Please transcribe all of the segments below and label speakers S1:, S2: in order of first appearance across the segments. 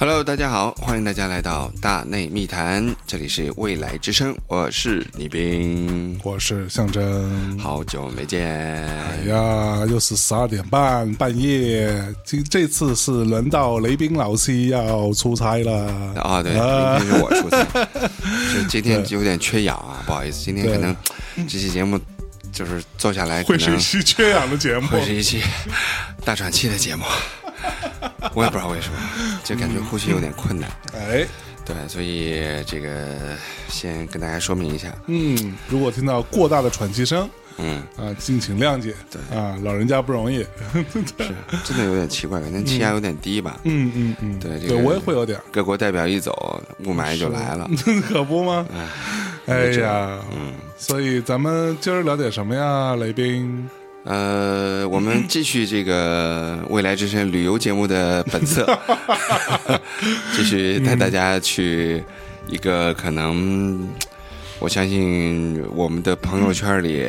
S1: Hello，大家好，欢迎大家来到大内密谈，这里是未来之声，我是李冰，
S2: 我是象征。
S1: 好久没
S2: 哎
S1: 见，
S2: 呀，又是十二点半半夜，这这次是轮到雷兵老七要出差了
S1: 啊，对，
S2: 啊
S1: 明天是我出差，就今天有点缺氧啊，不好 意思，今天可能这期节目就是做下来可
S2: 会是一
S1: 能
S2: 期缺氧的节目
S1: 会，是一期大喘气的节目，我也不知道为什么，就感觉呼吸有点困难，
S2: 哎，
S1: 对，所以这个先跟大家说明一下，
S2: 嗯，如果听到过大的喘气声
S1: 嗯，
S2: 啊，敬请谅解，
S1: 对
S2: 啊，老人家不容易，
S1: 是真的有点奇怪，可能气压有点低吧，
S2: 嗯嗯嗯，
S1: 对这
S2: 对
S1: 个
S2: 我也会有点儿，
S1: 各国代表一走，雾霾就来了。
S2: 可不吗？哎
S1: 这
S2: 呀，嗯，所以咱们今儿聊点什么呀，雷兵？
S1: 呃，我们继续这个未来之声旅游节目的本色， 继续带大家去一个可能，嗯我相信我们的朋友圈里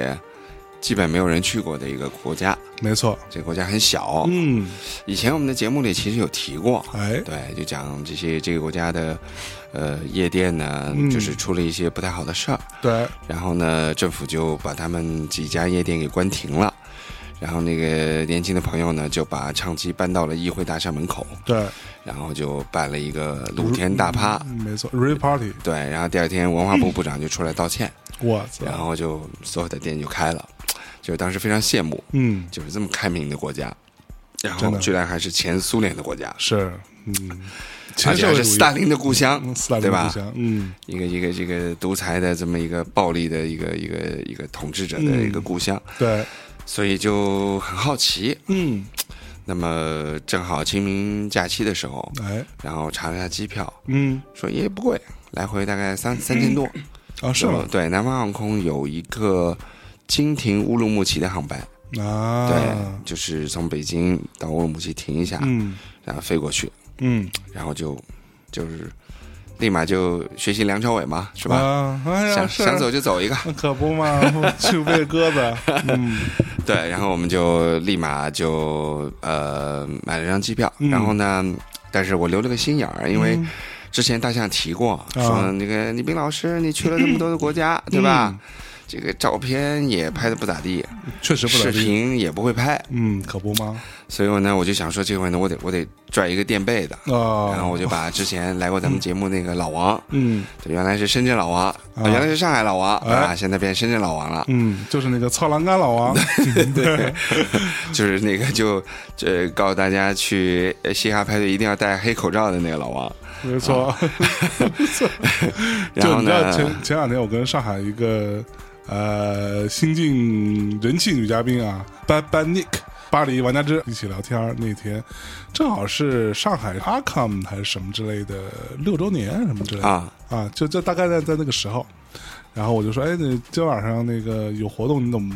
S1: 基本没有人去过的一个国家。
S2: 没错，
S1: 这个国家很小，
S2: 嗯，
S1: 以前我们的节目里其实有提过，
S2: 哎，
S1: 对，就讲这些这个国家的呃夜店呢，
S2: 嗯
S1: 就是出了一些不太好的事儿。
S2: 对，
S1: 然后呢，政府就把他们几家夜店给关停了。然后那个年轻的朋友呢，就把唱机搬到了议会大厦门口，
S2: 对，
S1: 然后就办了一个露天大趴。
S2: 嗯没错 r e party，
S1: 对，然后第二天文化部部长就出来道歉，
S2: 我操，
S1: 然后就所有的店就开了，就当时非常羡慕，
S2: 嗯，
S1: 就是这么开明的国家，然
S2: 真
S1: 后
S2: 的
S1: 居然还是前苏联的国家，
S2: 是，嗯，
S1: 而
S2: 前
S1: 且
S2: 社
S1: 还
S2: 会
S1: 是
S2: 主义
S1: 斯大林的故乡
S2: 嗯，斯大，
S1: 对
S2: 林
S1: 吧
S2: 故？乡，嗯，
S1: 一个一个这个独裁的这么一个暴力的一个一个一个统治者
S2: 嗯
S1: 的一个故乡，
S2: 对，
S1: 所以就很好奇。
S2: 嗯，
S1: 那么正好清明假期的时候，
S2: 哎，
S1: 然后查了一下机票，
S2: 嗯，
S1: 说也不贵，来回大概三三千多。
S2: 啊，是吗？
S1: 对，南方航空有一个经停乌鲁木齐的航班，
S2: 啊
S1: 对，，就是从北京到乌鲁木齐停一下，
S2: 嗯
S1: 然后飞过去，
S2: 嗯，
S1: 然后就就是立马就学习梁朝伟嘛，是
S2: 是
S1: 吧？
S2: 啊，哎呀，
S1: 想
S2: 是
S1: 想走就走一个，
S2: 那可不嘛，去喂鸽子，嗯
S1: 对，然后我们就立马就呃买了张机票，
S2: 嗯
S1: 然后呢，但是我留了个心眼儿，因为之前大象提
S2: 啊
S1: 过、说那个李斌老师，你去了这么多的国 家，对吧？
S2: 嗯
S1: 这个照片也拍的不咋地，
S2: 确嗯实不咋
S1: 视
S2: 地，
S1: 频也不会拍，
S2: 嗯，可不吗？
S1: 所以呢，我就想说这回呢，我得我得拽一个垫背的。
S2: 啊，
S1: 然后我就把之前来过咱们节目那个老王，
S2: 嗯
S1: 对原来是深圳老王，呃原来是上海老王
S2: 啊哎
S1: 啊，现在变深圳老王了。
S2: 嗯，就是那个操栏杆老王，
S1: 对，就是那个就这告诉大家去呃嘻哈派对一定要戴黑口罩的那个老王。
S2: 没错。
S1: 然后
S2: 就你知道
S1: 呢
S2: 前，前两天我跟上海一个呃新晋人气女嘉宾啊，班班 Nick 巴黎王家之一起聊天儿那天，正好是上海 Acom 还是什么之类的六周年什么之类的
S1: 啊
S2: 啊，就就大概在在那个时候，然后我就说，哎，你今晚上那个有活动，你怎么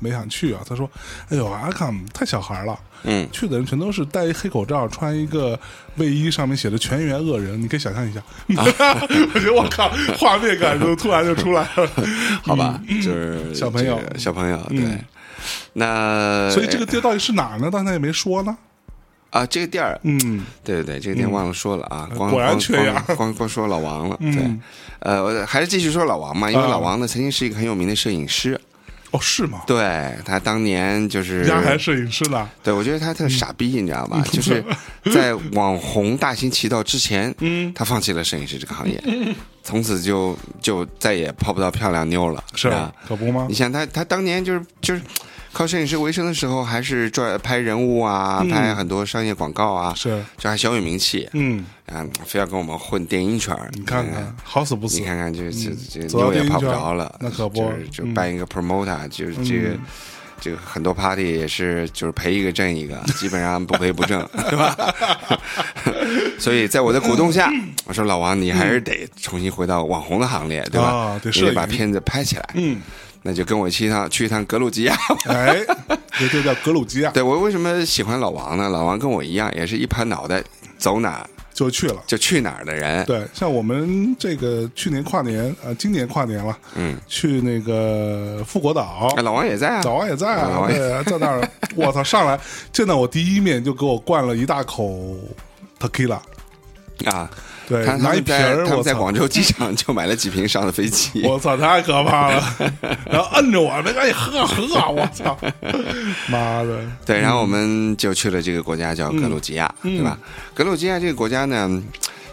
S2: 没想去啊？他说，哎呦，Acom 太小孩了。
S1: 嗯，
S2: 去的人全都是戴一黑口罩，穿一个卫衣，上面写着“全员恶人”，你可以想象一下。
S1: 啊
S2: 我觉得我靠，画面感就突然就出来了。
S1: 好吧，就是
S2: 嗯小朋友
S1: 这个小朋友对
S2: 嗯。
S1: 那
S2: 所以这个地儿到底是哪儿呢？刚才也没说呢。
S1: 啊，这个店儿，
S2: 嗯，呃
S1: 对对对，这个店忘了说了啊，光
S2: 果然
S1: 光
S2: 缺
S1: 光
S2: 氧
S1: 光光说老王了，对
S2: 嗯，
S1: 呃，我还是继续说老王嘛，因为
S2: 啊
S1: 老王呢曾经是一个很有名的摄影师，
S2: 哦，是吗？
S1: 对他当年就是
S2: 丫还嗯摄影师呢。
S1: 对，我觉得他特傻逼，你知道吧？就是 在网红大行其道之前，
S2: 嗯
S1: 他放弃了摄影师这个行业， 从此就就再也泡不到漂亮妞了，
S2: 是啊
S1: 吧？
S2: 可不吗
S1: 啊你？想他，他当年就是就是靠摄影师为生的时候，还是赚拍人物啊，
S2: 嗯
S1: 拍很多商业广告啊，
S2: 是，
S1: 就还小有名气，
S2: 嗯，
S1: 啊，非要跟我们混电音圈儿哎
S2: 你看看，好死不死嗯
S1: 你，看看，这这这
S2: 走到
S1: 妞也
S2: 电影
S1: 泡不
S2: 圈
S1: 着了，
S2: 那可不
S1: 就是就
S2: 嗯
S1: 办一个 promoter，、就是这个。这个很多 party 也是，就是赔一个挣一个，基本上不赔不挣， 对吧？所以在我的鼓动下，我说老王，你还是得重新回到网红的行列，对吧？
S2: 啊对
S1: 你
S2: 摄
S1: 得
S2: 影
S1: 把片子拍起来。
S2: 嗯，
S1: 那就跟我去一趟去一趟格鲁吉亚。
S2: 哎，这就叫格鲁吉亚，
S1: 对我为什么喜欢老王呢？老王跟我一样，也是一拍脑袋，走哪儿
S2: 就去了。
S1: 就去哪儿的人。
S2: 对，像我们这个去年跨年，呃，今年跨年了，嗯，去那个富国岛，
S1: 哎老王也在啊，
S2: 老王也在
S1: 老
S2: 啊，
S1: 王也
S2: 对啊，在那儿，我操，上来见到我第一面就给我灌了一大口 tequila，
S1: 啊，
S2: 对
S1: 他，他
S2: 拿一
S1: 们
S2: 瓶
S1: 在
S2: 儿，
S1: 他们
S2: 我
S1: 在
S2: 操，
S1: 广州机场就买了几瓶上了飞机。
S2: 我操，太可怕了， 然后摁着我，那个哎喝喝啊，我操，妈的，
S1: 对，然后我
S2: 嗯
S1: 们就去了这个国家叫格鲁吉亚，对吧？格鲁吉亚这个国家呢，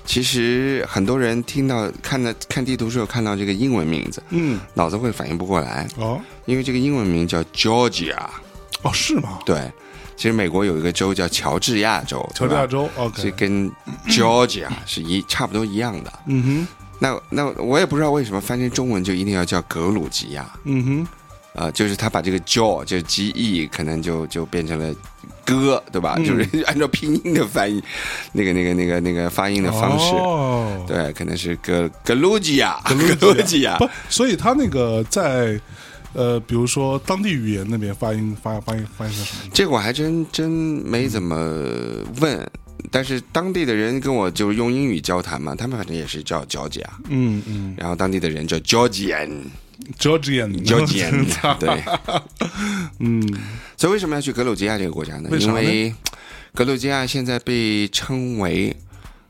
S1: 其实很多人听到看到看地图时候看到这个英文名字，
S2: 嗯，
S1: 脑子会反应不过来，
S2: 哦
S1: 因为这个英文名叫 Georgia。
S2: 哦，是吗？
S1: 对，其实美国有一个州叫乔治亚州，
S2: 乔治亚州
S1: 对吧是
S2: ，OK，
S1: 跟 Georgia 是一差不多一样的。
S2: 嗯哼，
S1: 那那我也不知道为什么翻成中文就一定要叫格鲁吉亚，
S2: 嗯
S1: 呃，就是他把这个 jaw 就是 g e 可能就就变成了歌，对吧？就是 按照拼音的翻译，那个那个那个那个发音
S2: 哼，
S1: 的方式，
S2: 哦，
S1: 对，可能是格格鲁吉亚，格
S2: 格
S1: 鲁
S2: 鲁
S1: 吉亚，
S2: 不，所以他那个在呃，比如说当地语言那边发音发发音发音是什么？
S1: 这个我还真真没怎么问。但是当地的人跟我就是用英语交谈嘛，他们反正也是叫 Georgia，
S2: 嗯嗯
S1: 然后当地的人叫 Georgian，Georgian，
S2: ，Georgian，Georgian，
S1: 对，
S2: 嗯，
S1: 所以为什么要去格鲁吉亚这个国家呢？
S2: 为啥
S1: 因
S2: 呢
S1: 为格鲁吉亚现在被称为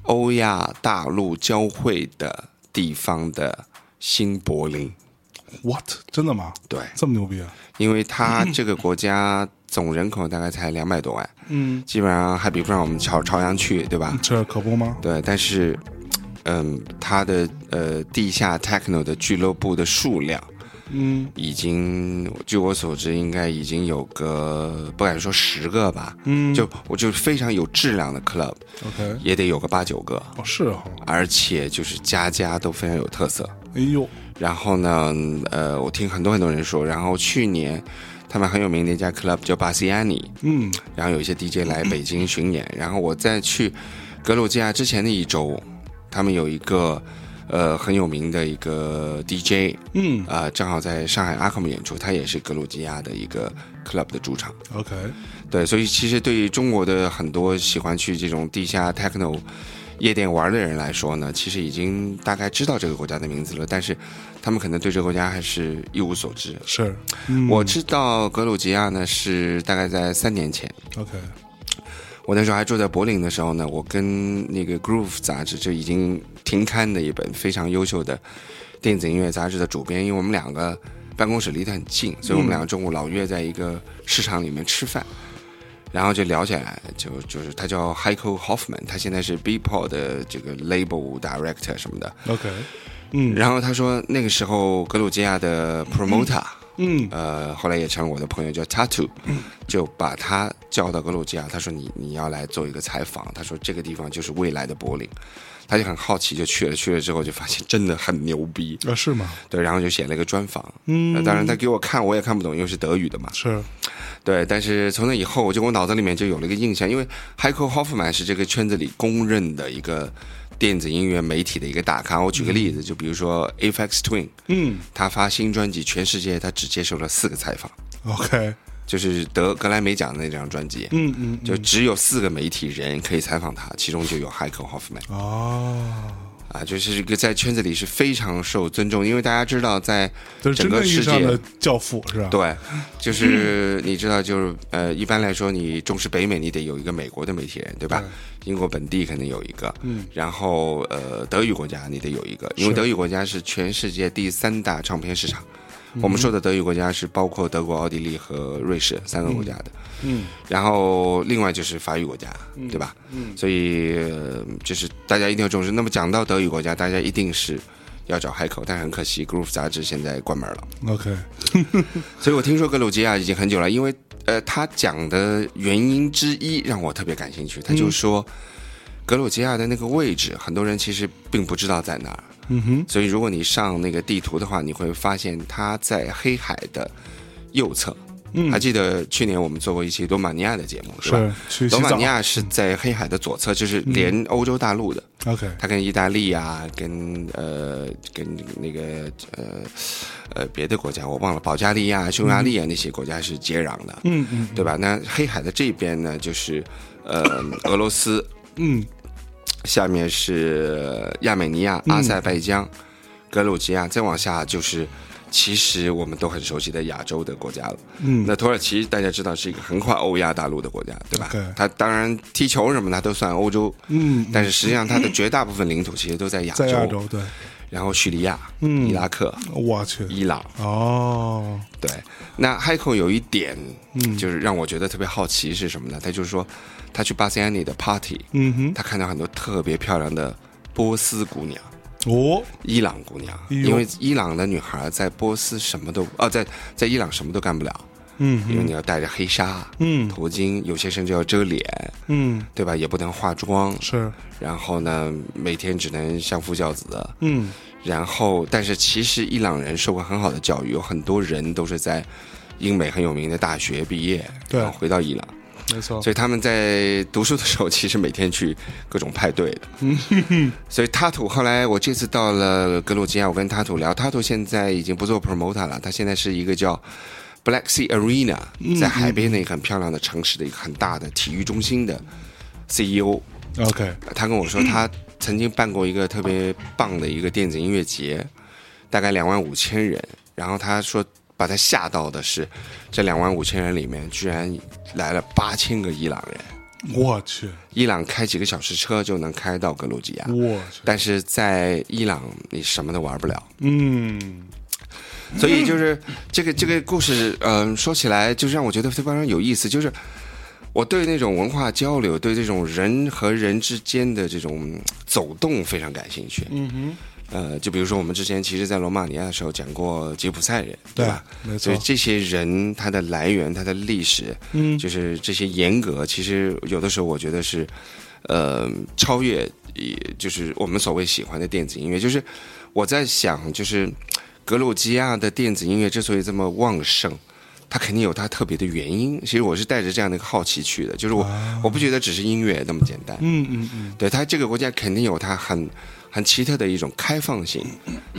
S1: 欧亚大陆交汇的地方的新柏林。
S2: ，what？真的吗？
S1: 对，
S2: 这么牛逼啊？
S1: 因为它这个国家总人口大概才两百多万，
S2: 嗯，
S1: 基本上还比不上我们朝朝阳区，对吧？
S2: 这可不吗？
S1: 对，但是，嗯，它的呃地下 techno 的俱乐部的数量
S2: 嗯
S1: 已经，据我所知，应该已经有个不敢说十个吧，
S2: 嗯
S1: 就我就是非常有质量的 club，
S2: ，OK，
S1: 也得有个八九个，
S2: 哦是哈，
S1: 而且就是家家都非常有特色。
S2: 哎呦，
S1: 然后呢，呃，我听很多很多人说，然后去年他们很有名的一家 club 叫巴西安尼，
S2: 嗯
S1: 然后有一些 DJ 来北京巡演，然后我在去格鲁吉亚之前的一周，他们有一个呃很有名的一个 DJ，
S2: 嗯
S1: 啊、正好在上海阿克姆演出，他也是格鲁吉亚的一个 club 的主场。
S2: ，OK，
S1: 对，所以其实对于中国的很多喜欢去这种地下 techno 夜店玩的人来说呢，其实已经大概知道这个国家的名字了，但是他们可能对这个国家还是一无所知。
S2: 是嗯
S1: 我知道格鲁吉亚呢是大概在三年前，
S2: ，OK，
S1: 我那时候还住在柏林的时候呢，我跟那个 Groove 杂志就已经停刊的一本非常优秀的电子音乐杂志的主编，因为我们两个办公室离得很近，所以我们两个中午老约在一个市场里面吃饭，然后就聊起来，就就是他叫 Heiko Hoffman，他现在是 Beatport 的这个 label director 什么的，
S2: ，OK，嗯
S1: 然后他说那个时候格鲁吉亚的 promoter、
S2: 嗯
S1: 呃，后来也成了我的朋友，叫 Tattoo，就把他叫到格鲁吉亚，他说你你要来做一个采访，他说这个地方就是未来的柏林，他就很好奇就去了，去了之后就发现真的很牛逼，
S2: 啊是吗？
S1: 对，然后就写了一个专访，
S2: 嗯
S1: 呃当然他给我看我也看不懂，因为是德语的嘛，
S2: 是，
S1: 对，但是从那以后我就我脑子里面就有了一个印象，因为 Heiko Hoffman 是这个圈子里公认的一个电子音乐媒体的一个大咖，我举个例子，就比如说 Aphex Twin，
S2: 嗯
S1: 他发新专辑，全世界他只接受了四个采访。
S2: ，OK，
S1: 就是得格莱美奖的那张专辑，
S2: 嗯嗯，
S1: 就只有四个媒体人可以采访他，其中就有 Heiko Hoffman
S2: 嗯哦，
S1: 啊，就是一个在圈子里是非常受尊重，因为大家知道在
S2: 这是
S1: 整
S2: 真正
S1: 个
S2: 意义
S1: 世
S2: 上的
S1: 界。
S2: 教父是吧？
S1: 对，就是你知道，就是呃，一般来说，你重视北美，你得有一个美国的媒体人，对
S2: 嗯
S1: 吧？英国本地可能有一个，嗯，然后呃，德语国家你得有一个，因为
S2: 是
S1: 德语国家是全世界第三大唱片市场。
S2: 嗯
S1: 我们说的德语国家是包括德国、奥地利和瑞士三个国家的，
S2: 嗯
S1: 然后另外就是法语国家，对吧？嗯，所以、呃就是大家一定要重视。那么讲到德语国家，大家一定是要找海口，但很可惜，Groove 杂志现在关门了。
S2: 嗯，OK，
S1: 所以我听说格鲁吉亚已经很久了，因为呃，他讲的原因之一让我特别感兴趣，他就说。格鲁吉亚的那个位置，很多人其实并不知道在哪儿，
S2: 嗯哼，
S1: 所以如果你上那个地图的话，你会发现它在黑海的右侧，还记得去年我们做过一期罗马尼亚的节目，是吧？
S2: 是去洗
S1: 罗马
S2: 澡
S1: 尼亚是在黑海的左侧，就是连欧洲大陆的，
S2: ，OK，
S1: 它跟意大利啊，跟呃，跟那个呃呃别的国家我忘了，保加利亚、匈牙利啊那些国家是接壤的，
S2: 嗯嗯
S1: 对吧？那黑海的这边呢，就是呃俄罗斯，
S2: 嗯
S1: 下面是亚美尼亚、阿塞拜疆、格鲁吉亚，再往下就是。其实我们都很熟悉的亚洲的国家了。
S2: 嗯
S1: 那土耳其大家知道是一个横跨欧亚大陆的国家，对吧
S2: OK
S1: 它当然踢球什么的它都算欧洲，
S2: 嗯，
S1: 但是实际上它的绝大部分领土其实都在亚
S2: 在亚洲，嗯对，
S1: 然后叙利亚、伊拉克、
S2: 我去，
S1: 伊朗。
S2: 哦，
S1: 对，那 h i k o 有一点，
S2: 嗯
S1: 就是让我觉得特别好奇是什么呢？他就是说，他去巴塞安尼的 party，
S2: 嗯哼，
S1: 他看到很多特别漂亮的波斯姑娘。
S2: 哦，
S1: 伊朗姑娘，
S2: 哎呦
S1: 因为伊朗的女孩在波斯什么都啊，在在伊朗什么都干不了，
S2: 嗯
S1: 因为你要戴着黑纱、
S2: 嗯
S1: 头巾，有些甚至要遮脸，
S2: 嗯，
S1: 对吧？也不能化妆，
S2: 是，
S1: 然后呢，每天只能相夫教子，
S2: 嗯
S1: 然后，但是其实伊朗人受过很好的教育，有很多人都是在英美很有名的大学毕业，
S2: 对
S1: 然后回到伊朗，
S2: 没错，
S1: 所以他们在读书的时候，其实每天去各种派对的。 所以塔土后来我这次到了格鲁吉亚，我跟塔土聊，塔土现在已经不做 promoter 了，他现在是一个叫 Black Sea Arena，在海边的一个很漂亮的城市的一个很大的体育中心的 CEO。
S2: OK，
S1: 他跟我说，他曾经办过一个特别棒的一个电子音乐节，大概两万五千人。然后他说，把他吓到的是，这两万五千人里面居然来了八千个伊朗人。
S2: 我去，
S1: 伊朗开几个小时车就能开到格鲁吉亚，
S2: 我去，
S1: 但是在伊朗你什么都玩不了。
S2: 嗯
S1: 所以就是这个这个故事，嗯、说起来就是让我觉得非常有意思，就是我对那种文化交流，对这种人和人之间的这种嗯走动非常感兴趣。
S2: 嗯哼，
S1: 呃，就比如说我们之前其实，在罗马尼亚的时候讲过吉普赛人，
S2: 对
S1: 吧？，
S2: 没
S1: 所
S2: 错
S1: 以，这些人他的来源、他的历史，
S2: 嗯
S1: 就是这些严格，其实有的时候我觉得是，呃，超越，也就是我们所谓喜欢的电子音乐。就是我在想，就是格鲁吉亚的电子音乐之所以这么旺盛。它肯定有它特别的原因。其实我是带着这样的一个好奇去的，就是我、
S2: 啊
S1: 我不觉得只是音乐那么简单。
S2: 嗯嗯嗯，
S1: 对它这个国家肯定有它很很奇特的一种开放性，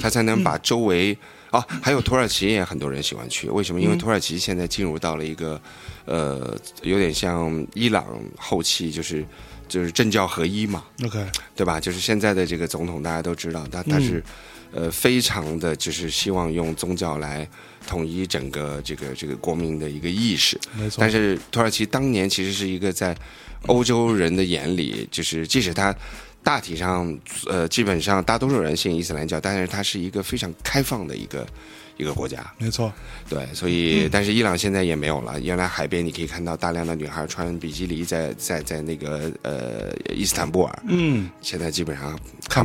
S1: 它才能把周围啊，还有土耳其也很多人喜欢去，为什么？因为土耳其现在进入到了一个呃，有点像伊朗后期就是。就是政教合一嘛，
S2: OK，
S1: 对吧？就是现在的这个总统，大家都知道，他他是，呃，非常的就是希望用宗教来统一整个这个这个国民的一个意识。
S2: 没错
S1: 但，是土耳其当年其实是一个在欧洲人的眼里，就是即使它大体上呃基本上大多数人信伊斯兰教，但是它是一个非常开放的一个一个国家。
S2: 没错，
S1: 对，所
S2: 嗯
S1: 以但是伊朗现在也没有了。原来海边你可以看到大量的女孩穿比基尼在在在那个呃伊斯坦布尔，
S2: 嗯，
S1: 现在基本上
S2: 看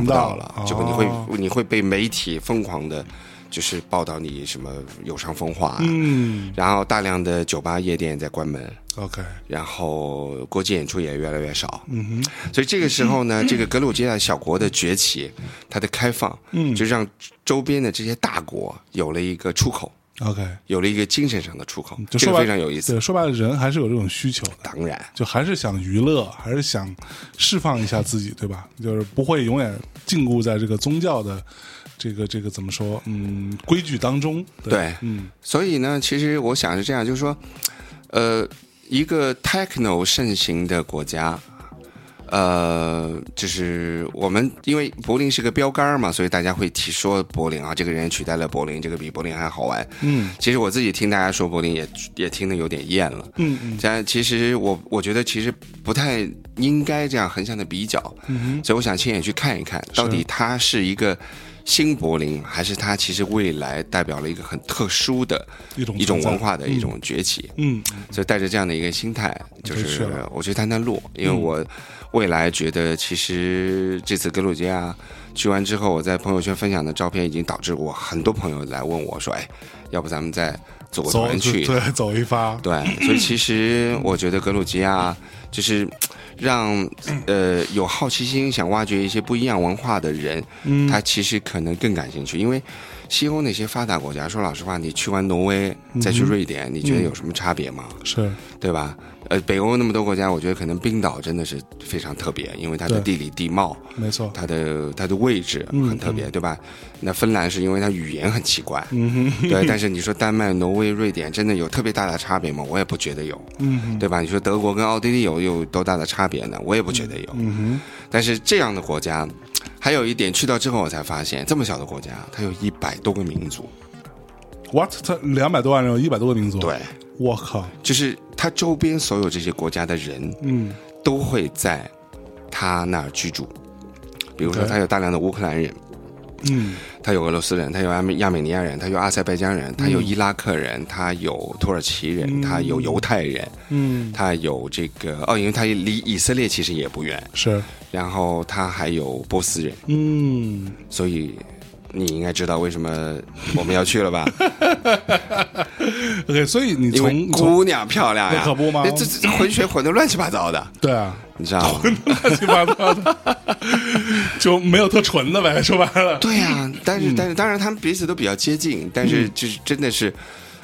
S1: 看
S2: 不
S1: 不
S2: 到
S1: 到
S2: 了
S1: 了，就你会、
S2: 哦
S1: 你会被媒体疯狂的，就是报道你什么有伤风化啊、
S2: 嗯
S1: 然后大量的酒吧夜店在关门。
S2: ，OK，
S1: 然后国际演出也越来越少，
S2: 嗯哼，
S1: 所以这个时候 呢，这个格鲁吉亚小国的崛起，它的开放，
S2: 嗯
S1: 就让周边的这些大国有了一个出口，
S2: ，OK，
S1: 有了一个精神上的出口，
S2: 嗯就
S1: 这
S2: 说
S1: 个
S2: 白
S1: 非常有意思。
S2: 对，说白了，人还是有这种需求的。
S1: 当然，
S2: 就还是想娱乐，还是想释放一下自己，对吧？就是不会永远禁锢在这个宗教的这个这个怎么说？嗯，规矩当中。对
S1: 对
S2: 嗯
S1: 所以呢，其实我想是这样，就是说，呃，一个 techno 盛行的国家，呃，就是我们因为柏林是个标杆儿嘛，所以大家会提说柏林啊，这个人取代了柏林，这个比柏林还好玩。
S2: 嗯
S1: 其实我自己听大家说柏林也也听得有点厌了。
S2: 嗯嗯
S1: 但其实我我觉得其实不太应该这样横向的比较，
S2: 嗯
S1: 所以我想亲眼去看一看，到底它是一个新柏林，还是它其实未来代表了一个很特殊的
S2: 哼，一种
S1: 一种
S2: 存在
S1: 文。化的一种崛起。
S2: 嗯
S1: 所以带着这样的一个心态，就
S2: 回去
S1: 是
S2: 了
S1: 我去探探路，因为
S2: 嗯
S1: 我未来觉得其实这次格鲁吉亚去完之后，我在朋友圈分享的照片已经导致我很多朋友来问我说：“哎，要不咱们再组个
S2: 走
S1: 团去一趟
S2: 对走一发，
S1: 对，所以其实我觉得格鲁吉亚就是让呃有好奇心想挖掘一些不一样文化的人，
S2: 嗯
S1: 他其实可能更感兴趣，因为西欧那些发达国家，说老实话，你去完挪威
S2: 嗯
S1: 再去瑞典，你觉得有什么差别吗？
S2: 是
S1: 对吧？呃，北欧那么多国家，我觉得可能冰岛真的是非常特别，因为它的
S2: 对嗯
S1: 地理地貌、
S2: 没错，
S1: 它的它的位置很特别，对吧？那芬兰是因为它语言很奇怪，
S2: 嗯哼，
S1: 对。但是你说丹麦、挪威、瑞典，真的有特别大的差别吗？我也不觉得有，
S2: 嗯哼，
S1: 对吧？你说德国跟奥地利有有多大的差别呢？我也不觉得有。
S2: 嗯
S1: 但是这样的国家，还有一点，去到之后我才发现，这么小的国家，它有一百多个民族，
S2: 哼，what？他两百多万人，有一百多个民族，，
S1: 对，
S2: 我靠，
S1: 就是它周边所有这些国家的人
S2: 嗯，
S1: 都会在它那儿居住。比如说，
S2: OK
S1: 它有大量的乌克兰人，
S2: 嗯，
S1: 它有俄罗斯人，它有亚美亚美尼亚人，它有阿塞拜疆人，它有伊拉克人，它有土耳其人，它有犹太人，
S2: 嗯，
S1: 它有这个哦，因为它离以色列其实也不远，
S2: 是，
S1: 然后它还有波斯人，
S2: 嗯，
S1: 所以你应该知道为什么我们要去 了吧？
S2: OK，所以你
S1: 因为
S2: 从从
S1: 姑娘漂亮呀，
S2: 那可不吗
S1: 这这这混血混的乱七八糟的，
S2: 对啊，
S1: 你知 道吗？
S2: 乱七八糟的，就没有特纯的呗，说白了，
S1: 对呀、但是但是当然他们彼此都比较接近，但
S2: 嗯
S1: 是就是真的是。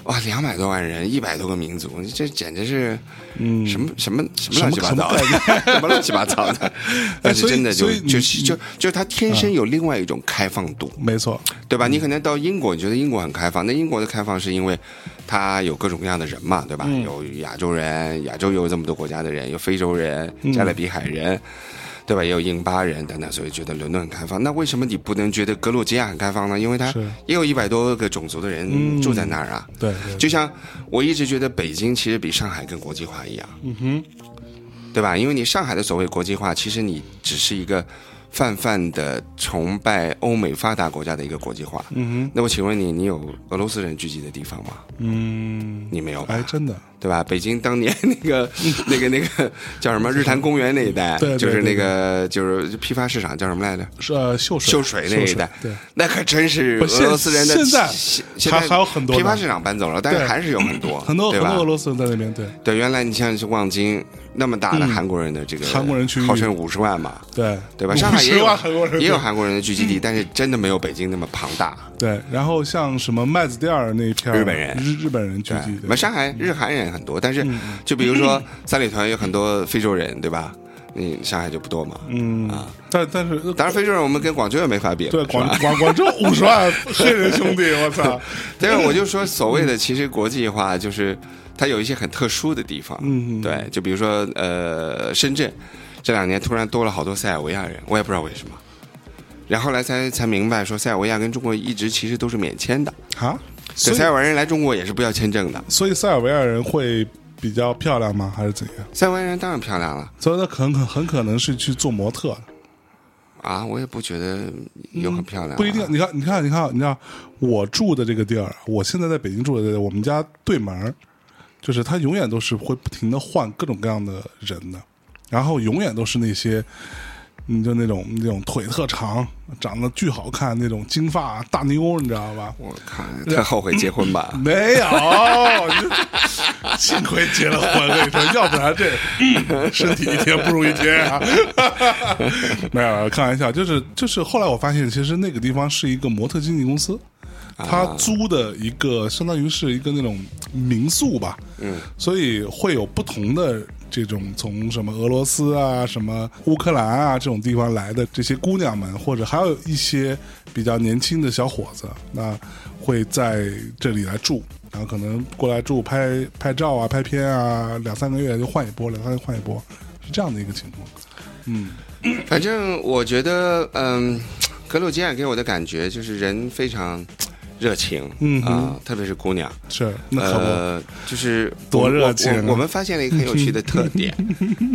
S1: 哇，两百多万人，一百多个民族，这简直是，嗯，什么什么什么乱七八糟的， 什么乱七八糟 的，但是
S2: 所以
S1: 真的就
S2: 所以你嗯
S1: 就就就他天生有另外一种开放度，
S2: 没错，
S1: 对吧？你可能到英国，你觉得英国很开放，那英国的开放是因为它有各种各样的人嘛，对吧？有亚洲人，亚洲有这么多国家的人，有非洲人、加勒比海人，对吧？也有印巴人等等，所以觉得伦敦很开放。那为什么你不能觉得格鲁吉亚很开放呢？因为它
S2: 是
S1: 也有一百多个种族的人住在那儿啊。
S2: 对，对
S1: 就像我一直觉得北京其实比上海更国际化一样，
S2: 嗯哼，
S1: 对吧？因为你上海的所谓国际化，其实你只是一个泛泛的崇拜欧美发达国家的一个国际化。
S2: 嗯
S1: 那我请问你，你有俄罗斯人聚集的地方吗？
S2: 哼，嗯，
S1: 你没有吧
S2: 哎，真的，
S1: 对吧？北京当年那个、那个、那 个叫什么日坛公园那一带，
S2: 对对
S1: 就是
S2: 对
S1: 那个就是批发市场叫什么来着？
S2: 是呃秀水，
S1: 秀水那一带那可真是
S2: 不
S1: 俄罗斯人的
S2: 现在
S1: 现
S2: 对，
S1: 现
S2: 还
S1: 在
S2: 还有很多
S1: 批
S2: 呢
S1: 发市场搬走了，但是
S2: 对
S1: 还是有很多
S2: 很多
S1: 对
S2: 很多
S1: 吧
S2: 俄？罗斯人在那边，对
S1: 对，原来你像是望京那么大的韩国人的这个
S2: 嗯韩国人区域
S1: 号称五十万嘛，
S2: 对
S1: 对吧？上海 也有
S2: 50万韩国人嗯
S1: 也有韩国人的聚集地，但是真的没有北京那么庞大。
S2: 对，然后像什么麦子店儿那一片儿
S1: 日本人
S2: 日日本人聚
S1: 对，
S2: 集
S1: 我
S2: 的
S1: 们，哎上海日韩人很多，但
S2: 嗯
S1: 是就比如说三里屯有很多非洲人，对吧？你上海就不多嘛。
S2: 嗯
S1: 啊，
S2: 但但是
S1: 当然，非洲人我们跟广州也没法比了，
S2: 对广
S1: 是吧？
S2: 广广州五十万黑人兄弟，我操，
S1: 但是我就说，所谓的其实国际化，就是它有一些很特殊的地方。
S2: 嗯嗯
S1: 对，就比如说呃，深圳这两年突然多了好多塞尔维亚人，我也不知道为什么。然后后来才才明白，说塞尔维亚跟中国一直其实都是免签的，
S2: 啊，所
S1: 对，
S2: 以
S1: 塞尔维亚人来中国也是不要签证的。
S2: 所以塞尔维亚人会比较漂亮吗？还是怎样？
S1: 塞尔维亚人当然漂亮了。
S2: 所以他很可很可能是去做模特，
S1: 啊，我也不觉得有很漂亮啊、
S2: 嗯不一定。你看，你看，你看，你看，我住的这个地儿，啊我现在在北京住的这个地儿，我们家对门儿，就是它永远都是会不停的换各种各样的人的，然后永远都是那些，你就那种那种腿特长，长得巨好看那种金发大妞，你知道吧？
S1: 我靠，特 后悔结婚吧？
S2: 没有，你这幸亏结了婚，我跟你说，要不然这、嗯身体一天不如一天啊。没有，开玩笑，就是就是，后来我发现，其实那个地方是一个模特经纪公司，
S1: 啊
S2: 他租的一个相当于是一个那种民宿吧，嗯，所以会有不同的。这种从什么俄罗斯啊、什么乌克兰啊这种地方来的这些姑娘们，或者还有一些比较年轻的小伙子，那会在这里来住，然后可能过来住拍拍照啊、拍片啊，两三个月就换一波，两三个月换一波，是这样的一个情况。
S1: 反正我觉得，嗯，格鲁吉亚给我的感觉就是人非常热情，
S2: 嗯
S1: 啊、
S2: 哼
S1: 特别是姑娘，
S2: 是，那可不，
S1: 呃，就是
S2: 多
S1: 我
S2: 热情啊
S1: 我我我们发现了一个很有趣的特 点，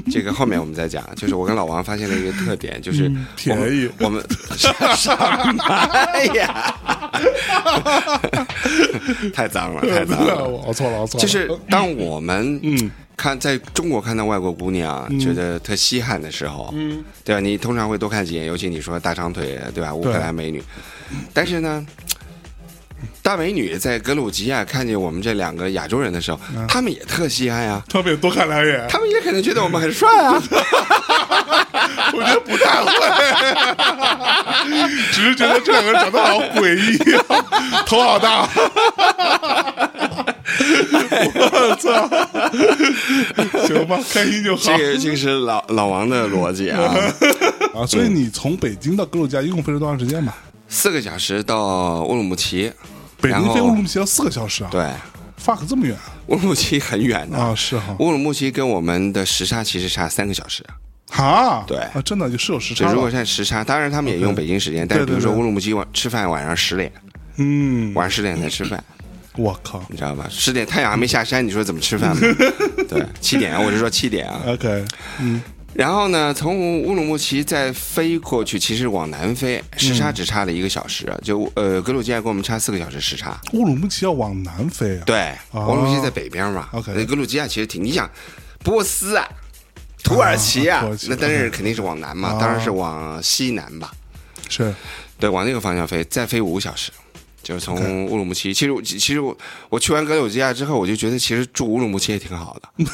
S1: 这个后面我们再讲。啊就是我跟老王发现了一个特点，就是我们
S2: 嗯便宜
S1: 我们 什么呀？ 太脏了，太 脏了。
S2: 我错了，我错
S1: 呃
S2: 了，
S1: 就是当我们
S2: 嗯
S1: 看在中国看到外国姑娘啊觉得特稀罕的时候，
S2: 嗯，
S1: 对吧？你通常会多看几眼，尤其你说大长腿，对吧？乌克兰美女，但是呢。大美女在格鲁吉亚看见我们这两个亚洲人的时候，
S2: 嗯
S1: 他们也特稀罕呀，
S2: 他们也多看两眼，
S1: 他们也可能觉得我们很帅啊，
S2: 我我觉得不太会，只是觉得这两个人长得好诡异、啊，头好大。 我操！行吧，开心就好
S1: 这。个这个是老老王的逻辑啊，
S2: 啊，所以你从北京到格鲁吉亚一共飞了多长时间吧？
S1: 四个小时到乌鲁木齐，
S2: 北
S1: 然
S2: 京
S1: 后
S2: 飞乌鲁木齐要四个小时啊？
S1: 对，
S2: ，fuck 这么远啊
S1: 乌鲁木齐很远的，
S2: 啊？是哈，
S1: 乌鲁木齐跟我们的时差其实差三个小时。
S2: 哈，
S1: 对
S2: 啊，真的就是有时
S1: 就
S2: 差
S1: 如果
S2: 的。
S1: 是时差，当然他们也用北京时间，但是比如说
S2: 对对对
S1: 乌鲁木齐晚吃饭晚上十点，
S2: 嗯，
S1: 晚上十点才吃 饭，
S2: 我靠
S1: 你知道吧？十点太阳还没下山，你说怎么吃饭嘛？对，七点啊，我是说七点 啊。
S2: ，OK，
S1: 然后呢，从乌鲁木齐再飞过去，其实往南飞，时
S2: 嗯
S1: 差只差了一个小时，就呃格鲁吉亚跟我们差四个小时时差。
S2: 乌鲁木齐要往南飞啊？
S1: 对，
S2: 哦
S1: 乌鲁木齐在北边嘛
S2: OK
S1: 那格鲁吉亚其实挺，你想，波斯啊，土耳其啊，
S2: 啊土耳其
S1: 那当然肯定是往南嘛，
S2: 啊
S1: 当然是往西南吧，
S2: 是，
S1: 对，往那个方向飞，再飞五个小时。就是从乌鲁木齐，其实我其实我我去完格鲁吉亚之后，我就觉得其实住乌鲁木齐也挺好 的，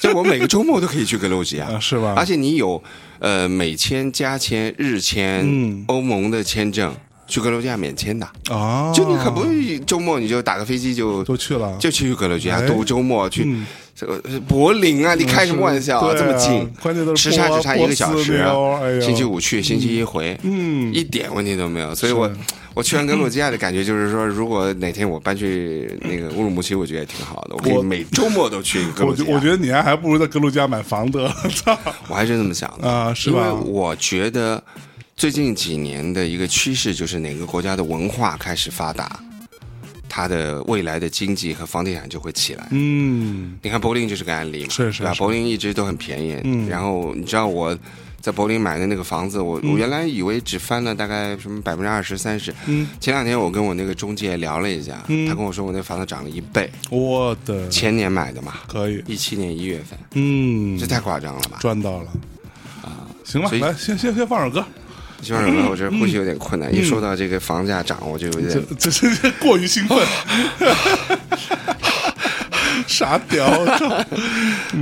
S1: 就我每个周末都可以去格鲁吉亚
S2: 啊，，是吧？
S1: 而且你有呃美签、加签、日签、
S2: 嗯
S1: 欧盟的签证，去格鲁吉亚免签的，
S2: 啊，
S1: 就你可不周末你就打个飞机就
S2: 都去了，
S1: 就去格鲁吉亚
S2: 啊哎
S1: 度周末去
S2: 嗯，
S1: 这个柏林啊！你开什么玩笑
S2: 对
S1: 这
S2: 啊
S1: 么近，
S2: 关键都是
S1: 时差
S2: 波
S1: 只差一个小时啊
S2: 波斯妞哎呦
S1: 星期五去，星期一回，
S2: 嗯，
S1: 一点问题都没有。所以我
S2: 是
S1: 我去完格鲁吉亚的感觉就是说，如果哪天我搬去那个乌鲁木齐，我觉得也挺好的，我可以
S2: 我
S1: 每周末都去格
S2: 我
S1: 鲁吉
S2: 觉
S1: 亚。
S2: 我觉得你还还不如在格鲁吉亚买房得了， 操
S1: 我还是这么想的
S2: 啊是吧
S1: 因为我觉得最近几年的一个趋势就是哪个国家的文化开始发达，它的未来的经济和房地产就会起来。
S2: 嗯，
S1: 你看柏林就是个案例嘛，
S2: 是是
S1: 对吧？
S2: 是嗯
S1: 柏林一直都很便宜，然后你知道我。在柏林买的那个房子，我我原来以为只翻了大概什么百分之二十、三十。
S2: 嗯
S1: 前两天我跟我那个中介聊了一下，他跟我说我那房子涨了一倍，
S2: 嗯我的
S1: 前年买的嘛，
S2: 可以，
S1: 一七年一月份，
S2: 嗯
S1: 这，太夸张了吧？
S2: 赚到了啊，行吧，
S1: 所以
S2: 来先先先放首歌，
S1: 希望什么？我这呼吸有点困难，
S2: 嗯
S1: 一说到这个房价涨，我就有
S2: 这
S1: 点。
S2: 这这这过于兴奋， 傻 屌，操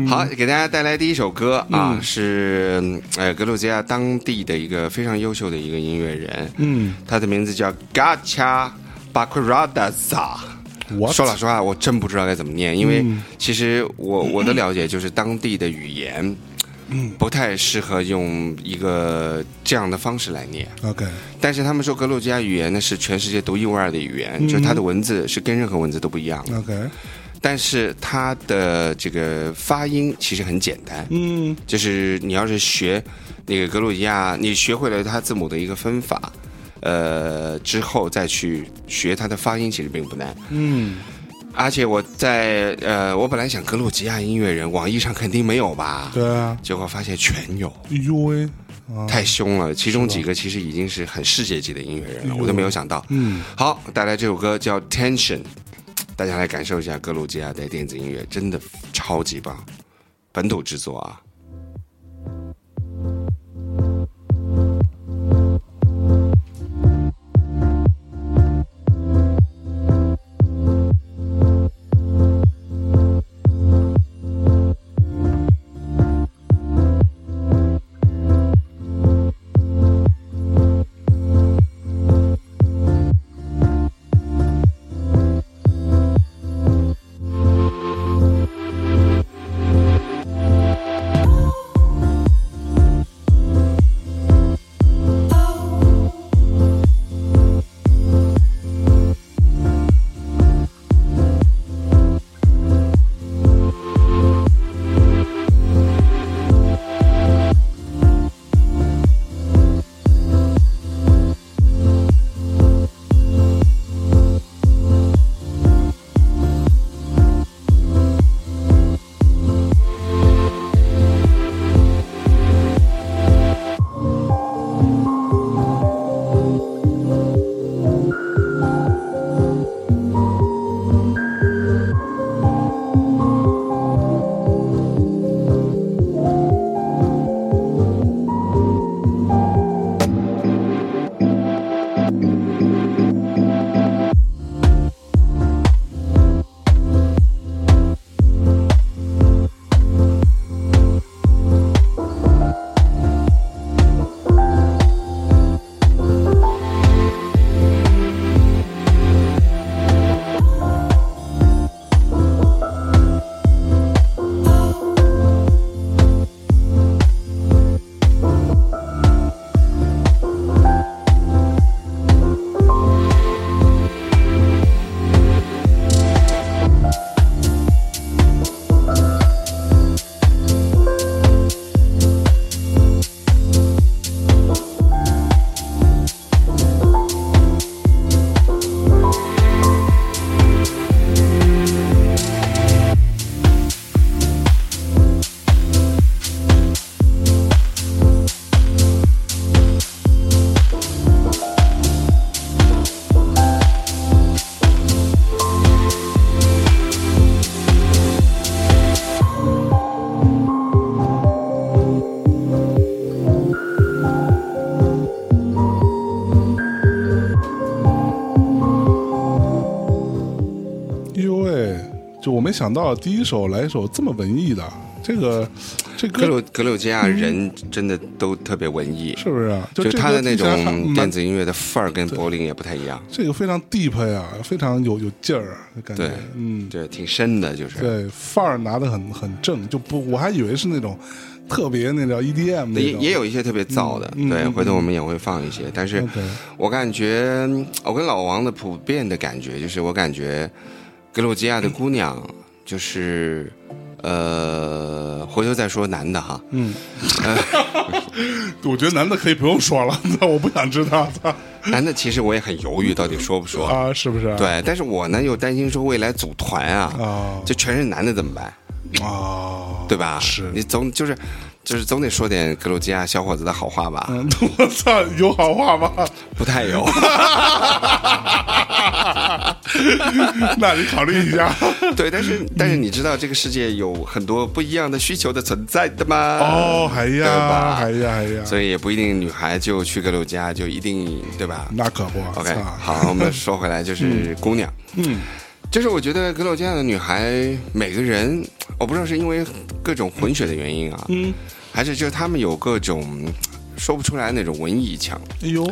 S1: 好，给大家带来第一首歌啊，是嗯呃格鲁吉亚当地的一个非常优秀的一个音乐人，
S2: 嗯，
S1: 他的名字叫 Gacha Bakradaza。
S2: 我
S1: 说老实话，我真不知道该怎么念，因为其实我我的了解就是当地的语言，不太适合用一个这样的方式来念。
S2: ，OK，
S1: 但是他们说格鲁吉亚语言呢是全世界独一无二的语言，就是它的文字是跟任何文字都不一样的，
S2: OK，
S1: 但是它的这个发音其实很简单，
S2: 嗯
S1: 就是你要是学那个格鲁吉亚，你学会了它字母的一个分法，呃，之后再去学它的发音其实并不难。
S2: 嗯，
S1: 而且我在呃，我本来想格鲁吉亚音乐人，网易上肯定没有吧？
S2: 对啊，
S1: 结果发现全有。
S2: 呦喂，啊，
S1: 太凶了，其中几个其实已经是很世界级的音乐人了，我都没有想到。
S2: 嗯，
S1: 好，带来这首歌叫《Tension》，大家来感受一下格鲁吉亚的电子音乐，真的超级棒，本土制作啊。
S3: Thank
S2: 没想到第一首来一首这么文艺的，这个这
S1: 格
S2: 歌
S1: 鲁格鲁吉亚人真的都特别文艺，
S2: 嗯是不是啊？
S1: 就
S2: 这
S1: 他
S2: 歌
S1: 的那
S2: 听起来还
S1: 种
S2: 蛮
S1: 电子音乐的范儿跟柏林也不太一样，
S2: 这个非常 deep 呀、非常有有劲儿，啊感觉
S1: 对，
S2: 嗯，
S1: 对，挺深的，就是。
S2: 对，范儿拿的很很正，就不我还以为是那种特别那叫 EDM 那
S1: 也
S2: 种，
S1: 也有一些特别燥的，
S2: 嗯嗯
S1: 对，
S2: 嗯
S1: 回头我们也会放一些。但是
S2: OK
S1: 我感觉，我跟老王的普遍的感觉就是，我感觉格鲁吉亚的姑娘就是，呃，回头再说男的哈，
S2: 嗯，我觉得男的可以不用说了， 那我不想知道， 操
S1: 男的其实我也很犹豫，到底说不说。
S2: 啊，是不是？
S1: 对，但是我呢又担心说未来组团啊，
S2: 啊
S1: 这全是男的怎么办，
S2: 啊，
S1: 对吧？
S2: 是
S1: 你总就是就是总得说点格鲁吉亚小伙子的好话吧？
S2: 嗯， 我操，有好话吗？
S1: 不太有，
S2: 那你考虑 一下。
S1: 对，但是但是你知道这个世界有很多不一样的需求的存在的吗？
S2: 哦，还
S1: 对
S2: 呀，
S1: 吧
S2: 还呀，还呀，
S1: 所以也不一定女孩就去格鲁吉亚就一定对吧
S2: 那可不啊
S1: ？OK，
S2: 操
S1: 好，我们说回来就是姑娘，
S2: 嗯，
S1: 就是我觉得格鲁吉亚的女孩每个人，我不知道是因为各种混血的原因啊，
S2: 嗯，
S1: 还是就是她们有各种说不出来那种文艺腔。
S2: 哎呦，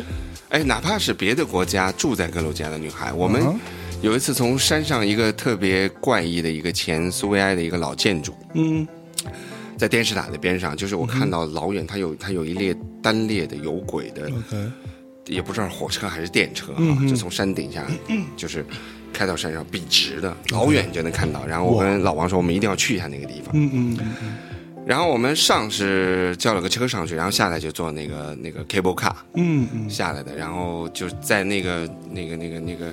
S1: 哎，哪怕是别的国家住在格鲁吉亚的女孩，我们
S2: 嗯
S1: 有一次从山上一个特别怪异的一个前苏维埃的一个老建筑，
S2: 嗯，
S1: 在电视塔的边上，就是我看到老远它有它有一列单列的有轨的，
S2: OK，
S1: 也不知道是火车还是电车啊，
S2: 嗯哼嗯
S1: 就从山顶下，就是开到山上笔直的，老远就能看到。然后我跟老王说，我们一定要去一下那个地方。
S2: 嗯嗯嗯嗯
S1: 然后我们上是叫了个车上去，然后下来就坐那个那个 cable car
S2: 嗯嗯，
S1: 下来的，然后就在那个那个那个那个。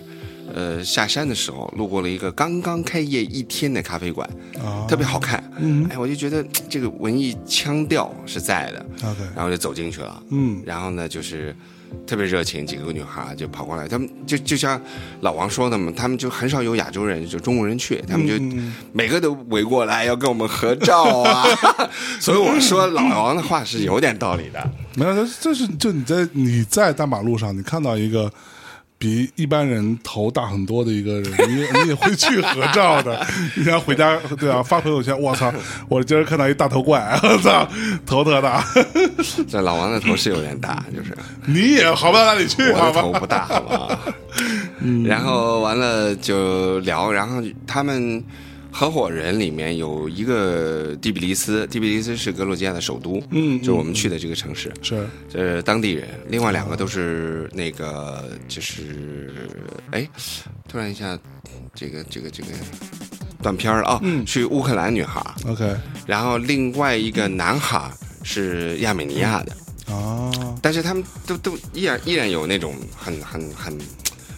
S1: 呃，下山的时候路过了一个刚刚开业一天的咖啡馆，
S2: 啊，
S1: 特别好看。
S2: 嗯
S1: 哎，我就觉得嘖这个文艺腔调是在的，
S2: ，OK，
S1: 然后就走进去了。
S2: 嗯
S1: 然后呢，就是特别热情，几个女孩就跑过来，她们就就像老王说的嘛，她们就很少有亚洲人，就中国人去，她们就
S2: 嗯
S1: 每个都围过来要跟我们合照啊。 所以我说老王的话是有点道理的，
S2: 没有，这这是就你在你在大马路上，你看到一个比一般人头大很多的一个人，你也你也会去合照 的。你想回家对啊，发朋友圈，我操，我今儿看到一大头怪，我操，头特大，
S1: 这老王的头是有点大，就是
S2: 你也好不到哪里去，
S1: 我
S2: 好
S1: 的头
S2: 吧？嗯
S1: 不大，好 吧？然后完了就聊，然后他们合伙人里面有一个第比利斯，第比利斯是格鲁吉亚的首都，
S2: 嗯
S1: 就是我们去的这个城市。
S2: 是
S1: 这是当地人，另外两个都是那个，就是哎，突然一下，这个这个这个断片儿了啊，
S2: 嗯
S1: 去乌克兰女孩儿，
S2: OK
S1: 然后另外一个男孩儿是亚美尼亚的，
S2: 啊，
S1: 但是他们都都依然依然有那种很很很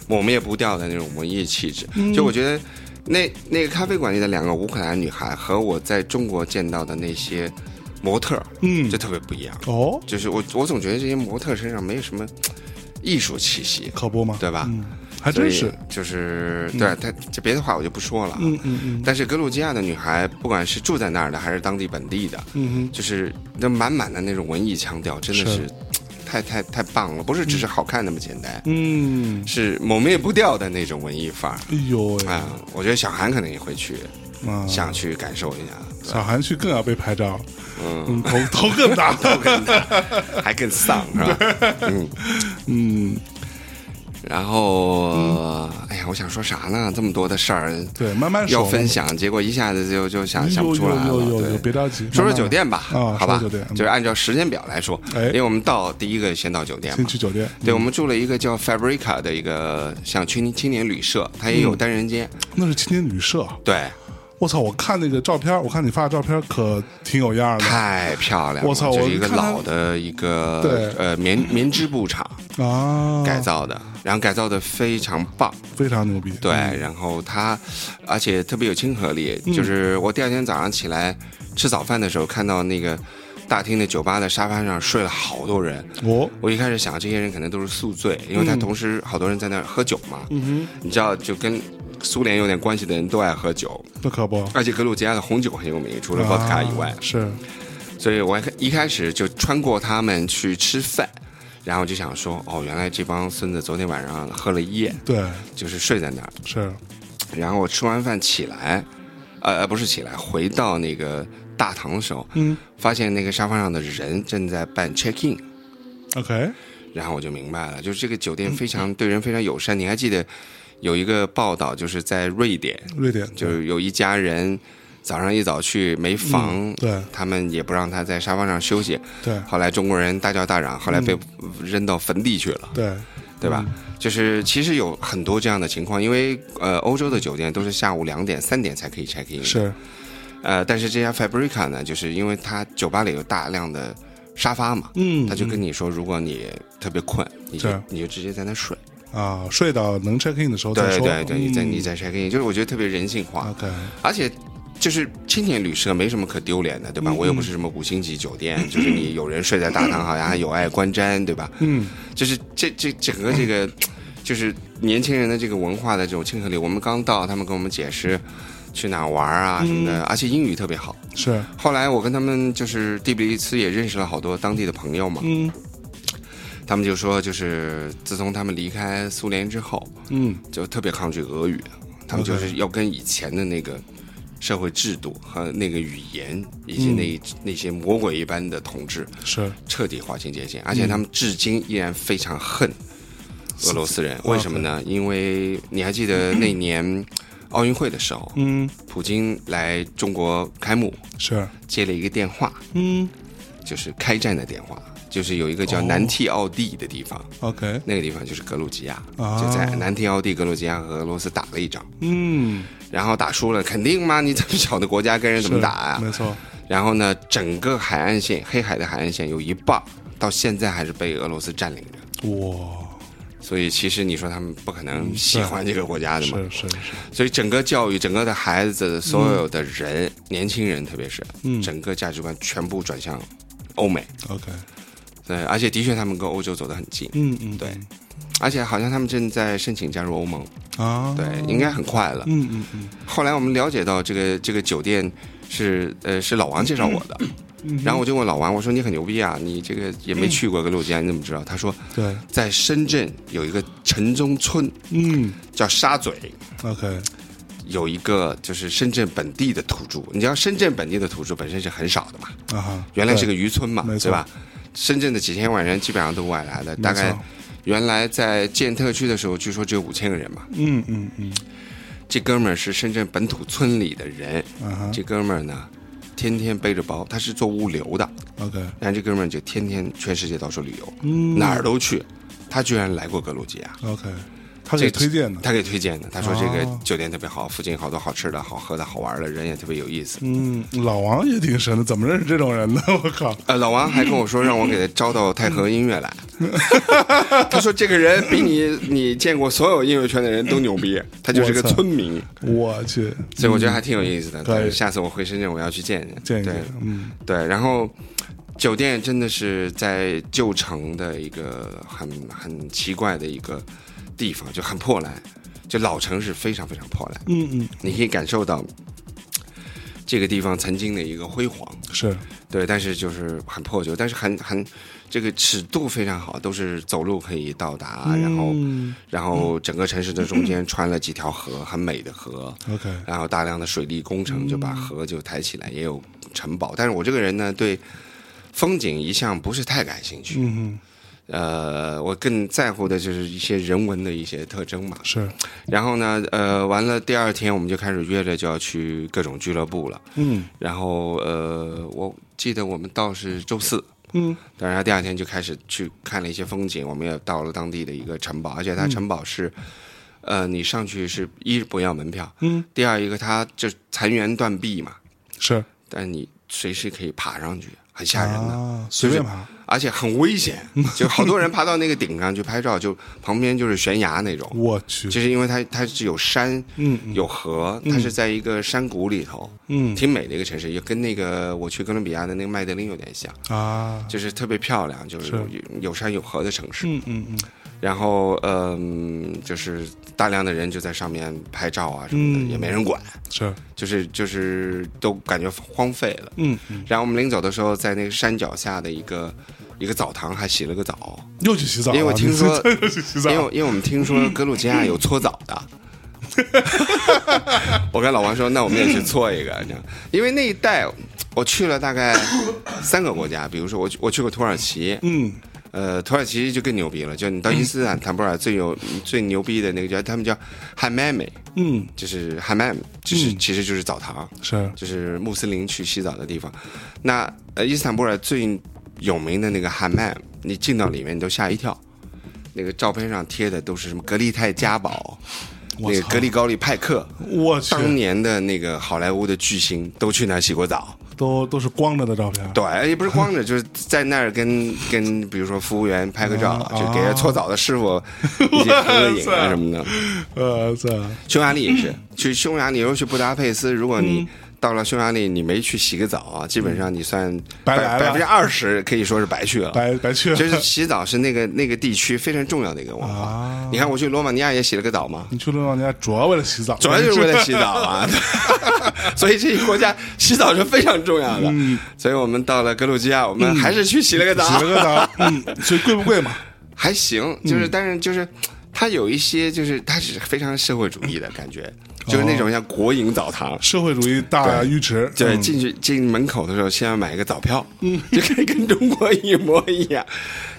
S1: 抹灭不掉的那种文艺气质，
S2: 嗯
S1: 就我觉得。那那个咖啡馆里的两个乌克兰女孩和我在中国见到的那些模特儿，
S2: 嗯
S1: 就，特别不一样。
S2: 哦，
S1: 就是我我总觉得这些模特身上没有什么艺术气息，
S2: 可不嘛，
S1: 对吧？
S2: 嗯，还
S1: 所
S2: 真
S1: 以
S2: 是，
S1: 就是对他这别的话我就不说了啊。
S2: 嗯嗯嗯
S1: 但是格鲁吉亚的女孩，不管是住在那儿的还是当地本地的，
S2: 嗯
S1: 就是那满满的那种文艺腔调，真的
S2: 是
S1: 是太太太棒了，不是只是好看那么简单，
S2: 嗯，
S1: 是抹灭不掉的那种文艺范儿。
S2: 哎呦喂，
S1: 啊、我觉得小韩可能也会去，
S2: 啊，
S1: 想去感受一下，对吧
S2: 小韩去更要被拍照，
S1: 嗯，
S2: 嗯，头头 更大，
S1: 还更丧是 吧？嗯，
S2: 嗯。
S1: 然后，哎呀，我想说啥呢？这么多的事儿
S2: 对，慢慢
S1: 要
S2: 说。
S1: 分享，结果一下子就就想想不出来了。
S2: 有有有有有，
S1: 对，
S2: 别着
S1: 说
S2: 急，慢
S1: 说
S2: 慢
S1: 酒店吧，
S2: 啊
S1: 好吧，
S2: 说说酒店嗯
S1: 就是按照时间表来说，
S2: 哎
S1: 因为我们到第一个先到酒店
S2: 先
S1: 嘛。
S2: 去酒店。
S1: 对，我们住了一个叫 Fabrica 的一个像青青年旅社，它也
S2: 嗯
S1: 有单人间。
S2: 那是青年旅社，
S1: 对，
S2: 我操！我看那个照片，我看你发的照片可挺有样的
S1: 太漂亮了，
S2: 我操
S1: 就是
S2: 我
S1: 一个
S2: 看它
S1: 老的一个
S2: 对
S1: 呃棉棉织布厂
S2: 啊，
S1: 改造的，然后改造的非常棒。
S2: 非常牛逼。
S1: 对，然后它，而且特别有亲和力。
S2: 嗯
S1: 就是我第二天早上起来吃早饭的时候，看到那个大厅的酒吧的沙发上睡了好多人。
S2: 我
S1: 我一开始想，这些人可能都是宿醉，因为他同时好多人在那儿喝酒嘛。
S2: 嗯
S1: 你知道，就跟苏联有点关系的人都爱喝酒，
S2: 哼，那可不，
S1: 而且格鲁吉亚的红酒很有名，除了 vodka
S2: 啊
S1: 以外，
S2: 是
S1: 所以我一开始就穿过他们去吃饭。然后就想说，哦，原来这帮孙子昨天晚上喝了一夜，
S2: 对
S1: 就是睡在那儿。
S2: 是
S1: 然后我吃完饭起来，呃呃不是起来，回到那个大堂的时候，
S2: 嗯
S1: 发现那个沙发上的人正在办 check in，
S2: ，OK，
S1: 然后我就明白了，就是这个酒店非常对人非常友善。你还记得有一个报道，就是在瑞典，
S2: 瑞典
S1: 就是有一家人早上一早去没房，
S2: 对
S1: 他们也不让他在沙发上休息，
S2: 对
S1: 后来中国人大叫大嚷，后来被扔到坟地去了，
S2: 对
S1: 对吧？就是其实有很多这样的情况，因为呃，欧洲的酒店都是下午两点、三点才可以 check in，
S2: 是，
S1: 呃，但是这家 Fabrica 呢，就是因为它酒吧里有大量的沙发嘛，
S2: 嗯，
S1: 他就跟你说，如果你特别困，你就是你就直接在那睡。
S2: 啊睡到能 check in 的时候再
S1: 对
S2: 说，
S1: 对对，你在
S2: 嗯啊
S1: 你在 check in，就是我觉得特别人性化，
S2: OK，
S1: 而且就是青年旅社没什么可丢脸的，对
S2: 嗯
S1: 吧？我又不是什么五星级酒店，就是你有人睡在大堂，好像还有爱观瞻，对吧？
S2: 嗯，
S1: 就是这这整个这个，就是年轻人的这个文化的这种亲和力。我们刚到，他们跟我们解释去哪儿玩啊什么
S2: 嗯
S1: 的，而且英语特别好。
S2: 是，
S1: 后来我跟他们就是第比利斯也认识了好多当地的朋友嘛，
S2: 嗯
S1: 他们就说，就是自从他们离开苏联之后，
S2: 嗯
S1: 就特别抗拒俄语，他们
S2: OK
S1: 就是要跟以前的那个社会制度和那个语言以及那、
S2: 嗯
S1: 那些魔鬼一般的统治
S2: 是，
S1: 彻底划清界
S2: 嗯
S1: 限，而且他们至今依然非常恨俄罗斯人，为什么呢？因为你还记得那年奥运会的时候，
S2: 嗯
S1: 普京来中国开幕，
S2: 是，
S1: 接了一个电话，
S2: 嗯
S1: 就是开战的电话，就是有一个
S2: 哦
S1: 叫南蒂奥地的地方。
S2: OK，
S1: 那个地方就是格鲁吉亚，
S2: 啊
S1: 就在南提奥地格鲁吉亚和俄罗斯打了一仗，
S2: 嗯，
S1: 然后打输了，肯定嘛，你这么小的国家跟人怎么
S2: 是
S1: 打啊？
S2: 没错，
S1: 然后呢，整个海岸线，黑海的海岸线有一半儿到现在还是被俄罗斯占领着，
S2: 哇，
S1: 所以其实你说他们不可能喜欢这个国家的嘛，
S2: 是是嗯是，
S1: 所以整个教育，整个的孩子，所有的人，年轻人特别是，
S2: 嗯
S1: 整个价值观全部转向欧美，
S2: OK，
S1: 对，而且的确他们跟欧洲走得很近，
S2: 嗯嗯，
S1: 对而且好像他们正在申请加入欧盟，
S2: 啊，
S1: 对，应该很快了。
S2: 嗯嗯嗯
S1: 后来我们了解到这个这个酒店是呃是老王介绍我的，
S2: 嗯，
S1: 然后我就问老王，我说你很牛逼啊，你这个也没去过格鲁吉亚，你怎么知道？他说
S2: 对，
S1: 在深圳有一个城中村
S2: 嗯
S1: 叫沙嘴，
S2: ，OK，
S1: 有一个就是深圳本地的土著，你知道深圳本地的土著本身是很少的嘛，
S2: 啊哈，
S1: 原来
S2: 对
S1: 是个渔村嘛，
S2: 没错
S1: 对吧？深圳的几千万人基本上都外来的，
S2: 没
S1: 大概
S2: 错
S1: 原来在建特区的时候，据说只有五千个人嘛。
S2: 嗯嗯嗯，
S1: 这哥们儿是深圳本土村里的人，
S2: 啊哈
S1: 这哥们儿呢，天天背着包，他是做物流的，
S2: ，OK，
S1: 但这哥们儿就天天全世界到处旅游，
S2: 嗯
S1: 哪儿都去。他居然来过格鲁吉亚，
S2: OK，他给推荐的，
S1: 他给推荐的，他说这个
S2: 哦
S1: 酒店特别好，附近好多好吃的好喝的好玩的，人也特别有意思。
S2: 嗯，老王也挺神的，怎么认识这种人呢？ 我靠，
S1: 呃，老王还跟我说让我给他招到太和音乐 来，他说这个人比你你见过所有音乐圈的人都牛逼，他就是个
S2: 我操
S1: 村民，
S2: 我去，
S1: 所以我觉得还挺有意思的。
S2: 可以
S1: 对下次我回深圳我要去见见，
S2: 见一
S1: 对
S2: 见，嗯
S1: 对，然后酒店真的是在旧城的一个很很奇怪的一个地方，就很破烂，就老城是非常非常破烂，
S2: 嗯嗯，
S1: 你可以感受到这个地方曾经的一个辉煌，
S2: 是，
S1: 对，但是就是很破旧，但是很很这个尺度非常好，都是走路可以到达，然后
S2: 嗯
S1: 然后整个城市的中间穿了几条河，很美的河，
S2: OK，
S1: 然后大量的水利工程就把河就抬起来，也有城堡。但是我这个人呢，对风景一向不是太感兴趣，
S2: 嗯
S1: 呃，我更在乎的就是一些人文的一些特征嘛
S2: 嗯，。是，
S1: 然后呢，呃，完了第二天我们就开始约着就要去各种俱乐部了。
S2: 嗯
S1: 然后呃，我记得我们到是周四，
S2: 嗯
S1: 当然第二天就开始去看了一些风景，我们也到了当地的一个城堡，而且它城堡是，呃，你上去是一不要门票，
S2: 嗯，
S1: 第二一个它就残垣断壁嘛，
S2: 是
S1: 但你随时可以爬上去，很吓人的，
S2: 啊，嗯随便爬，
S1: 而且很危险，就好多人爬到那个顶上去拍照，就旁边就是悬崖那种，
S2: 我去，
S1: 就是因为它它是有山
S2: 嗯嗯
S1: 有河，它是在一个山谷里头，
S2: 嗯
S1: 挺美的一个城市，也跟那个我去哥伦比亚的那个麦德林有点像。
S2: 啊，
S1: 就是特别漂亮，就是
S2: 是
S1: 有有山有河的城市。
S2: 嗯嗯嗯
S1: 然后，嗯，就是大量的人就在上面拍照啊什么的，
S2: 嗯
S1: 也没人管，
S2: 是，
S1: 就是就是都感觉荒废了。
S2: 嗯嗯，
S1: 然后我们临走的时候，在那个山脚下的一个一个澡堂还洗了个澡，
S2: 又去洗澡了，啊
S1: 因为我听说
S2: 你这又去洗
S1: 因为
S2: 澡
S1: 因为我们听说格鲁吉亚有搓澡的， 我跟老王说，那我们也去搓一个，这样，因为那一带我去了大概三个国家，比如说我去我去过土耳其，
S2: 嗯，
S1: 呃，土耳其就更牛逼了，就你到伊斯坦坦布尔最有最牛逼的那个叫他们叫 Hamam，
S2: 嗯，
S1: 就是 Hamam，就是、其实就是澡堂，
S2: 是，
S1: 就是穆斯林去洗澡的地方。那呃，伊斯坦布尔最有名的那个 Hamam，你进到里面你都吓一跳，那个照片上贴的都是什么格力泰嘉宝。
S2: 我
S1: 那个
S2: 操
S1: 格里高利派克，
S2: 我去，
S1: 当年的那个好莱坞的巨星都去那儿洗过澡，
S2: 都都是光着的照片，
S1: 对，呃也不是光 着，就是在那儿跟跟比如说服务员拍个照，
S2: 啊
S1: 就给人搓澡的师
S2: 哦
S1: 傅一起合个 影啊什么的。
S2: 呃，这
S1: 匈牙利也
S2: 嗯
S1: 是，去匈牙利，尤其去布达佩斯，如果你到了匈牙利，你没去洗个澡啊，基本上你算
S2: 白
S1: 百
S2: 来了
S1: 百分之二十可以说是白去了。
S2: 白白去了，
S1: 就是洗澡是那个那个地区非常重要的一个文化
S2: 啊。
S1: 你看我去罗马尼亚也洗了个澡嘛，
S2: 你去了老人家主要为了洗澡，
S1: 主要就是为了洗澡 啊， 所以这个国家洗澡是非常重要的。所以我们到了格鲁吉亚，我们还是去洗了个澡，
S2: 嗯洗了嗯个澡，嗯，所以贵不 贵嘛？
S1: 还行，就是但是就是它有一些就是它是非常社会主义的感觉，就是
S2: 哦
S1: 那种像国营澡堂。
S2: 社会主义大
S1: 对
S2: 浴池，
S1: 对，
S2: 嗯
S1: 进去进门口的时候，先要买一个早票， 嗯，就可以跟中国一模一样。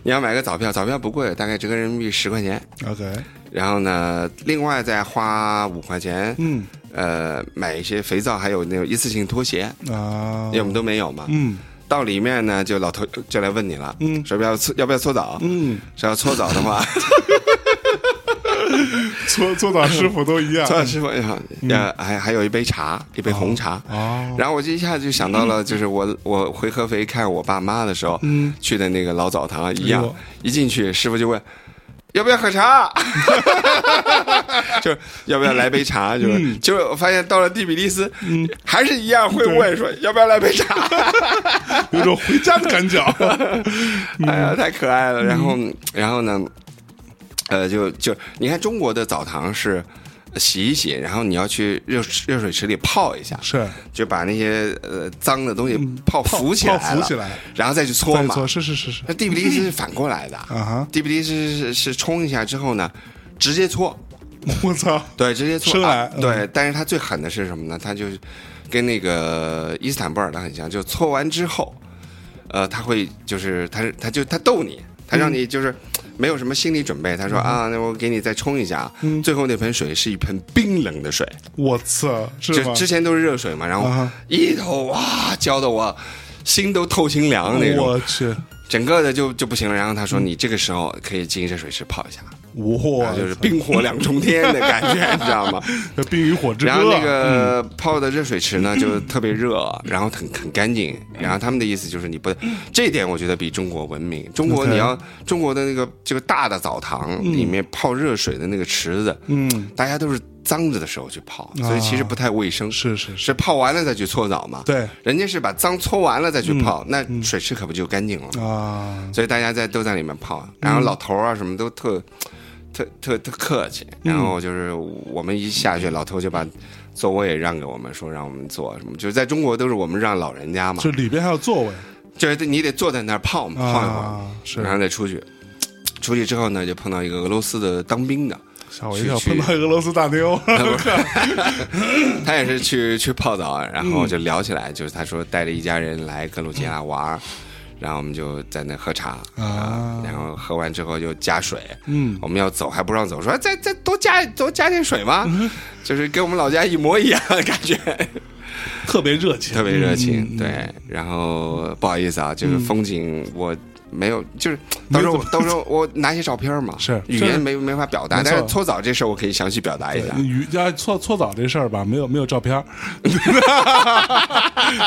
S1: 你要买个早票，早票不贵，大概折合人民币十块钱。
S2: ，OK，
S1: 然后呢，另外再花五块钱，
S2: 嗯，
S1: 呃，买一些肥皂，还有那种一次性拖鞋，
S2: 啊
S1: 因为，我们都没有嘛。
S2: 嗯
S1: 到里面呢，就老头就来问你了，
S2: 嗯
S1: 说要不要搓要不要搓澡？
S2: 嗯，
S1: 说要搓澡的 话，
S2: 搓搓澡师傅都一 样
S1: 搓，澡师傅呀，呃，还还有一杯茶，一杯红茶。
S2: 嗯哦，
S1: 然后我就一下就想到了，就是我我回合肥看我爸妈的时候，
S2: 嗯
S1: 去的那个老澡堂一
S2: 哎
S1: 样
S2: 呦，
S1: 一进去师傅就问。要不要喝茶？ 就是要不要来杯茶？就是、
S2: 嗯
S1: 就是，我发现到了第比利斯，还是一样会问说要不要来杯茶。
S2: 有种回家的感 觉，嗯
S1: 哎呀，太可爱了。然后，然后呢，呃，就就你看中国的澡堂是洗一洗，然后你要去热热水池里泡一下，
S2: 是
S1: 就把那些呃脏的东西泡浮起来
S2: 嗯泡浮
S1: 了
S2: 起来
S1: 然后再去搓
S2: 没错，
S1: 嘛。
S2: 是是是是，
S1: 那蒂比利斯是反过来的，
S2: 啊哈，
S1: 蒂比利斯是是是冲一下之后呢，直接搓，
S2: 我操，
S1: 对，直接搓
S2: 生来
S1: 啊
S2: 嗯
S1: 对，但是他最狠的是什么呢？他就是跟那个伊斯坦布尔的很像，就搓完之后，呃，他会就是他他就他逗你，他让
S2: 嗯
S1: 你就是没有什么心理准备。他说、啊，那我给你再冲一下啊。
S2: 嗯
S1: 最后那盆水是一盆冰冷的水，
S2: 我操，是
S1: 就
S2: 吗？
S1: 之前都是热水嘛，然后
S2: 啊
S1: 一头哇浇的我心都透心凉那种，
S2: 我去，
S1: 整个的就就不行了。然后他说你这个时候可以进热水池泡一下，
S2: 嗯哇，
S1: 啊就是冰火两重天的感 觉，你知道吗？
S2: 这冰与火之歌，
S1: 然
S2: 啊嗯
S1: 后那个泡的热水池呢，就特别热，然后很很干净。
S2: 嗯
S1: 然后他们的意思就是你不，这一点我觉得比中国文明。中国
S2: OK
S1: 你要中国的那个这个大的澡堂里面泡热水的那个池子，
S2: 嗯，
S1: 大家都是脏着的时候去泡，
S2: 啊
S1: 所以其实不太卫生。
S2: 是是是，
S1: 是泡完了再去搓澡嘛？
S2: 对嗯
S1: 人家是把脏搓完了再去泡，那水池可不就干净了？
S2: 啊，
S1: 所以大家在都在里面泡，然后老头儿啊什么都特、
S2: 嗯
S1: 特特特客气，然后就是我们一下去，老头就把座位让给我们，说让我们坐什么，就是在中国都是我们让老人家嘛，
S2: 这里边还有座位
S1: 就是你得坐在那儿泡嘛，泡一会儿，
S2: 啊，是
S1: 然后再出去。出去之后呢，就碰到一个俄罗斯的当兵的，
S2: 吓我一跳，
S1: 去
S2: 碰到俄罗斯大妞，
S1: 他也是去去泡澡，然
S2: 嗯
S1: 后就聊起来，就是他说带着一家人来格鲁吉亚啊玩儿，然后我们就在那喝茶
S2: 嗯啊
S1: 然后喝完之后又加水，
S2: 嗯，
S1: 我们要走还不让走，说哎再再多加多加点水吗？
S2: 嗯
S1: 就是跟我们老家一模一样的感 觉，
S2: 特别热情，
S1: 特别热
S2: 嗯
S1: 情。对，然后不好意思啊，这个风景我。没有，就是到时候 到时候我拿些照片嘛，
S2: 是
S1: 语
S2: 这是
S1: 言没没法表达，
S2: 没错
S1: 但是搓澡这事儿我可以详细表达一下。
S2: 鱼要搓搓澡这事儿吧，没有没有照片儿，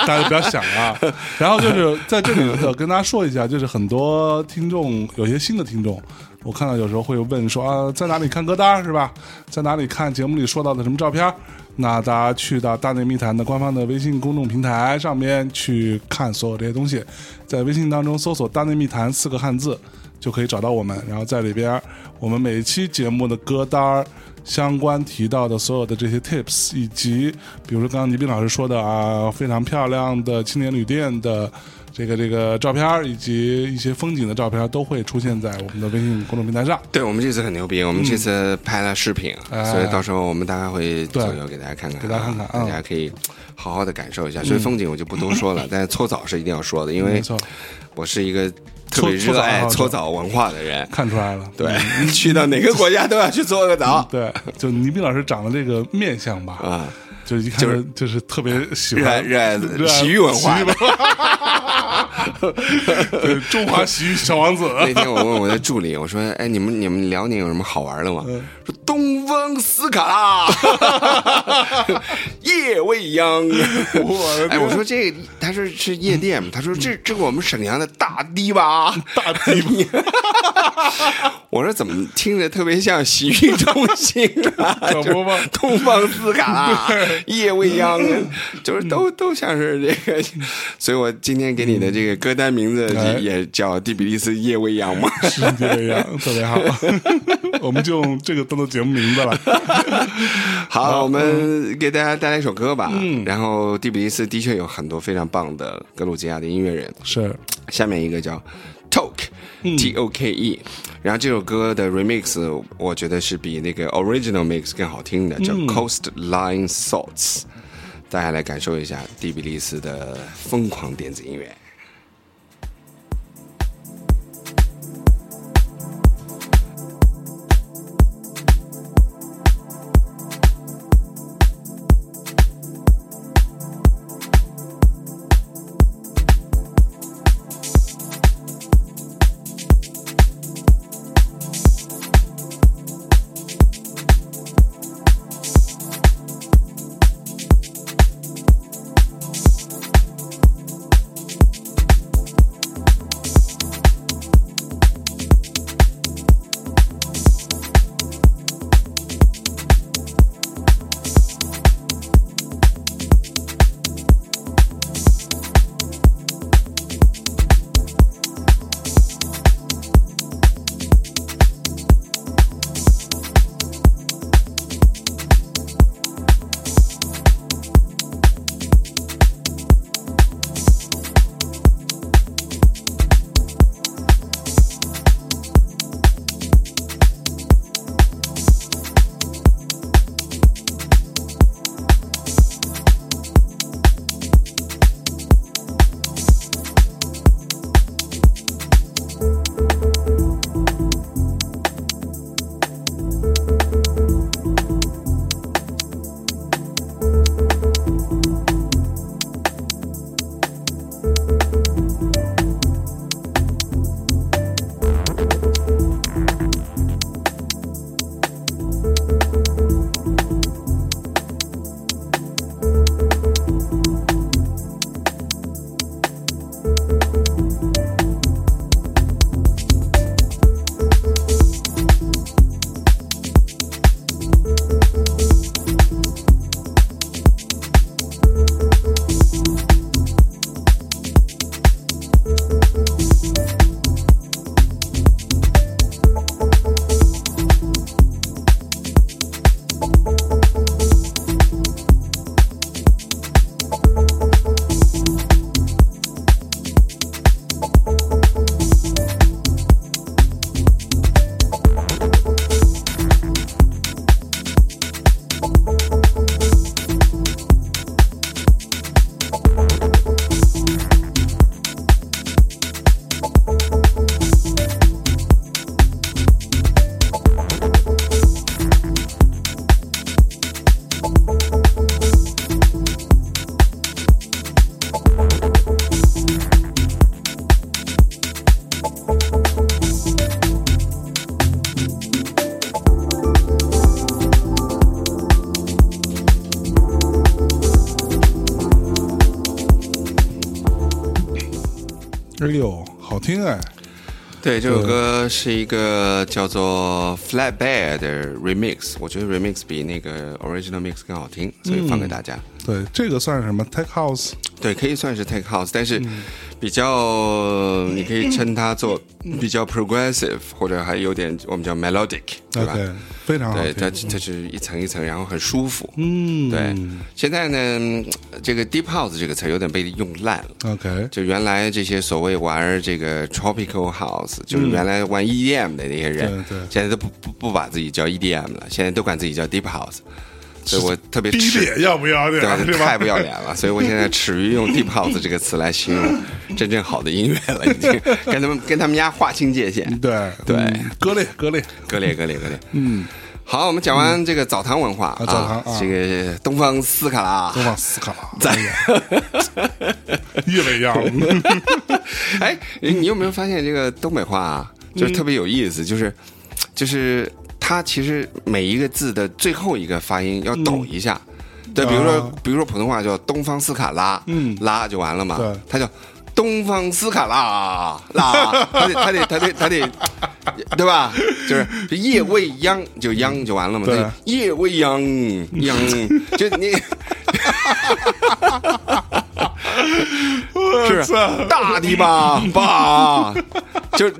S2: 大家不要想啊。然后就是在这里呃跟大家说一下，就是很多听众，有些新的听众，我看到有时候会问说啊，在哪里看歌单是吧？在哪里看节目里说到的什么照片儿？那大家去到大内密谈的官方的微信公众平台上面去看所有这些东西，在微信当中搜索“大内密谈”四个汉字。就可以找到我们，然后在里边儿，我们每一期节目的歌单儿相关提到的所有的这些 tips，以及比如说刚刚倪斌老师说的啊，非常漂亮的青年旅店的这个这个照片儿以及一些风景的照片儿都会出现在我们的微信公众平台上。
S1: 对我们这次很牛逼，我们这次拍了视频，
S2: 嗯哎
S1: 所以到时候我们大概会
S2: 对
S1: 左右给大家看看啊，
S2: 给大家看看啊
S1: 大家可以好好的感受一下。所以风景我就不多说 了，但是搓澡是一定要说的，因为
S2: 没错，
S1: 我是一个特别
S2: 搓
S1: 热
S2: 搓澡爱
S1: 爱
S2: 好者
S1: 搓澡文化的人。
S2: 看出来了。
S1: 对， 去到哪个国家都要去搓个澡
S2: 对，就倪斌老师长的这个面相吧，
S1: 啊，
S2: 就一看
S1: 就是
S2: 就就是特别喜
S1: 热爱
S2: 欢
S1: 热爱
S2: 啊热爱
S1: 洗浴文化
S2: 洗浴。文化 对中华洗浴小 王子。
S1: 那天我问我的助理，我说：“哎，你们你们辽宁有什么好玩的吗？”
S2: 嗯
S1: 说东风斯卡拉， 夜未央。
S2: 我的
S1: 哎，
S2: 天
S1: 我说这，他说是夜店嘛，他说这这个我们沈阳的大堤吧，大堤。我说怎么听着特别像洗浴中心啊？
S2: 可不嘛嗯
S1: 就是东方斯卡 拉、夜未央，啊就是都都像是这个。所以我今天给你的这个歌单名字
S2: 哎
S1: 也也叫《第比利斯夜未央》 嘛。
S2: 是这样，特别 好，我们就用这个当做节目名字了。
S1: 好，我们给大家带来一首歌吧。嗯，然后第比利斯的确有很多非常棒的格鲁吉亚的音乐人，
S2: 是，
S1: 下面一个叫 Toke、T O K E，然后这首歌的 remix 我觉得是比那个 original mix 更好听的，叫 Coastline Thoughts。大家来感受一下第比利斯的疯狂电子音乐。
S2: 哎呦，好听哎，
S1: 对，这首歌是一个叫做嗯 Flatbed 的 remix，我觉得 remix 比那个 original mix 更好听，所以放给大家。
S2: 对，这个算是什么 tech house？
S1: 对，可以算是 tech house，但是
S2: 嗯
S1: 比较你可以称它做比较 progressive，或者还有点我们叫 melodic，对吧？
S2: 对，非常好
S1: 对，
S2: 听。
S1: 它它是一层一层，然后很舒服。
S2: 啊嗯，
S1: 对，现在呢，这个 deep house 这个词有点被用烂了。
S2: ，OK，
S1: 就原来这些所谓玩这个 tropical house，就是原来玩 EDM 的那些人，
S2: 嗯对对
S1: 现在都不不不把自己叫 EDM 了，现在都管自己叫 deep house，所以我特别
S2: 低
S1: 耻，
S2: 点要不要脸？
S1: 对
S2: 是吧？
S1: 太不要脸了，所以我现在耻于用 deep house 这个词来形容真正好的音乐了，已经跟他们跟他们家划清界限，
S2: 对
S1: 对
S2: 嗯割裂割裂，
S1: 割裂割裂割裂，嗯。好，我们讲完这个澡堂文化啊，
S2: 啊澡堂啊
S1: 这个东方斯卡拉，
S2: 东方斯卡拉，
S1: 在
S2: 啊 一模一样。
S1: 哎，你你有没有发现这个东北话啊，就是
S2: 嗯
S1: 特别有意思，就是就是它其实每一个字的最后一个发音要抖一下。对，比如说
S2: 嗯啊
S1: 比如说普通话叫东方斯卡拉，
S2: 嗯
S1: 拉就完了嘛
S2: 对。
S1: 它叫东方斯卡拉 拉，它得它得它得它得，对吧？就是夜未央就央就完了嘛。
S2: 对
S1: 它就夜未央 央，就你
S2: 我
S1: 是啊
S2: 操！
S1: 大的吧吧，就 是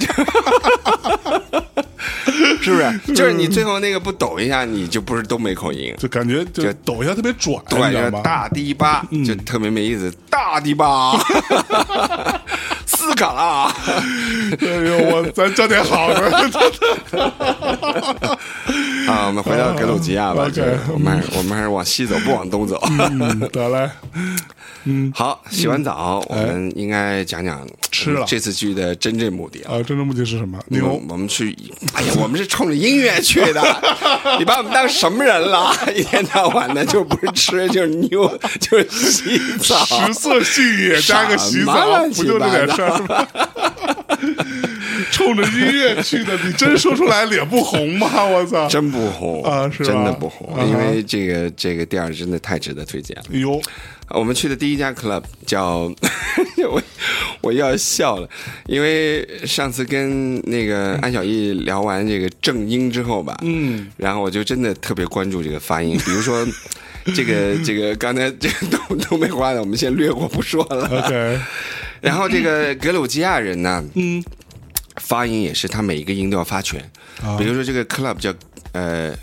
S1: 不是？
S2: 嗯
S1: 就是你最后那个不抖一下，你就不是东北口音。
S2: 就感觉就
S1: 就
S2: 抖一下特别拽，
S1: 对
S2: 你知道
S1: 就
S2: 吗？
S1: 是大堤坝，
S2: 嗯
S1: 就特别没意思。大堤 坝，斯卡拉，
S2: 哎呦我，咱整点好的，
S1: 啊，我们回到格鲁吉亚吧，
S2: 啊 OK
S1: 就是我们还是我们还是往西走，不往东走。
S2: 嗯得嘞，
S1: 好，洗完澡，我们应该讲讲
S2: 嗯哎吃了
S1: 这次去的真正目的啊。
S2: 啊，真正目的是什么？
S1: 我
S2: 牛
S1: 们，我们去，哎呀，我们是冲着音乐去 的，你把我们当什么人了？一天到晚的，就不是吃，就是 妞，就是洗澡。
S2: 食色性也，加个洗
S1: 什么
S2: 澡，
S1: 乱
S2: 不
S1: 七
S2: 就这
S1: 八
S2: 点事儿吗？冲着音乐去的，你真说出来脸不红吗？我操！
S1: 真不红
S2: 啊是吧
S1: 真的不红，
S2: 啊哈
S1: 因为这个这个店儿真的太值得推荐了。
S2: 哎呦，
S1: 我们去的第一家 club 叫， 我我又要笑了，因为上次跟那个安小艺聊完这个正音之后吧，嗯，然后我就真的特别关注这个发音，比如说这个这个刚才这个东东北话的，我们先略过不说了。
S2: OK，
S1: 然后这 个格鲁吉亚人呢，嗯，发音也是他每一个音都要发全，
S2: 哦
S1: 比如说这个 club 叫呃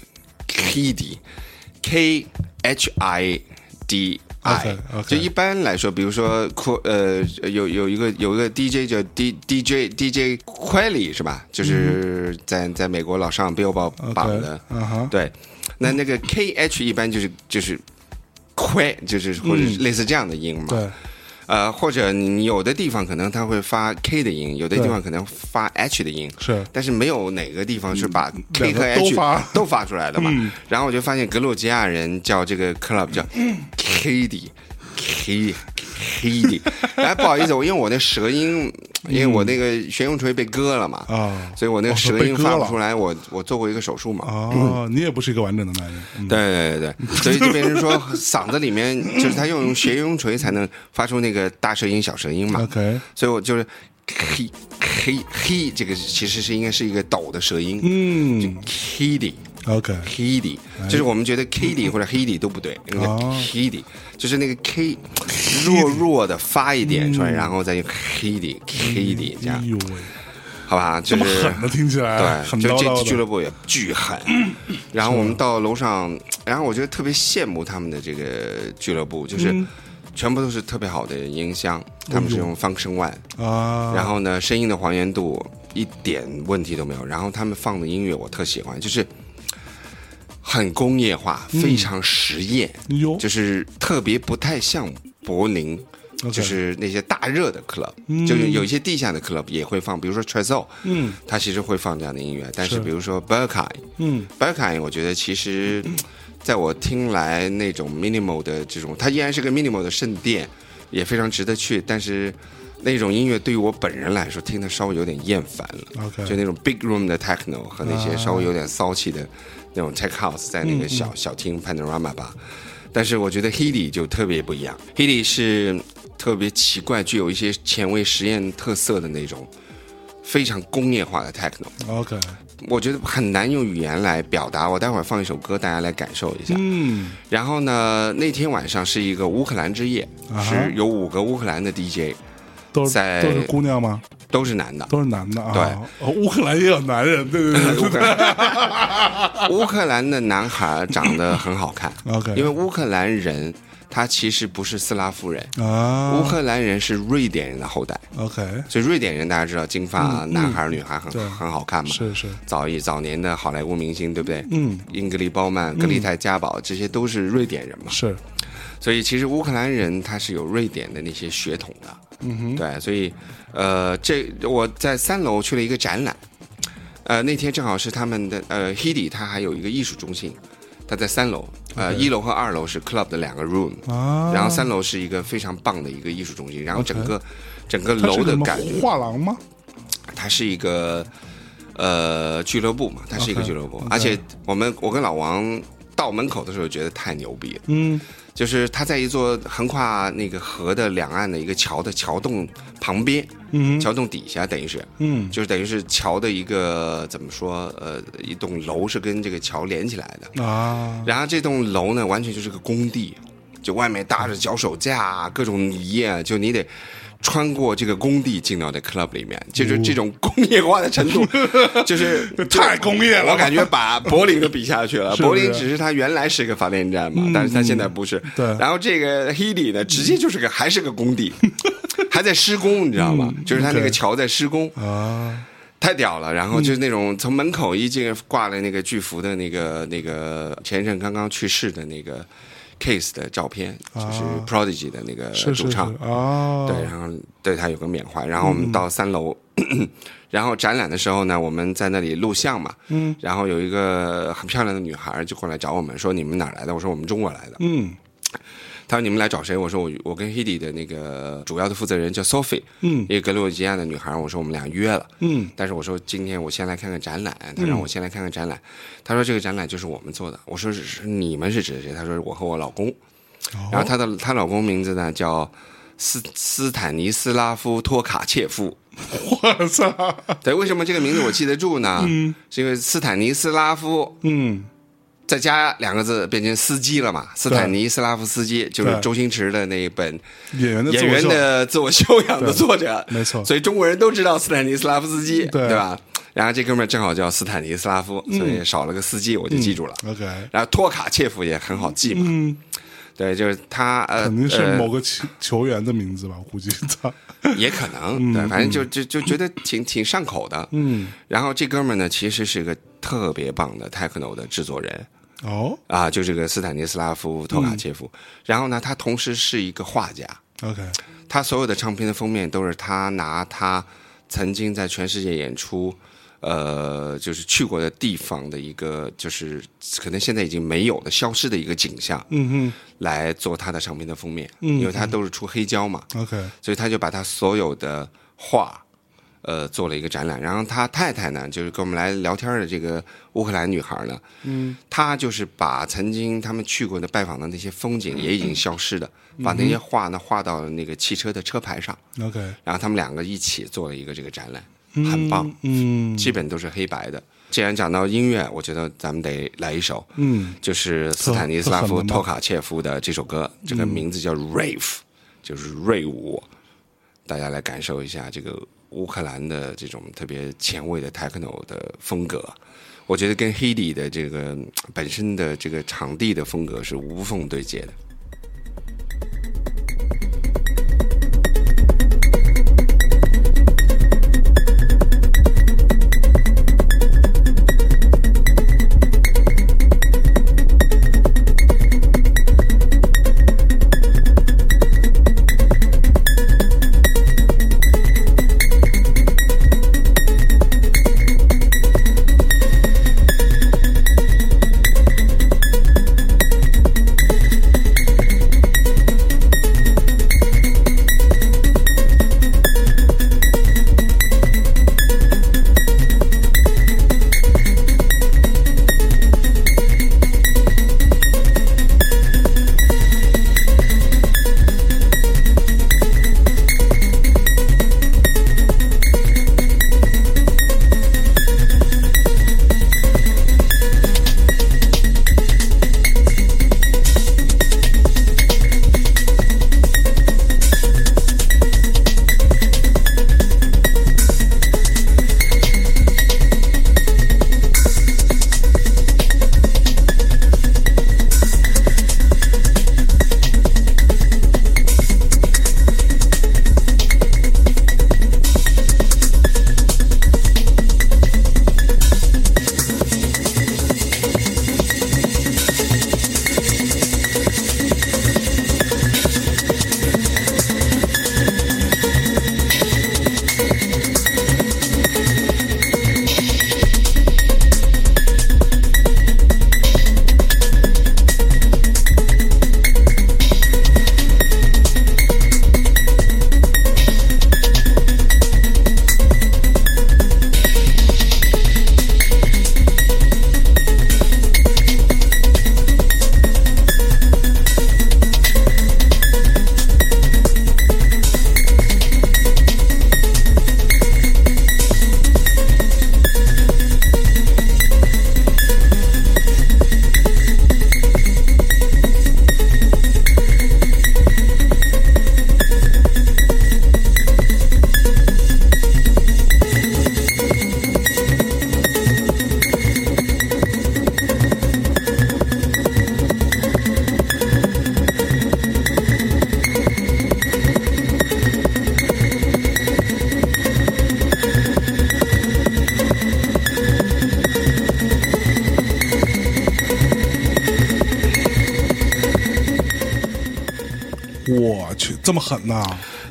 S1: Hidi，K H I D。I，
S2: OK，OK
S1: 就一般来说，比如说库呃有有一个有一个 DJ 叫 D DJ DJ Quelly 是吧？就是在在美国老上 Billboard 榜的
S2: 嗯 OK，嗯哼，
S1: 对，那那个 KH 一般就是就是快，就是或
S2: 嗯
S1: 者是类似这样的音嘛。
S2: 对，
S1: 呃，或者你有的地方可能它会发 K 的音，有的
S2: 对
S1: 地方可能发 H 的音，
S2: 是
S1: 但是没有哪个地方是把 K
S2: 嗯两个
S1: 和
S2: 都
S1: H
S2: 发嗯
S1: 都发出来的嘛。然后我就发现格鲁吉亚人叫这个 club 叫
S2: 嗯
S1: K 的 K K 的，哎，不好意思，我因为我那舌音，因为我那个旋风锤被割了嘛，
S2: 嗯啊
S1: 所以我那个
S2: 哦
S1: 舌
S2: 被
S1: 音
S2: 割
S1: 发不
S2: 了
S1: 出来，我我做过一个手术嘛。
S2: 哦，你也不是一个完整的男人，嗯
S1: 对对对 对，所以就变成说嗓子里面就是他要用斜雍锤才能发出那个大舌音、小舌音嘛。
S2: OK，
S1: 所以我就是嘿嘿嘿，这个其实是应该是一个抖的舌音，
S2: 嗯
S1: h e d y
S2: ，OK，
S1: h e d y 就是我们觉得 kitty 或者 h e d y 都不对，那个
S2: 哦
S1: h e d y 就是那个 k 弱弱的发一点
S2: 嗯
S1: 出来，然后再用 h e d y h e d y 这
S2: 哎
S1: 样，
S2: 呦喂，
S1: 好吧？就
S2: 这么
S1: 是
S2: 狠的听起来，
S1: 对，
S2: 很
S1: 就
S2: 叨
S1: 这俱
S2: 叨的
S1: 乐部也巨 狠。然后我们到楼上，然后我觉得特别羡慕他们的这个俱乐部，就是
S2: 嗯
S1: 全部都是特别好的音箱，他们是
S2: 哎
S1: 用 Function One，
S2: 啊，
S1: 然后呢，声音的还原度一点问题都没有。然后他们放的音乐我特喜欢，就是很工业化，非常实验，
S2: 哟，
S1: 就是特别不太像柏林
S2: OK
S1: 就是那些大热的 club，、就有一些地下的 club 也会放，比如说 t r e z o
S2: 嗯
S1: 它其实会放这样的音乐，但是
S2: 是
S1: 比如说 Berkai，Berkai，
S2: 嗯
S1: 我觉得其实，在我听来那种 minimal 的这种，它依然是个 minimal 的圣殿，也非常值得去，但是那种音乐对于我本人来说，听得稍微有点厌烦了。
S2: ，OK，
S1: 就那种 big room 的 techno 和那些稍微有点骚气的那种 tech house，在那个小、小厅 panorama 吧。但是我觉得 Hedy 就特别不一样，Hedy 是特别奇怪，具有一些前卫实验特色的那种非常工业化的 techno，
S2: OK，
S1: 我觉得很难用语言来表达。我待会儿放一首歌，大家来感受一下。
S2: 嗯，
S1: 然后呢，那天晚上是一个乌克兰之夜，
S2: 啊哈
S1: 是有五个乌克兰的 DJ，
S2: 都是
S1: 在
S2: 都是姑娘吗？
S1: 都是 男的。
S2: 都是男的啊？对，哦，乌克兰也有男人，对对对
S1: 乌克兰乌克兰的男孩长得很好看，
S2: ，OK，
S1: 因为乌克兰人他其实不是斯拉夫人，
S2: 啊，
S1: 乌克兰人是瑞典人的后代，
S2: OK，
S1: 所以瑞典人大家知道金发男孩儿女孩很
S2: 嗯对
S1: 很好看嘛，
S2: 是是，
S1: 早一早年的好莱坞明星，对不对？
S2: 嗯，
S1: 英格丽褒曼、格丽泰嘉宝这些都是瑞典人嘛，
S2: 是，
S1: 所以其实乌克兰人他是有瑞典的那些血统的，
S2: 嗯哼，
S1: 对，所以呃，这我在三楼去了一个展览，呃，那天正好是他们的呃 Hidi，他还有一个艺术中心，他在三楼，呃，一楼和二楼是 club 的两个 room，
S2: 啊，
S1: 然后三楼是一个非常棒的一个艺术中心，然后整个整个
S2: 它是
S1: 楼的
S2: 什么
S1: 感觉，
S2: 画廊吗？
S1: 它是一个呃俱乐部嘛，它是一个
S2: OK，
S1: 俱乐部
S2: OK
S1: 而且我们我跟老王到门口的时候觉得太牛逼了，
S2: 嗯，
S1: 就是它在一座横跨那个河的两岸的一个桥的桥洞旁边，
S2: 嗯
S1: 桥洞底下等于是
S2: 嗯
S1: 就是等于是桥的一个怎么说呃一栋楼是跟这个桥连起来的，
S2: 啊，
S1: 然后这栋楼呢，完全就是个工地，就外面搭着脚手架啊，各种泥啊，就你得穿过这个工地进到这 club 里面，就是这种工业化的程 度，就是
S2: 嗯太工业了
S1: 我感觉把柏林都比下去了。
S2: 是嗯
S1: 柏林只是它原来是个发电站嘛，但是它现在不是。
S2: 对
S1: 然后这个 Hedy 呢，直接就是个还是个工 地，还在施工，你知道吗？就是它那个
S2: 嗯对
S1: 桥在施工。
S2: 啊，
S1: 太屌了！然后
S2: 嗯
S1: 就是那种从门口一进挂了那个巨幅的那个那个前任刚刚去世的那个 Case 的照片，就是 Prodigy 的那个
S2: 啊是
S1: 主
S2: 是是嗯
S1: 唱，
S2: 啊，
S1: 对，然后对他有个缅怀。然后我们到三楼，然后展览的时候呢，我们在那里录像嘛，
S2: 嗯
S1: 然后有一个很漂亮的女孩就过来找我们说：“你们哪儿来的？”我说：“我们中国来的。
S2: 嗯”
S1: 她说：“哎你们来找谁？”我说：“我我跟 Hedy 的那个主要的负责人叫 Sophie，
S2: 嗯
S1: 一个格鲁吉亚的女孩。”我说：“我们俩约了。”
S2: 嗯
S1: 但是我说今天我先来看看展览，他让我先来看看展览，他说这个展览就是我们做的，我说是是你们是指谁？他说我和我老公，
S2: 哦
S1: 然后她的她老公名字呢叫斯斯坦尼斯拉夫托卡切夫，
S2: 我操，
S1: 对，为什么这个名字我记得住呢？是因为斯坦尼斯拉夫
S2: 嗯，
S1: 再加两个字变成司机了嘛，斯坦尼斯拉夫斯基就是
S2: 对
S1: 周星驰的那一本
S2: 演员的自
S1: 演
S2: 我
S1: 员
S2: 秀
S1: 的自我修养的
S2: 对
S1: 作者，
S2: 没错
S1: 所以中国人都知道斯坦尼斯拉夫斯基，
S2: 对
S1: 吧？然后这哥们儿正好叫斯坦尼斯拉夫，
S2: 嗯
S1: 所以少了个司机，我就记住了。
S2: ，OK，
S1: 然后托卡切夫也很好记嘛，
S2: 嗯，
S1: 对，就是他呃，
S2: 肯定是
S1: 呃
S2: 某个球球员的名字吧，我估计，操，
S1: 也可能，对，反正就就就觉得挺挺上口的。
S2: 嗯，
S1: 然后这哥们儿呢，其实是个特别棒的 techno 的制作人
S2: 哦
S1: 啊，就这个斯坦尼斯拉夫托卡切夫。
S2: 嗯
S1: 然后呢，他同时是一个画家，
S2: ，OK，
S1: 他所有的唱片的封面都是他拿他曾经在全世界演出，呃，就是去过的地方的一个，就是可能现在已经没有的、消失的一个景象，
S2: 嗯
S1: 来做他的唱片的封面。
S2: 嗯
S1: 因为他都是出黑胶嘛，
S2: 哼，OK，
S1: 所以他就把他所有的画，呃，做了一个展览。然后他太太呢，就是跟我们来聊天的这个乌克兰女孩呢，嗯，她就是把曾经他们去过的拜访的那些风景也已经消失的，把那些画呢画到了那个汽车的车牌上，
S2: OK，
S1: 然后他们两个一起做了一个这个展览，很棒，
S2: 嗯
S1: 基本都是黑白的。既然讲到音乐，我觉得咱们得来一首，
S2: 嗯，
S1: 就是斯坦尼斯拉
S2: 特
S1: 夫
S2: 狠的吗
S1: 托卡切夫的这首歌，这个名字叫 Rave，就是瑞舞。大家来感受一下这个乌克兰的这种特别前卫的 techno 的风格，我觉得跟 Hedy 的这个嗯本身的这个场地的风格是无缝对接的。
S2: 这么狠呐、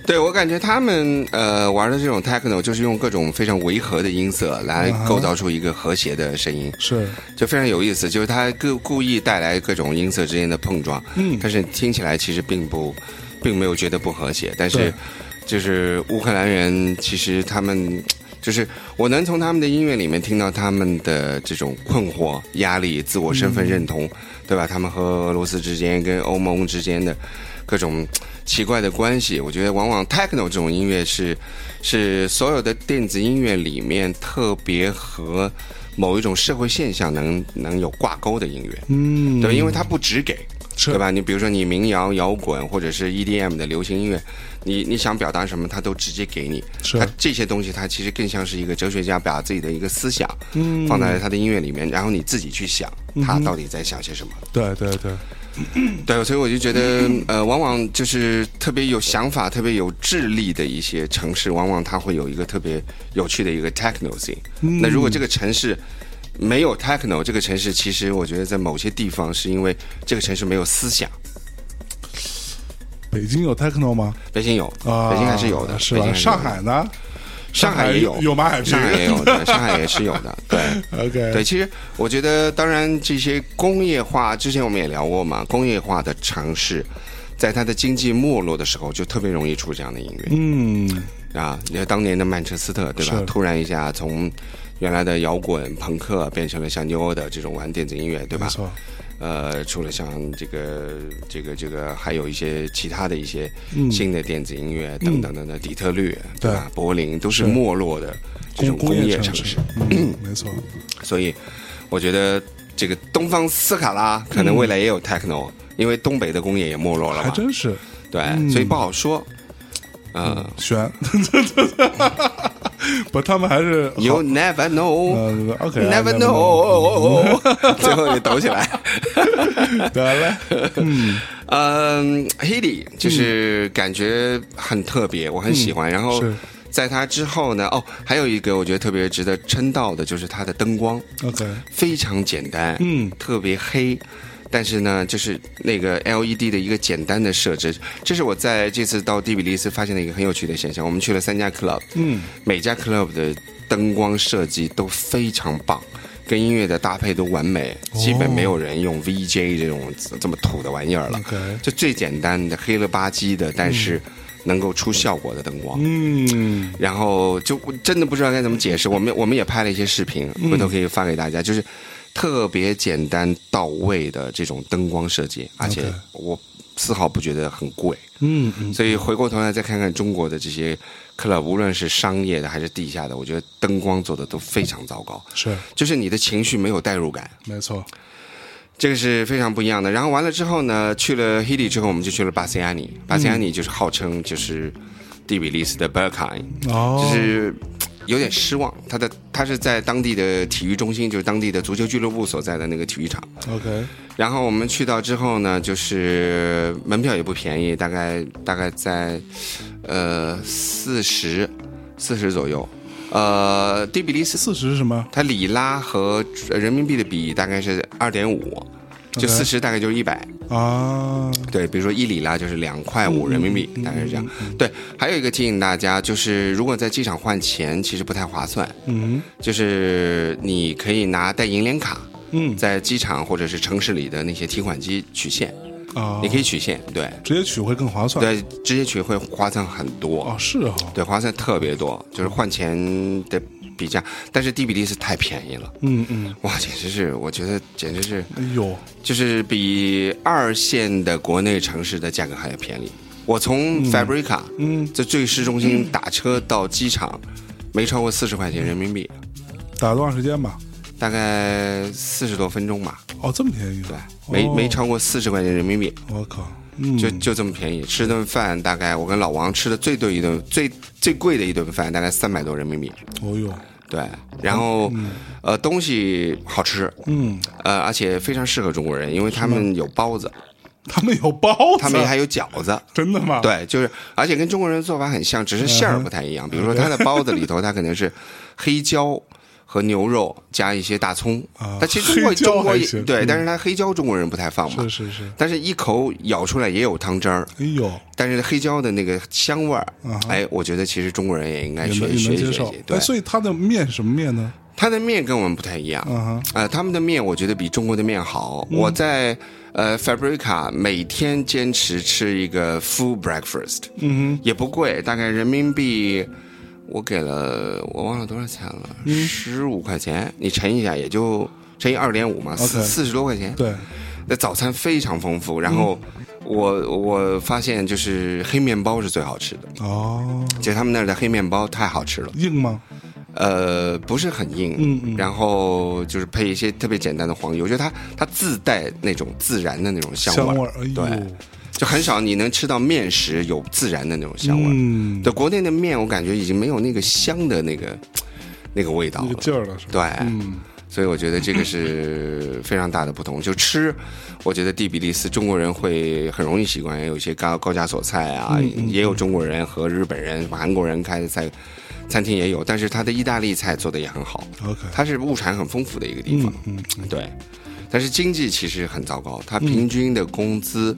S1: 对我感觉他们呃玩的这种 techno 就是用各种非常违和的音色
S2: 嗯
S1: 来构造出一个和谐的声音，
S2: 是
S1: 就非常有意思。就是他故故意带来各种音色之间的碰撞，
S2: 嗯
S1: 但是听起来其实并不，并没有觉得不和谐。但
S2: 对
S1: 是就是乌克兰人，其实他们。就是我能从他们的音乐里面听到他们的这种困惑、压力、自我
S2: 嗯
S1: 身份认同，对吧？他们和俄罗斯之间、跟欧盟之间的各种奇怪的关系。我觉得往往 techno 这种音乐是是所有的电子音乐里面特别和某一种社会现象能能有挂钩的音乐，
S2: 嗯，
S1: 对，因为它不只给。
S2: 是
S1: 对吧？你比如说，你民谣、摇滚或者是 EDM 的流行音乐，你你想表达什么，它都直接给你。
S2: 是
S1: 它这些东西，它其实更像是一个哲学家把自己的一个思想
S2: 嗯
S1: 放在他的音乐里面，然后你自己去想他到底在想些什么。
S2: 对对对，
S1: 对，所以我就觉得，呃，往往就是特别有想法、特别有智力的一些城市，往往它会有一个特别有趣的一个 techno scene。那
S2: 嗯
S1: 如果这个城市没有 techno，这个城市其实我觉得在某些地方是因为这个城市没有思想。
S2: 北京有 techno 吗？
S1: 北京有，
S2: 啊，
S1: 北京还是有的，
S2: 是
S1: 北京
S2: 吧？
S1: 还是有
S2: 上
S1: 的
S2: 海呢？
S1: 上海
S2: 海
S1: 也有
S2: 有马海平
S1: 上海也有的，上海也是有 的，对。
S2: ，OK，
S1: 对，其实我觉得，当然这些工业化，之前我们也聊过嘛，工业化的城市，在它的经济没落的时候，就特别容易出这样的音乐、
S2: 嗯，
S1: 啊。你看当年的曼彻斯特，对吧
S2: 是？
S1: 突然一下从原来的摇滚朋克变成了像 New Order 这种玩电子音乐，对
S2: 没
S1: 吧？
S2: 错，
S1: 呃，除了像这个、这个、这个，还有一些其他的一些
S2: 嗯
S1: 新的电子音乐等等等等，底特律
S2: 对
S1: 对吧？柏林都是
S2: 是
S1: 没落的这
S2: 工
S1: 种工业
S2: 城
S1: 城市，，
S2: 嗯，没错，
S1: 所以我觉得这个东方斯卡
S2: 嗯
S1: 拉可能未来也有 techno，、因为东北的工业也没落了
S2: 还
S1: 嘛，
S2: 真是
S1: 对，
S2: 嗯
S1: 所以不好说。嗯
S2: 悬，不，他们还是
S1: ，You never
S2: 好
S1: know。
S2: 呃，OK，
S1: Never
S2: 啊
S1: know，最后你抖起来。
S2: 得嘞，嗯，
S1: 嗯 h e d y 就是感觉很特别，我很喜欢。然后
S2: 嗯是
S1: 在他之后呢，哦，还有一个我觉得特别值得称道的，就是他的灯光
S2: OK，
S1: 非常简单，
S2: 嗯，
S1: 特别黑。但是呢，就是那个 LED 的一个简单的设置，这是我在这次到第比利斯发现的一个很有趣的现象。我们去了三家 club，
S2: 嗯，
S1: 每家 club 的灯光设计都非常棒，跟音乐的搭配都完美，基本没有人用 VJ 这种这么土的玩意儿了。
S2: OK
S1: 就最简单的黑了吧唧的，但是能够出效果的灯光。
S2: 嗯，
S1: 然后就我真的不知道该怎么解释。我们我们也拍了一些视频，回头可以发给大家，就是特别简单到位的这种灯光设计，而且我丝毫不觉得很贵。
S2: 嗯嗯，
S1: 所以回过头来再看看中国的这些 club，无论是商业的还是地下的，我觉得灯光做的都非常糟糕，
S2: 是
S1: 就是你的情绪没有代入感。
S2: 没错，
S1: 这个是非常不一样的。然后完了之后呢，去了 Hilly 之后，我们就去了巴塞亚尼。巴塞亚尼就是号称就是第比利斯的 Berkane，、
S2: 哦，
S1: 就是有点失望。他的他是在当地的体育中心，就是当地的足球俱乐部所在的那个体育场。
S2: OK，
S1: 然后我们去到之后呢，就是门票也不便宜，大概大概在呃四十四十左右。呃，第比利斯
S2: 四十是什么？
S1: 它里拉和人民币的比大概是二点五，就
S2: OK
S1: 四十大概就是一百。
S2: 啊，
S1: 对，比如说一里拉就是两块五
S2: 嗯
S1: 人民币，大概是这样。对，还有一个提醒大家，就是如果在机场换钱，其实不太划算。
S2: 嗯
S1: 就是你可以拿带银联卡，
S2: 嗯
S1: 在机场或者是城市里的那些提款机取现，
S2: 啊，
S1: 你可以取现，对
S2: 直接取会更划算。，
S1: 对，直接取会划算很多
S2: 哦，，是哈，
S1: 对，划算特别多，就是换钱的比价。但是第比利斯太便宜了，
S2: 嗯嗯，
S1: 哇，简直是，我觉得简直是，
S2: 哎呦，
S1: 就是比二线的国内城市的价格还要便宜。我从 Fabrica
S2: 嗯，
S1: 在最市中心打车到机场，没超过四十块钱人民币，
S2: 打多长时间吧？
S1: 大概四十多分钟吧。
S2: 哦，这么便宜，
S1: 对，没
S2: 哦
S1: 没超过四十块钱人民币，
S2: 我靠，嗯，
S1: 就就这么便宜。吃顿饭大概我跟老王吃的最对一顿最最贵的一顿饭大概三百多人民币，
S2: 哦呦，
S1: 对。然后，呃，东西好吃，
S2: 嗯，
S1: 呃，而且非常适合中国人，因为他们有包子，
S2: 他们有包子，
S1: 他们还有饺子。
S2: 真的吗？，
S1: 对，就是，而且跟
S2: 嗯
S1: 中国人做法很像，只是馅儿不太一样。比如说，它的包子里头，它可能是黑椒和牛肉加一些大葱
S2: 啊
S1: 但其实中国
S2: 黑椒
S1: 中国
S2: 还
S1: 也
S2: 行
S1: 对，
S2: 嗯
S1: 但是它黑椒中国人不太放嘛
S2: 是，是是，
S1: 但是一口咬出来也有汤汁儿，
S2: 哎呦，
S1: 但是黑椒的那个香味儿
S2: 啊哈，
S1: 哎，我觉得其实中国人也应该
S2: 也
S1: 学
S2: 能也
S1: 学
S2: 能
S1: 一学
S2: 接
S1: 一
S2: 受
S1: 习。。对
S2: 哎，，所以它的面是什么面呢？
S1: 他的面跟我们不太一样。
S2: 嗯哼，
S1: 呃，他们的面我觉得比中国的面好。
S2: 嗯
S1: 我在呃 Fabrica 每天坚持吃一个 full breakfast，
S2: 嗯
S1: 也不贵，大概人民币我给了我忘了多少钱了，
S2: 嗯
S1: 十五、块钱，你乘一下也就乘以二点五嘛，四
S2: OK
S1: 四十多块钱
S2: 哼，。对，
S1: 那早餐非常丰富，然后
S2: 嗯
S1: 我、我发现就是黑面包是最好吃的，
S2: 哦，
S1: 就他们那儿的黑面包太好吃了。
S2: 硬吗？
S1: 呃，不是很硬，
S2: 嗯嗯
S1: 然后就是配一些特别简单的黄油，我觉得它它自带那种自然的那种香
S2: 香
S1: 味儿，
S2: 味儿，哎
S1: 对
S2: 呦，
S1: 就很少你能吃到面食有自然的那种香味儿。
S2: 嗯，
S1: 对，国内的面我感觉已经没有那个香的那个那个味道
S2: 那个
S1: 了。
S2: 劲儿了，是吧？
S1: 对，
S2: 嗯，
S1: 所以我觉得这个是非常大的不同。就吃，我觉得第比利斯中国人会很容易习惯，也有一些高高加索菜啊，
S2: 嗯
S1: 也有中国人和日本人、韩国人开的菜，餐厅也有。但是它的意大利菜做的也很好，
S2: OK，
S1: 它是物产很丰富的一个地方
S2: 嗯。嗯，
S1: 对，但是经济其实很糟糕，它平均的工资，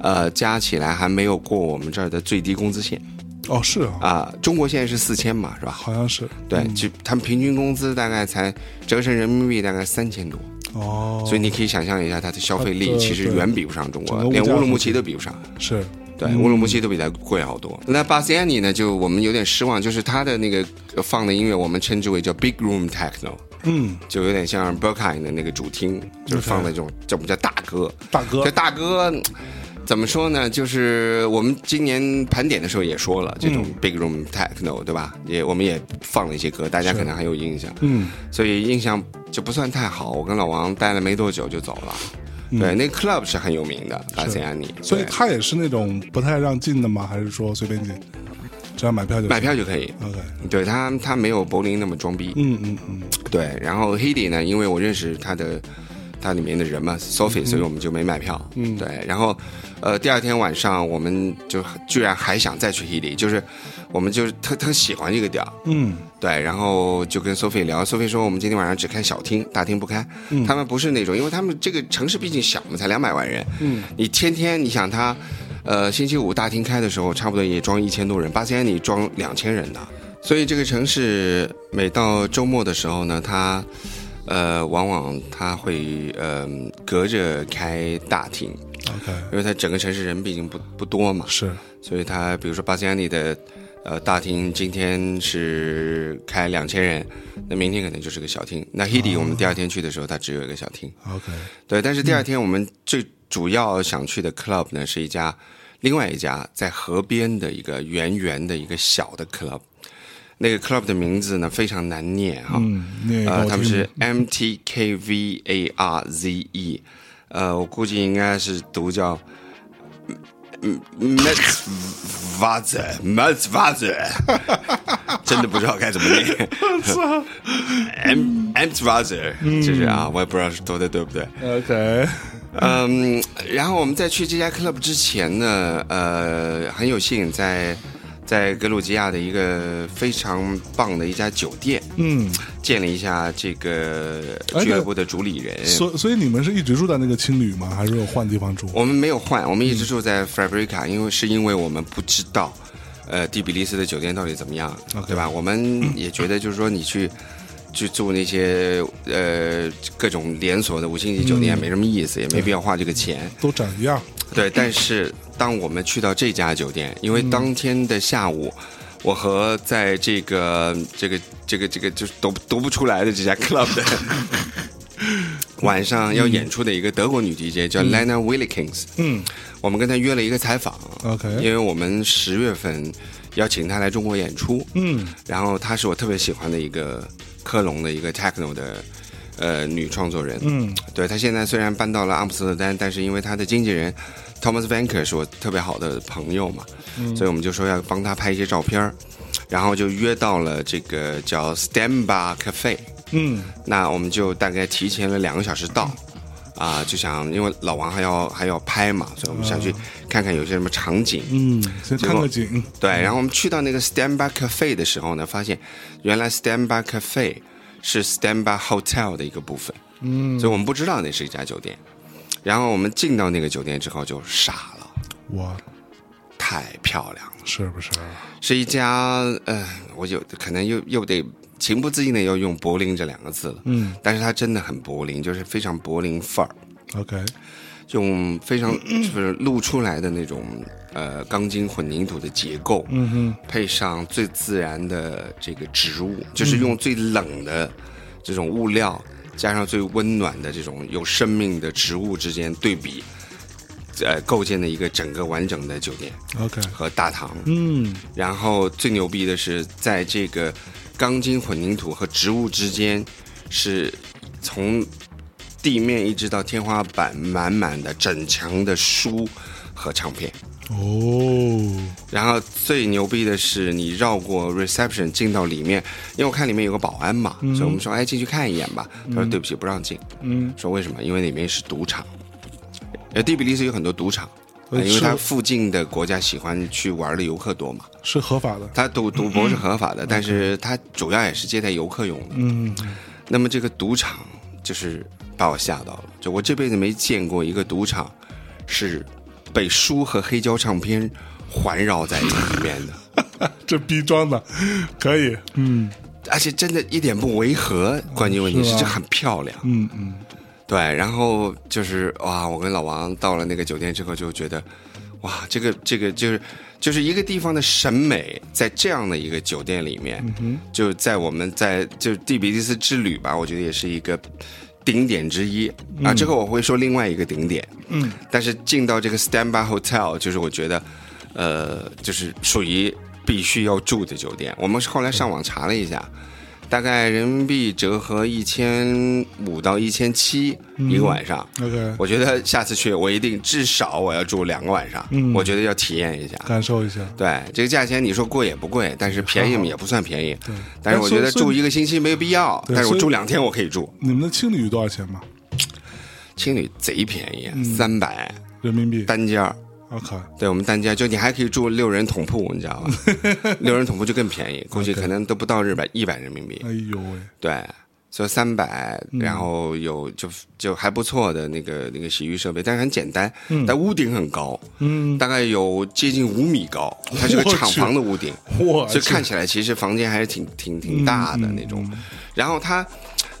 S1: 呃，加起来还没有过我们这儿的最低工资线
S2: 哦，是啊，
S1: 啊、中国现在是四千嘛，是吧？
S2: 好像是，
S1: 对，就他们平均工资大概才折成人民币大概三千多，
S2: 哦，
S1: 所以你可以想象一下，它的消费
S2: 它
S1: 力
S2: 的
S1: 其实
S2: 对
S1: 远比不上中国
S2: 整个，物
S1: 连
S2: 价
S1: 乌鲁木
S2: 水嗯
S1: 齐都比不上。
S2: 是
S1: 对，乌鲁木齐都比它贵好多。那巴塞安尼呢，就我们有点失望，就是它的那个呃放的音乐，我们称之为叫 Big Room Techno，
S2: 嗯，
S1: 就有点像 Berkheim 的那个主厅，就是放的这种叫我们叫大歌。
S2: 大哥
S1: 这，大哥嗯怎么说呢？就是我们今年盘点的时候也说了，这种
S2: 嗯
S1: Big Room Techno 对吧？也我们也放了一些歌，大家可能还有印象，
S2: 嗯，
S1: 所以印象就不算太好。我跟老王待了没多久就走了。对，那 club 是很有名的，巴塞安尼，
S2: 所以
S1: 对
S2: 他也嗯是那种不太让进的吗？还是说随便进，只要买票就行
S1: 买票就可以。
S2: ？OK，
S1: 对他，他没有柏林那么装逼。
S2: 嗯嗯嗯，
S1: 对，然后 Hedy 呢，因为我认识他的他里面的人嘛，Sophie，、所以我
S2: 嗯
S1: 们就没买票。嗯，对，然后呃，第二天晚上我们就居然还想再去 Hedy，就是我们就是特特喜欢这个点儿。
S2: 嗯，
S1: 对，然后就跟 Sophie 聊，Sophie 说我们今天晚上只开小厅，大厅不开。他们不是那种，因为他们这个城市毕竟小嘛，才两百万人。嗯，你天天你想他，呃，星期五大厅开的时候，差不多也装一千多人，巴塞安尼装两千人的，所以这个城市每到周末的时候呢，它。呃，往往它会呃隔着开大厅，
S2: OK，
S1: 因为它整个城市人毕竟不不多嘛，
S2: 是
S1: 所以它比如说巴塞安尼的呃大厅今天是开两千人，那明天可能就是个小厅。那 Hedy 我们第二天去的时候，它只有一个小厅。
S2: OK，
S1: 对，但是第二天我们最主要想去的 club 呢是一家另外一家在河边的一个圆圆的一个小的 club。那个 club 的名字呢非常难念哈，
S2: 嗯，你也
S1: 呃，
S2: 给我
S1: 他们
S2: 听
S1: 是 M T K V A R Z E，呃，我估计应该是读叫 m e t v a z e m e t v a z e 真的不知道该怎么念。M M t v a z e 就是啊，我也不知道是读的对不对。
S2: OK，
S1: 嗯，然后我们在去这家 club 之前呢，呃，很有幸在在格鲁吉亚的一个非常棒的一家酒店，
S2: 嗯，
S1: 见了一下这个
S2: 哎
S1: 俱乐部的主理人。
S2: 所所以你们是一直住在那个青旅吗？还是有换地方住？
S1: 我们没有换，我们
S2: 嗯
S1: 一直住在 Fabrica，因为是因为我们不知道，呃，第比利斯的酒店到底怎么样，
S2: OK 嗯
S1: 对吧？我们也觉得就是说你去。去住那些呃各种连锁的五星级酒
S2: 嗯
S1: 店没什么意思，也没必要花这个钱。
S2: 都长一样，
S1: 对，但是当我们去到这家酒店，因为当天的下午，我和在这个这个这个这个就是读不读不出来的这家 club 的晚上要演出的一个德国女 DJ 叫 Lena Wilkins，
S2: 嗯哎
S1: 我们跟她约了一个采访，因
S2: ，OK，
S1: 为我们十月份要请她来中国演出，
S2: 嗯
S1: 然后她是我特别喜欢的一个科隆的一个 techno 的呃女创作人，
S2: 嗯
S1: 对他现在虽然搬到了阿姆斯特丹，但是因为他的经纪人 Thomas Vanker 是我特别好的朋友嘛，所以我们就说要帮他拍一些照片儿，然后就约到了这个叫 Stand Bar Cafe。
S2: 嗯
S1: 那我们就大概提前了两个小时到，啊、就想因为老王还要还要拍嘛，所以我们想去看看有些什么场景。
S2: 嗯，先看个景，
S1: 对，然后我们去到那个 Stand Bar Cafe 的时候呢，发现原来 Stand Bar Cafe 是 Stand by Hotel 的一个部分，
S2: 嗯，
S1: 所以我们不知道那是一家酒店。然后我们进到那个酒店之后就傻了，
S2: 我
S1: 太漂亮了，
S2: 是不啊是？
S1: 是一家呃，我就可能又又得情不自禁的要用柏林这两个字了，
S2: 嗯
S1: 但是它真的很柏林，就是非常柏林范儿，
S2: ，OK，
S1: 用非常就是露出来的那种呃钢筋混凝土的结构，
S2: 嗯哼，
S1: 配上最自然的这个植物，就是用最冷的这种物料，加上最温暖的这种有生命的植物之间对比，呃，构建的一个整个完整的酒店
S2: OK，
S1: 和大堂。
S2: 嗯，
S1: 然后最牛逼的是，在这个钢筋混凝土和植物之间，是从地面一直到天花板，满满的整墙的书和唱片。
S2: 哦，
S1: 然后最牛逼的是，你绕过 reception 进到里面，因为我看里面有个保安嘛，所以我们说，哎，进去看一眼吧。他说对不起，不让进。
S2: 嗯，
S1: 说为什么？因为里面是赌场。呃，第比利斯有很多赌场，
S2: 呃
S1: 呃因为
S2: 是
S1: 它附近的国家喜欢去玩的游客多嘛。
S2: 是合法的，
S1: 它赌赌博是合法的，但是它主要也是接待游客用的。
S2: 嗯，
S1: 那么这个赌场就是把我吓到了，就我这辈子没见过一个赌场是被书和黑胶唱片环绕在里面的。
S2: 这逼装的，可以，嗯
S1: 而且真的一点不违和，关键问题
S2: 是
S1: 是
S2: 吧
S1: 这很漂亮。
S2: 嗯嗯，
S1: 对，然后就是哇，我跟老王到了那个酒店之后，就觉得哇，这个这个就是就是一个地方的审美，在这样的一个酒店里面，就在我们在就是第比利斯之旅吧，我觉得也是一个顶点之一啊。这个我会说另外一个顶点，嗯，但是进到这个 Stand by Hotel，就是我觉得呃，就是属于必须要住的酒店。我们是后来上网查了一下。大概人民币折合一千五到一千七
S2: 嗯
S1: 一个晚上。
S2: ，OK，
S1: 我觉得下次去，我一定至少我要住两个晚上。
S2: 嗯
S1: 我觉得要体验一下。
S2: 感受一下，
S1: 对这个价钱，你说贵也不贵，但是便宜
S2: 还好
S1: 也不算便宜。
S2: 对，
S1: 但是我觉得
S2: 所以
S1: 住一个星期没有必要，
S2: 对
S1: 但是我
S2: 所以
S1: 住两天我可以住。
S2: 你们的青旅多少钱嘛？
S1: 青旅贼便
S2: 嗯
S1: 宜，三百
S2: 人民币，
S1: 单间儿。
S2: 我靠，
S1: 对我们单间儿就你还可以住六人同铺，你知道 吧？六人同铺就更便宜，估计可能都不到日本一百人民币。
S2: 哎呦喂，
S1: 对，所以三百，
S2: 嗯
S1: 然后有就就还不错的那个那个洗浴设备，但是很简单，但屋顶很高，
S2: 嗯，
S1: 大概有接近五米 高，它是个
S2: 我去
S1: 厂房的屋顶，
S2: 我
S1: 所以
S2: 去嗯
S1: 看起来其实房间还是挺挺挺大的那种。然后它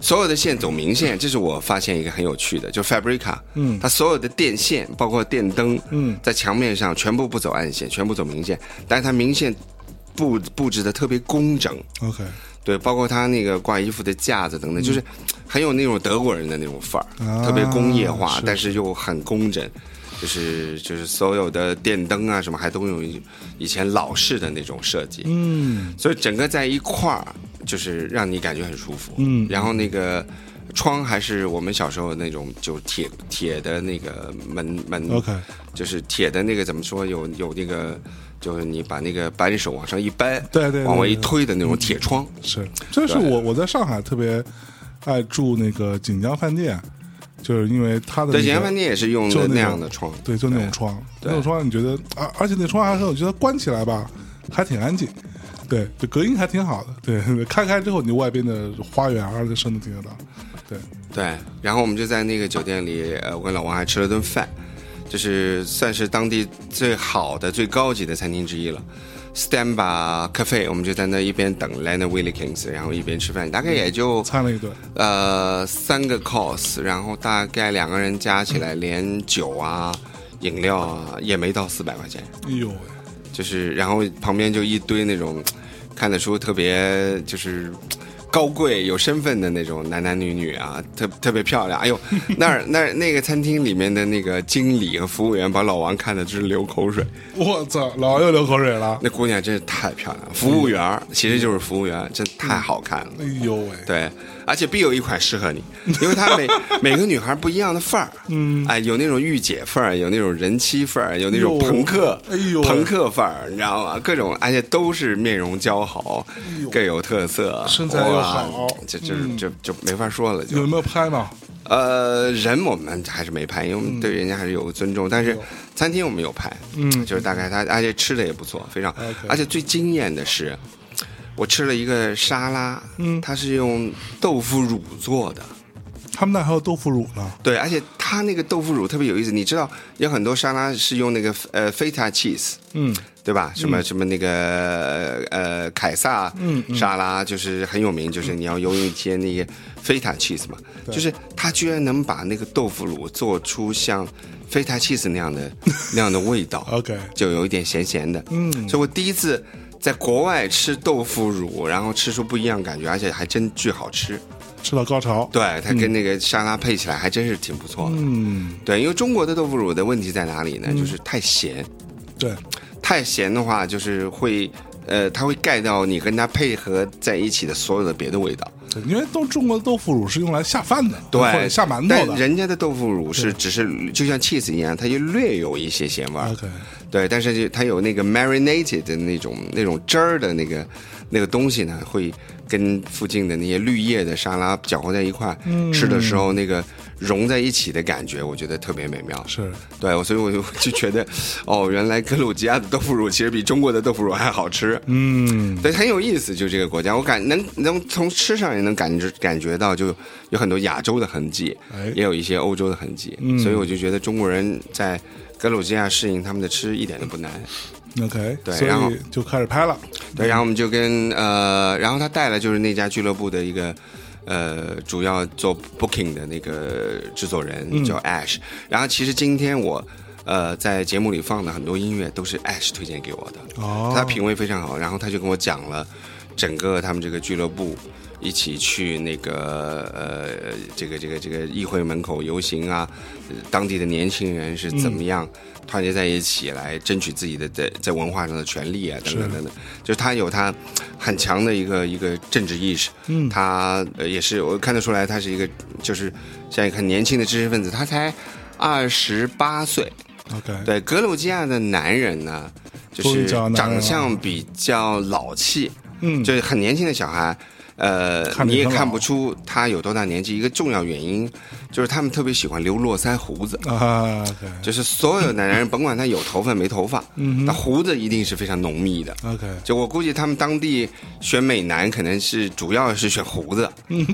S1: 所有的线走明线，这是我发现一个很有趣的，就 Fabrica，
S2: 嗯
S1: 它所有的电线包括电灯，
S2: 嗯，
S1: 在墙面上全部不走暗线，全部走明线，但是它明线布布置的特别工整。
S2: ，OK，
S1: 对，包括他那个挂衣服的架子等等，就是很有那种德国人的那种范儿，
S2: 嗯啊
S1: 特别工业化，
S2: 是
S1: 但是又很工整。就是就是所有的电灯啊什么，还都有以前老式的那种设计，
S2: 嗯
S1: 所以整个在一块儿，就是让你感觉很舒服。
S2: 嗯
S1: 然后那个窗还是我们小时候那种，就铁铁的那个门门
S2: ，OK，
S1: 就是铁的那个怎么说，有有那个，就是你把那个扳手往上一扳，
S2: 对对对嗯
S1: 往外一
S2: 对
S1: 推的那种铁窗。
S2: 是，这是
S1: 对
S2: 我我在上海特别爱住那个锦江饭店，就是因为它的
S1: 对，
S2: 那
S1: 简
S2: 个
S1: 单饭店也是用
S2: 嗯就
S1: 的
S2: 那
S1: 那
S2: 种
S1: 样的窗，
S2: 对，就那种窗，
S1: 对
S2: 那种窗你觉得啊，而且那窗还很有趣，它关起来吧，还挺安静，对，就隔音还挺好的，对， 开开之后，你外边的花园啊，这声都听得到，对，
S1: 对。然后我们就在那个酒店里，呃，我跟老王还吃了顿饭，就是算是当地最好的、最高级的餐厅之一了。Stamba Cafe，我们就在那一边等 Lena Willikins，然后一边吃饭，大概也就
S2: 餐了一顿，
S1: 呃三个 course，然后大概两个人加起来连酒啊、饮料啊也没到四百块钱，
S2: 哎呦喂，
S1: 就是然后旁边就一堆那种看得出特别就是高贵有身份的那种男男女女啊，特特别漂亮。哎呦，那儿那儿那个餐厅里面的那个经理和服务员把老王看的直流口水，
S2: 我操，老王又流口水了，
S1: 那姑娘真是太漂亮了。服务员儿其实就是服务员，真太好看了。
S2: 哎呦喂，
S1: 对，而且必有一款适合你，因为 她每每个女孩不一样的范儿，嗯，哎，有那种御姐范儿，有那种人妻范儿，有那种
S2: 哟
S1: 朋克，
S2: 哎呦
S1: 朋克范儿，你知道吗？各种，而且都是面容姣好，各有特色，
S2: 哎身材
S1: 哇
S2: 又好嗯
S1: 这这这就没法说了，
S2: 有
S1: 就
S2: 没有拍嘛？
S1: 呃，人我们还是没拍，因为我们对人家还是有嗯个尊重，但是餐厅我们有拍，嗯，就是大概他，而且吃的也不错，非常
S2: OK，
S1: 而且最惊艳的是。我吃了一个沙拉，嗯，它是用豆腐乳做的，
S2: 他们那还有豆腐乳呢，
S1: 对，而且它那个豆腐乳特别有意思，你知道有很多沙拉是用那个呃 feta cheese，
S2: 嗯，
S1: 对吧？什么、什么那个呃凯撒
S2: 嗯
S1: 沙拉就是很有名，就是你要用一些那个 feta cheese 嘛，就是它居然能把那个豆腐乳做出像 feta cheese 那样的 那样的味道
S2: OK
S1: 就有一点咸咸的，嗯，所以我第一次。在国外吃豆腐乳，然后吃出不一样感觉，而且还真巨好吃。
S2: 吃到高潮，
S1: 对，它跟那个沙拉配起来还真是挺不错的。
S2: 嗯，
S1: 对，因为中国的豆腐乳的问题在哪里呢？就是太咸，
S2: 对，
S1: 太咸的话就是会，呃，它会盖掉你跟它配合在一起的所有的别的味道。
S2: 对因为都中国的豆腐乳是用来下饭的，或
S1: 对，
S2: 者下馒
S1: 但
S2: 头的
S1: 人家的豆腐乳是只是就像 cheese 一样，它就略有一些咸味儿。
S2: ，OK，
S1: 对，但是就它有那个 marinated 的那种那种汁儿的那个那个东西呢，会跟附近的那些绿叶的沙拉搅和在一块儿，吃的时候那个融在一起的感觉，我觉得特别美妙。
S2: 是
S1: 对，我所以我就 我就觉得，哦，原来格鲁吉亚的豆腐乳其实比中国的豆腐乳还好吃。
S2: 嗯，
S1: 对，很有意思，就这个国家，我感能能从吃上也能感知感觉到，就有很多亚洲的痕迹，
S2: 哎
S1: 也有一些欧洲的痕迹，所以我就觉得中国人在格鲁吉亚适应他们的吃一点都不难。
S2: ，OK，
S1: 对
S2: 所
S1: 然后
S2: 以就开始拍了，
S1: 对，然后我们就跟呃，然后他带了就是那家俱乐部的一个。呃，主要做 booking 的那个制作人叫 Ash，、然后其实今天我呃在节目里放的很多音乐都是 Ash 推荐给我的，
S2: 哦，
S1: 他品味非常好，然后他就跟我讲了整个他们这个俱乐部一起去那个呃这个这个这个议会门口游行啊，呃当地的年轻人是怎
S2: 嗯
S1: 么样团结在一起来争取自己的在在文化上的权利啊等等
S2: 是
S1: 等等，就是他有他很强的一个一个政治意识，
S2: 嗯
S1: 他呃也是我看得出来他是一个就是像一个很年轻的知识分子，他才二十八岁，
S2: ，OK，
S1: 对，格鲁吉亚的男人呢，就
S2: 终于
S1: 是
S2: 找到男人
S1: 长
S2: 了
S1: 相比较老气，
S2: 嗯，
S1: 就是很年轻的小孩。呃，
S2: 看着
S1: 你也
S2: 很老
S1: 看不出他有多大年纪。一个重要原因就是他们特别喜欢留络腮胡子，
S2: 啊，OK，
S1: 就是所有的男 人，甭管他有头发没头发，
S2: 嗯
S1: 那胡子一定是非常浓密的。
S2: ，OK，
S1: 就我估计他们当地选美男可能是主要是选胡子，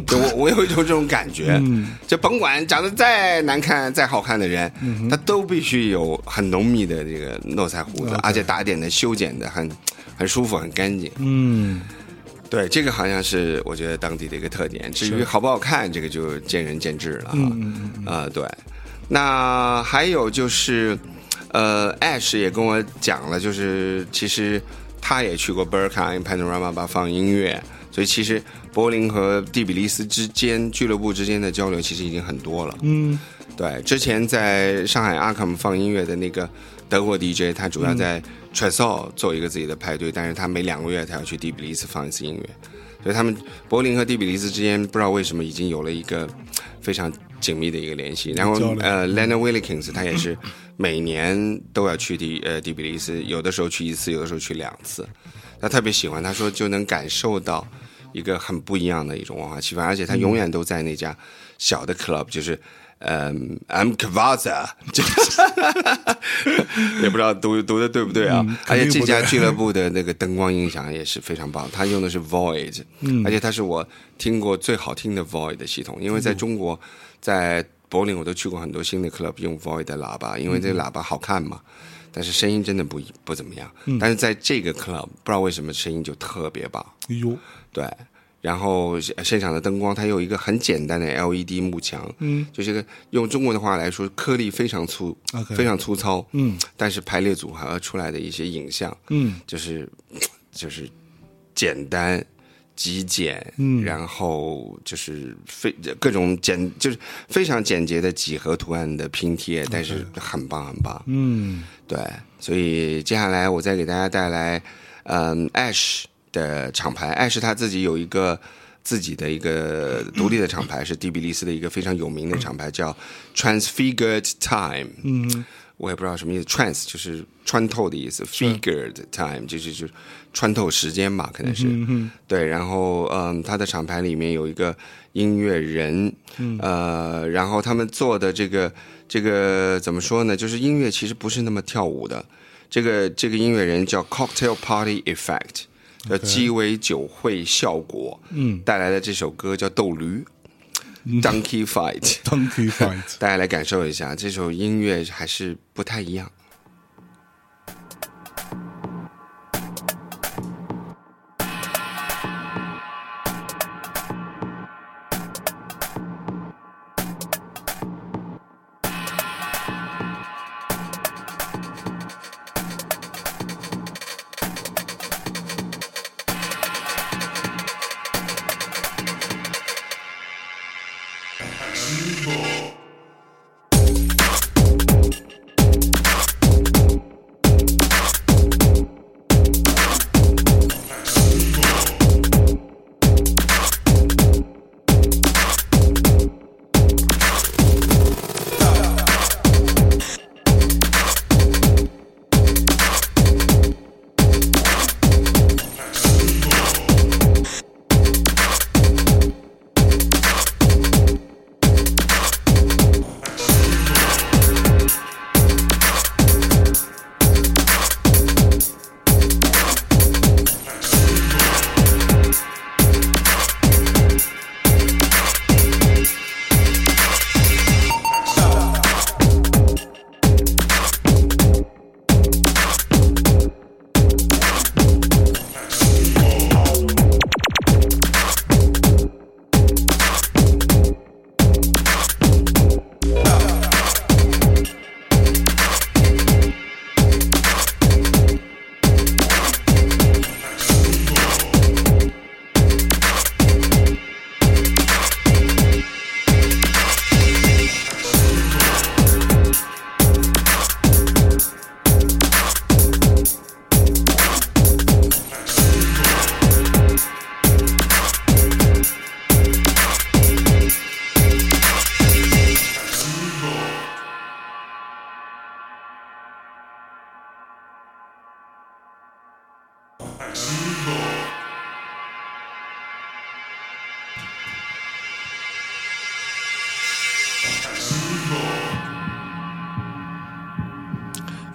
S1: 就我我有一种这种感觉，就甭管长得再难看、再好看的人，他都必须有很浓密的这个络腮胡子，而且打点的、修剪的很很舒服、很干净。
S2: 嗯，
S1: 对，这个好像是我觉得当地的一个特点。至于好不好看，这个就见仁见智了哈。
S2: 嗯
S1: 啊，对。那还有就是，呃，Ash 也跟我讲了，就是其实他也去过 b e r k a i n Panorama 吧放音乐，所以其实柏林和第比利斯之间俱乐部之间的交流其实已经很多了。
S2: 嗯，
S1: 对，之前在上海阿卡姆放音乐的那个德国 DJ，他主要
S2: 嗯
S1: 在 t r e s o l 做一个自己的派对，但是他每两个月他要去第比利斯放一次音乐，所以他们柏林和第比利斯之间不知道为什么已经有了一个呃非常紧密的一个联系。然后
S2: 交流嗯
S1: 呃，Leonard Wilkins 他也是每年都要去第呃第比利斯，有的时候去一次，有的时候去两次，他特别喜欢，他说就能感受到。一个很不一样的一种文化气氛，而且他永远都在那家小的 club，就是嗯，M Kvaza，就是 也不知道读读的对不对啊、而且
S2: 嗯肯定
S1: 这
S2: 不
S1: 家
S2: 对
S1: 俱乐部的那个灯光音响也是非常棒，他用的是 Void，、而
S2: 嗯
S1: 且它是我听过最好听的 Void 的系统，因为在
S2: 嗯
S1: 中国，在柏林我都去过很多新的 club 用 Void 的喇叭，因为
S2: 嗯
S1: 这喇叭好看嘛。但是声音真的不一不怎么样，
S2: 嗯
S1: 但是在这个 club 不知道为什么声音就特别棒，
S2: 哎呦，
S1: 对，然后现现场的灯光，它有一个很简单的 LED 幕墙，
S2: 嗯，
S1: 就是个用中国的话来说，颗粒非常粗
S2: OK
S1: 非常粗糙，
S2: 嗯，
S1: 但是排列组合出来的一些影像，
S2: 嗯，
S1: 就是就是简单。极简，
S2: 嗯
S1: 然后就是非各种简，就是非常简洁的几何图案的拼贴，但是很棒很棒，
S2: 嗯，
S1: 对，所以接下来我再给大家带来，嗯，Ash 的厂牌，Ash 他自己有一个自己的一个独立的厂牌，是第比利斯的一个非常有名的厂牌，叫 Transfigured Time。嗯，我也不知道什么意思，trans 就是穿透的意思，figured time 就是就是穿透时间吧，可能是。对，然后嗯，他的厂牌里面有一个音乐人，呃，然后他们做的这个这个怎么说呢？就是音乐其实不是那么跳舞的。这个这个音乐人叫 Cocktail Party Effect，叫鸡尾酒会效果，嗯，带来的这首歌叫《斗驴》（Donkey
S2: 嗯
S1: Fight）。
S2: Donkey Fight，
S1: 大家来感受一下，这首音乐还是不太一样。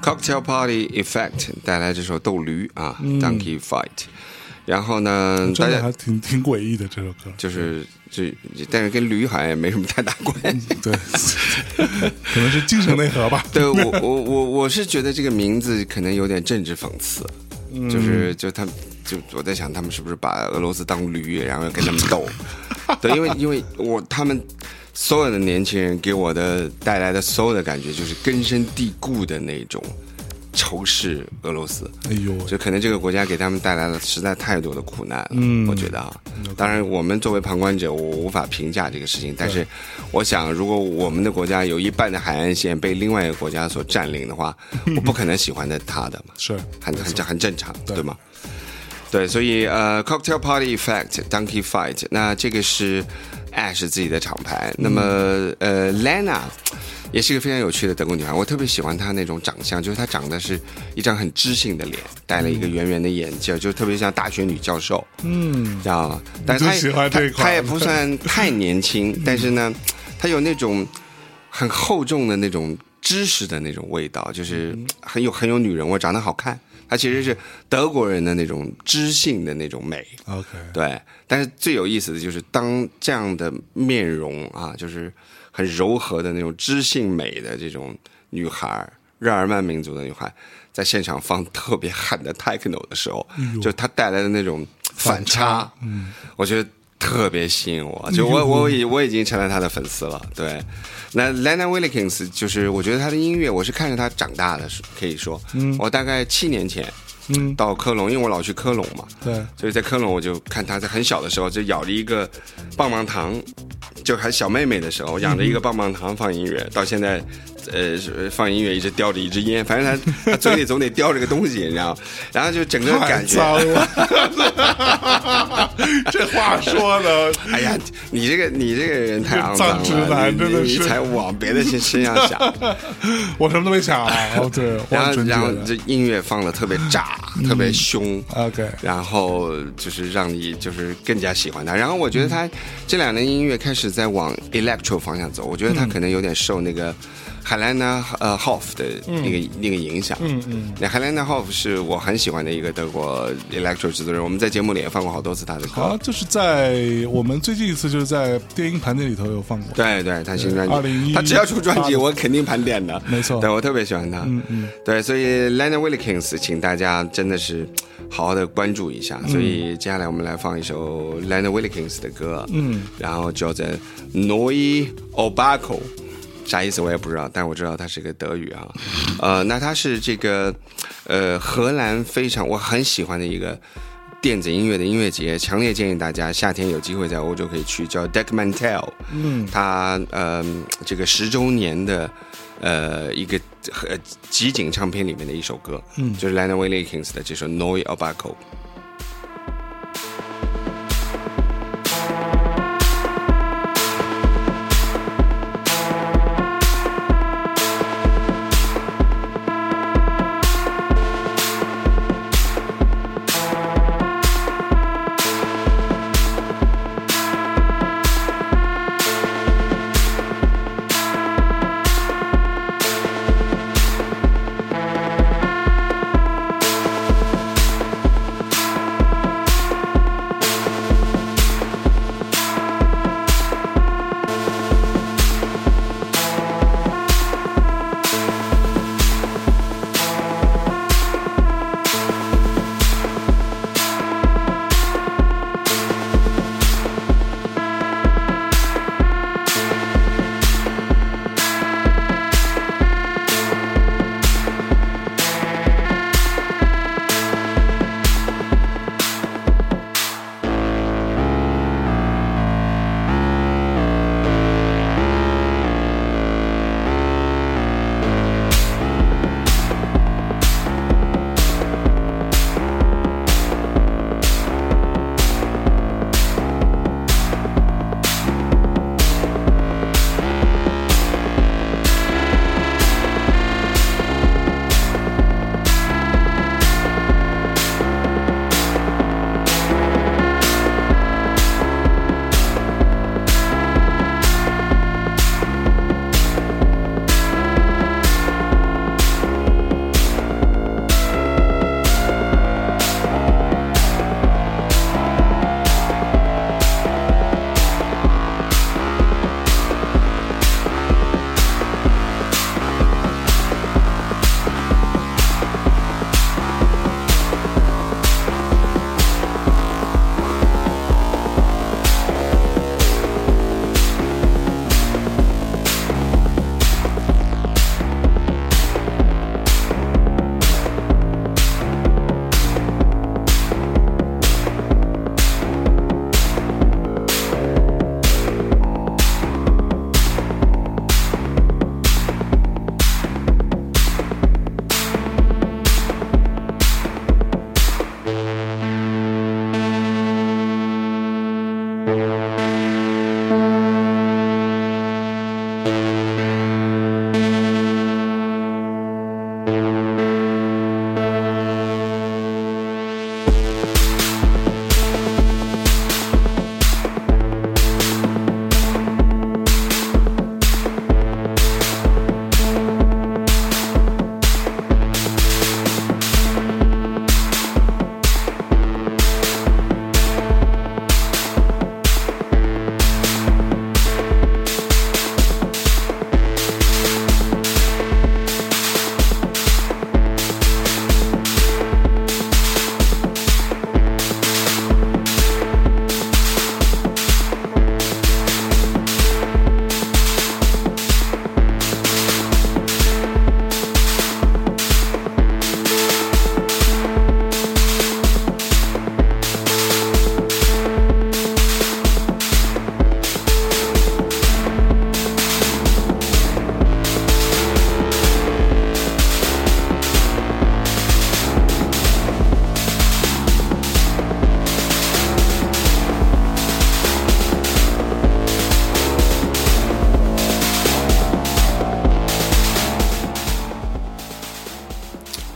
S1: Cocktail Party Effect 带来这首《斗驴》啊，Donkey Fight》。然后呢，大
S2: 嗯真的
S1: 家
S2: 还挺挺诡异的这首歌。
S1: 就是这，但是跟驴好像也没什么太大关系。
S2: 对， 可能是精神内核吧。
S1: 对我，我我我是觉得这个名字可能有点政治讽刺，就是就他就我在想他们是不是把俄罗斯当驴，然后跟他们斗？对，因为因为我他们所有的年轻人给我的带来的所有的感觉就是根深蒂固的那种仇视俄罗斯。
S2: 哎呦，
S1: 就可能这个国家给他们带来了实在太多的苦难了，
S2: 嗯
S1: 我觉得啊，当然我们作为旁观者，我无法评价这个事情，但是我想，如果我们的国家有一半的海岸线被另外一个国家所占领的 话，我不可能喜欢的他的嘛，
S2: 是
S1: 很很很正常，
S2: 对
S1: 对吗？对，所以呃，Cocktail Party Effect、Donkey Fight，那这个是 Ash 自己的厂牌。那么
S2: 嗯
S1: 呃，Lana 也是一个非常有趣的德国女孩，我特别喜欢她那种长相，就是她长得是一张很知性的脸，戴了一个圆圆的眼镜，就特别像大学女教授，嗯，知道吗？但是她
S2: 你最喜欢
S1: 她
S2: 这一款
S1: 她也不算太年轻，但是呢，她有那种很厚重的那种知识的那种味道，就是很有很有女人味，长得好看。她其实是德国人的那种知性的那种美，
S2: OK，
S1: 对。但是最有意思的就是，当这样的面容啊，就是很柔和的那种知性美的这种女孩儿，日耳曼民族的女孩，在现场放特别狠的 techno 的时候，就她带来的那种反差，嗯，我觉得。特别吸引我，就我我已我已经成了她的粉丝了。对，那 Lana Wilkins 就是我觉得她的音乐，我是看着她长大的，可以说，我大概七年前，
S2: 嗯
S1: 到科隆，因为我老去科隆嘛，
S2: 对，
S1: 所以在科隆，我就看她在很小的时候就咬着一个棒棒糖，就还小妹妹的时候养着一个棒棒糖放音乐，到现在，呃，是放音乐一直叼着一支烟，反正她她嘴里总得叼着个东西，你知道吗？然后就整个
S2: 太
S1: 感 觉，
S2: 脏了，这话说的，
S1: 哎呀，你这个你这个人太肮脏
S2: 脏直
S1: 了，
S2: 男
S1: 你
S2: 真的
S1: 你你
S2: 是
S1: 才往别的身身 上想。
S2: 我什么都没想啊。哦，对，我
S1: 然
S2: 很
S1: 后
S2: 纯洁
S1: 然后
S2: 的。
S1: 这音乐放的特别炸，
S2: 嗯
S1: 特别凶。
S2: OK，
S1: 然后就是让你就是更加喜欢他。然后我觉
S2: 嗯
S1: 得他这两年音乐开始在往 electro 方向走，我觉得他可能有点受那个海莱纳呃 Hof 的那个、那个影响。
S2: 嗯嗯，
S1: 那海莱纳 Hof 是我很喜欢的一个德国 electro 制作人，我们在节目里也放过好多次他的歌
S2: 好像。就是在我们最近一次就是在电音盘点里头有放过，
S1: 对对，他新专
S2: 2018
S1: 辑，他只要出专辑，我肯定盘点的。
S2: 没错
S1: 对我特别喜欢他。嗯嗯，对，所以 Lena Wilkins，请大家真的是好好的关注一下。所以接下来我们来放一首 Lena Wilkins 的歌，嗯，然后叫做 Noi Obako。啥意思我也不知道，但我知道它是个德语 啊，呃，那它是这个，呃，荷兰非常我很喜欢的一个电子音乐的音乐节，强烈建议大家夏天有机会在欧洲可以去，叫 Deckmantel，嗯，它呃这个十周年的呃一个呃集锦唱片里面的一首歌，嗯，就是 Lana Wilkins 的这首 n o i Obaco。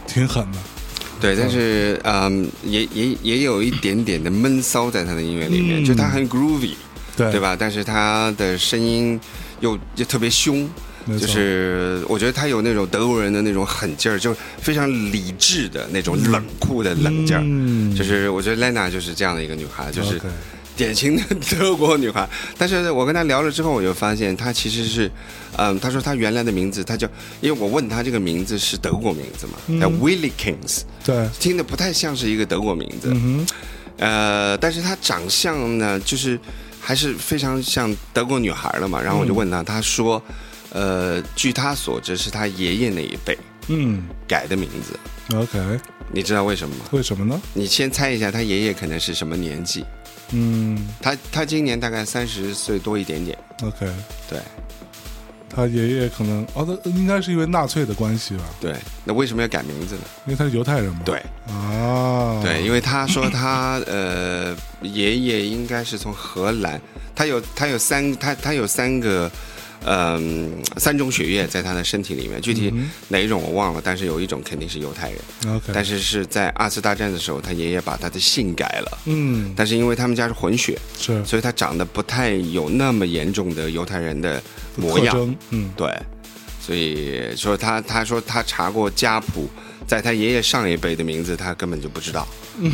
S2: 挺狠的。
S1: 对，但是嗯，也也也有一点点的闷骚在他的音乐里面，就他很 groovy，
S2: 嗯对
S1: 对吧？但是他的声音又又特别凶，
S2: 没错
S1: 就是我觉得他有那种德国人的那种狠劲儿，就是非常理智的那种冷酷的冷劲儿。
S2: 嗯
S1: 就是我觉得 Lena 就是这样的一个女孩，就是
S2: OK
S1: 典型的德国女孩。但是我跟她聊了之后，我就发现她其实是，嗯，她说她原来的名字，她叫，因为我问她这个名字是德国名字嘛，
S2: 嗯
S1: 叫 Willy Kings，
S2: 对，
S1: 听着不太像是一个德国名字。
S2: 嗯哼，
S1: 呃，但是她长相呢，就是还是非常像德国女孩了嘛。然后我就问她，她说，
S2: 嗯
S1: 呃，据她所知是她爷爷那一辈
S2: 嗯
S1: 改的名字，
S2: ，OK，
S1: 你知道为什么吗？
S2: 为什么呢？
S1: 你先猜一下，她爷爷可能是什么年纪？
S2: 嗯
S1: 她她今年大概三十岁多一点点，
S2: ，OK，
S1: 对
S2: 他爷爷可能哦，他应该是因为纳粹的关系吧，
S1: 对。那为什么要改名字呢？
S2: 因为他是犹太人嘛。
S1: 对
S2: 啊，
S1: 对，，因为她说她呃爷爷应该是从荷兰，她有她有三她她有三个。嗯，三种血液在她的身体里面，具体哪一种我忘了，但是有一种肯定是犹太人，
S2: OK，
S1: 但
S2: 是
S1: 是是在二次大战的时候，她爷爷把她的姓改了，
S2: 嗯，
S1: 但是因为他们家是混血，
S2: 是
S1: 所以她长得不太有那么严重的犹太人的模
S2: 特
S1: 样，
S2: 征，嗯
S1: 对，所以说他他说他查过家谱，在他爷爷上一辈的名字，他根本就不知道，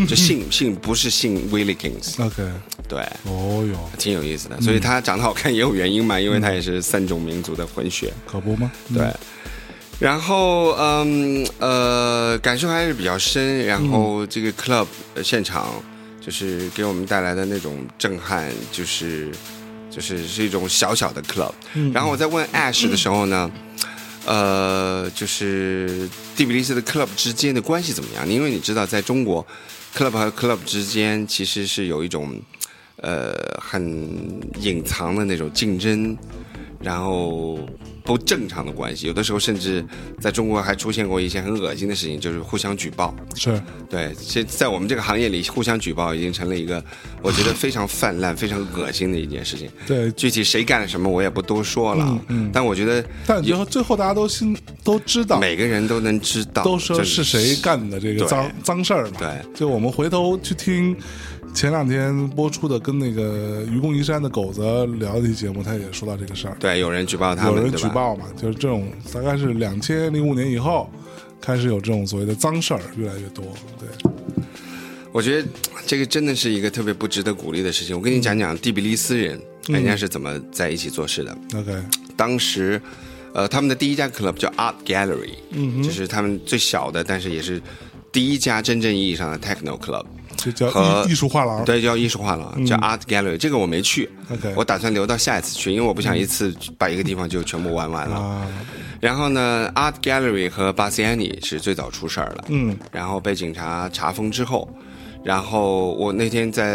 S1: 就姓姓不是姓 Willie Kings，
S2: ，OK，
S1: 对，
S2: 哦哟，
S1: 挺有意思的。所以他长得好看也有原因嘛，因为他也是三种民族的混血，
S2: 可不吗？嗯
S1: 对。然后，嗯呃，感受还是比较深。然后这个 club 呃现场就是给我们带来的那种震撼，就是就是是一种小小的 club。然后我在问 Ash 的时候呢，呃，就是第比利斯的 club 之间的关系怎么样？因为你知道，在中国，club 和 club 之间其实是有一种呃很隐藏的那种竞争，然后不正常的关系。有的时候甚至在中国还出现过一些很恶心的事情，就是互相举报。
S2: 是
S1: 对，现在我们这个行业里，互相举报已经成了一个我觉得非常泛滥、非常恶心的一件事情。
S2: 对，
S1: 具体谁干了什么，我也不多说了。
S2: 嗯嗯嗯
S1: 但我觉得
S2: 但最后最后大家都心都知道，
S1: 每个人都能知道，
S2: 都说是谁干的这个
S1: 啊对
S2: 脏脏事儿嘛。
S1: 对，
S2: 就我们回头去听前两天播出的跟那个愚公移山的狗子聊的一期节目，他也说到这个事儿，
S1: 对，有人举报他
S2: 有
S1: 们，
S2: 人
S1: 对
S2: 举
S1: 吧？
S2: 报嘛，就是这种大概是两千零五年以后开始有这种所谓的脏事儿越来越多。对，
S1: 我觉得这个真的是一个特别不值得鼓励的事情。我跟你讲
S2: 嗯
S1: 讲第比利斯人，人家是怎么在一起做事的。
S2: OK，
S1: 当时，呃，他们的第一家 club 叫 Art Gallery，嗯，就是他们最小的，但是也是第一家真正意义上的 techno club。
S2: 这叫
S1: 和
S2: 艺艺术画廊。
S1: 对，叫艺术画廊，叫 Art Gallery。这个我没去
S2: OK
S1: 我打算留到下一次去，因为我不想一次把一个地方就全部玩完了。
S2: 啊，
S1: 然后呢，Art Gallery 和 b a s i a n i 是最早出事儿了，
S2: 嗯，
S1: 然后被警察查封之后，然后我那天在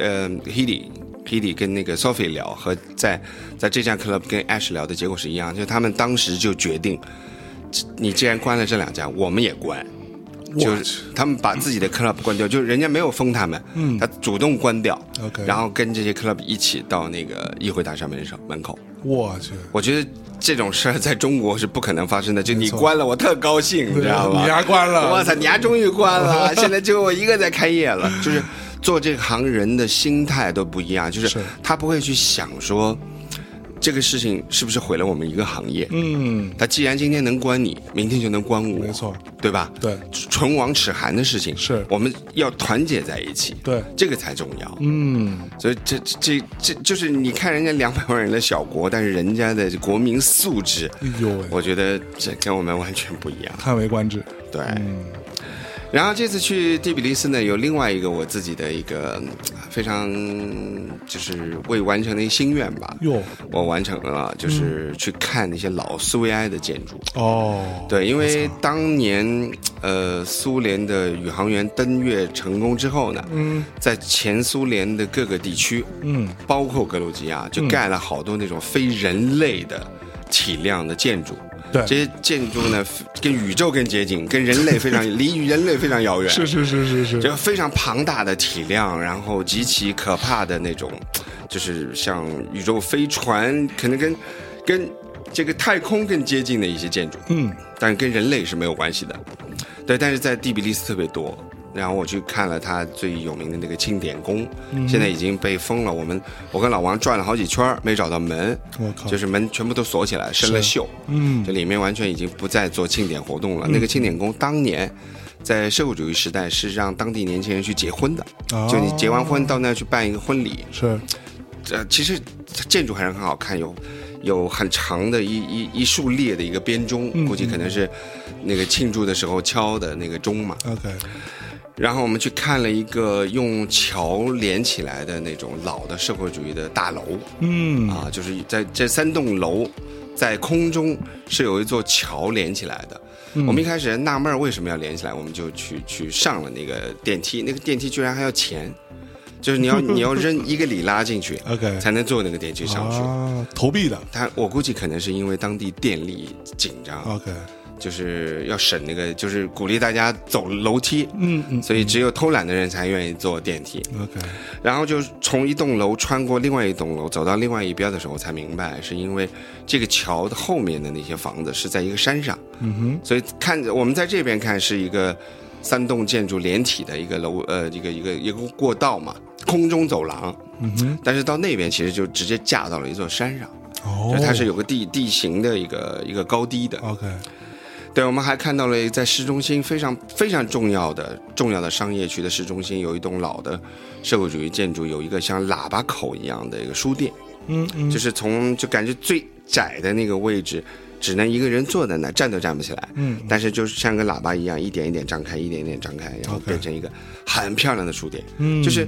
S1: 呃 Hedy Hedy 跟那个 Sophie 聊，和在在这家 club 跟 Ash 聊的结果是一样，就是他们当时就决定，这你既然关了这两家，我们也关。就
S2: 我
S1: 是他们把自己的 club 关掉，就是人家没有封他们，嗯，他主动关掉
S2: OK
S1: 然后跟这些 club 一起到那个议会大厦门上门口，
S2: 我去，
S1: 我觉得这种事儿在中国是不可能发生的。就你
S2: 错
S1: 关了，我特高兴，你知道吧？
S2: 你丫关了
S1: 我操，你丫终于关 了，啊现在就我一个在开业了。就是做这行人的心态都不一样，就是
S2: 是
S1: 他不会去想说这个事情是不是毁了我们一个行业。
S2: 嗯，
S1: 他既然今天能关你，明天就能关我，
S2: 没错，
S1: 对吧？
S2: 对
S1: 唇亡齿寒的事情
S2: 是
S1: 我们要团结在一起，
S2: 对
S1: 这个才重要。
S2: 嗯，
S1: 所以这这这这就是你看人家两百万人的小国，但是人家的国民素质，
S2: 哎呦喂，
S1: 我觉得这跟我们完全不一样。
S2: 叹为观止。
S1: 对，然后这次去第比利斯呢，有另外一个我自己的一个嗯非常就是未完成的一个心愿吧，
S2: 哟，
S1: 我完成了，就是去看那些老苏维埃的建筑。
S2: 哦，
S1: 对，因为当年呃苏联的宇航员登月成功之后呢，
S2: 嗯
S1: 在前苏联的各个地区，
S2: 嗯，
S1: 包括格鲁吉亚，就盖了好多那种非人类的体量的建筑。
S2: 对
S1: 这些建筑呢，跟宇宙更接近，跟人类非常离人类非常遥远。
S2: 是是是是是，
S1: 就非常庞大的体量，然后极其可怕的那种，就是像宇宙飞船，可能跟跟这个太空更接近的一些建筑，
S2: 嗯，
S1: 但是跟人类是没有关系的。对，但是在第比利斯特别多，然后我去看了他最有名的那个庆典宫，
S2: 嗯
S1: 现在已经被封了。我们我跟老王转了好几圈儿没找到门，
S2: 我靠，
S1: 就是门全部都锁起来，生了锈。
S2: 嗯
S1: 这里面完全已经不再做庆典活动了。那个庆典宫当年在社会主义时代是让当地年轻人去结婚的，
S2: 哦
S1: 就你结完婚到那儿去办一个婚礼。
S2: 是
S1: 呃，其实建筑还是很好看，有有很长的一一一竖列的一个编钟，估计可能是那个庆祝的时候敲的那个钟嘛。
S2: OK，
S1: 然后我们去看了一个用桥连起来的那种老的社会主义的大楼。
S2: 嗯
S1: 啊，就是在这三栋楼在空中是有一座桥连起来的。
S2: 嗯
S1: 我们一开始纳闷儿为什么要连起来，我们就去去上了那个电梯，那个电梯居然还要钱，就是 你要你要扔一个里拉进去
S2: OK
S1: 才能坐那个电梯上去。
S2: 啊，投币的
S1: 他我估计可能是因为当地电力紧张，
S2: OK，
S1: 就是要省那个，就是鼓励大家走楼梯，
S2: 嗯嗯
S1: 所以只有偷懒的人才愿意坐电梯。
S2: OK，
S1: 然后就从一栋楼穿过另外一栋楼，走到另外一边的时候，我才明白是因为这个桥的后面的那些房子是在一个山上，
S2: 嗯哼，
S1: 所以看着我们在这边看是一个三栋建筑连体的一个楼，呃，一个一个一个过道嘛，空中走廊。
S2: 嗯哼，
S1: 但是到那边其实就直接架到了一座山上，
S2: 哦
S1: 就，它是有个地地形的一个一个高低的。
S2: OK，
S1: 对，我们还看到了在市中心非常非常重要的重要的商业区的市中心，有一栋老的社会主义建筑，有一个像喇叭口一样的一个书店，
S2: 嗯嗯
S1: 就是从就感觉最窄的那个位置，只能一个人坐在那，站都站不起来。
S2: 嗯，
S1: 但是就是像个喇叭一样，一点一点张开，一点一点张开，然后
S2: OK
S1: 变成一个很漂亮的书店，
S2: 嗯
S1: 就是。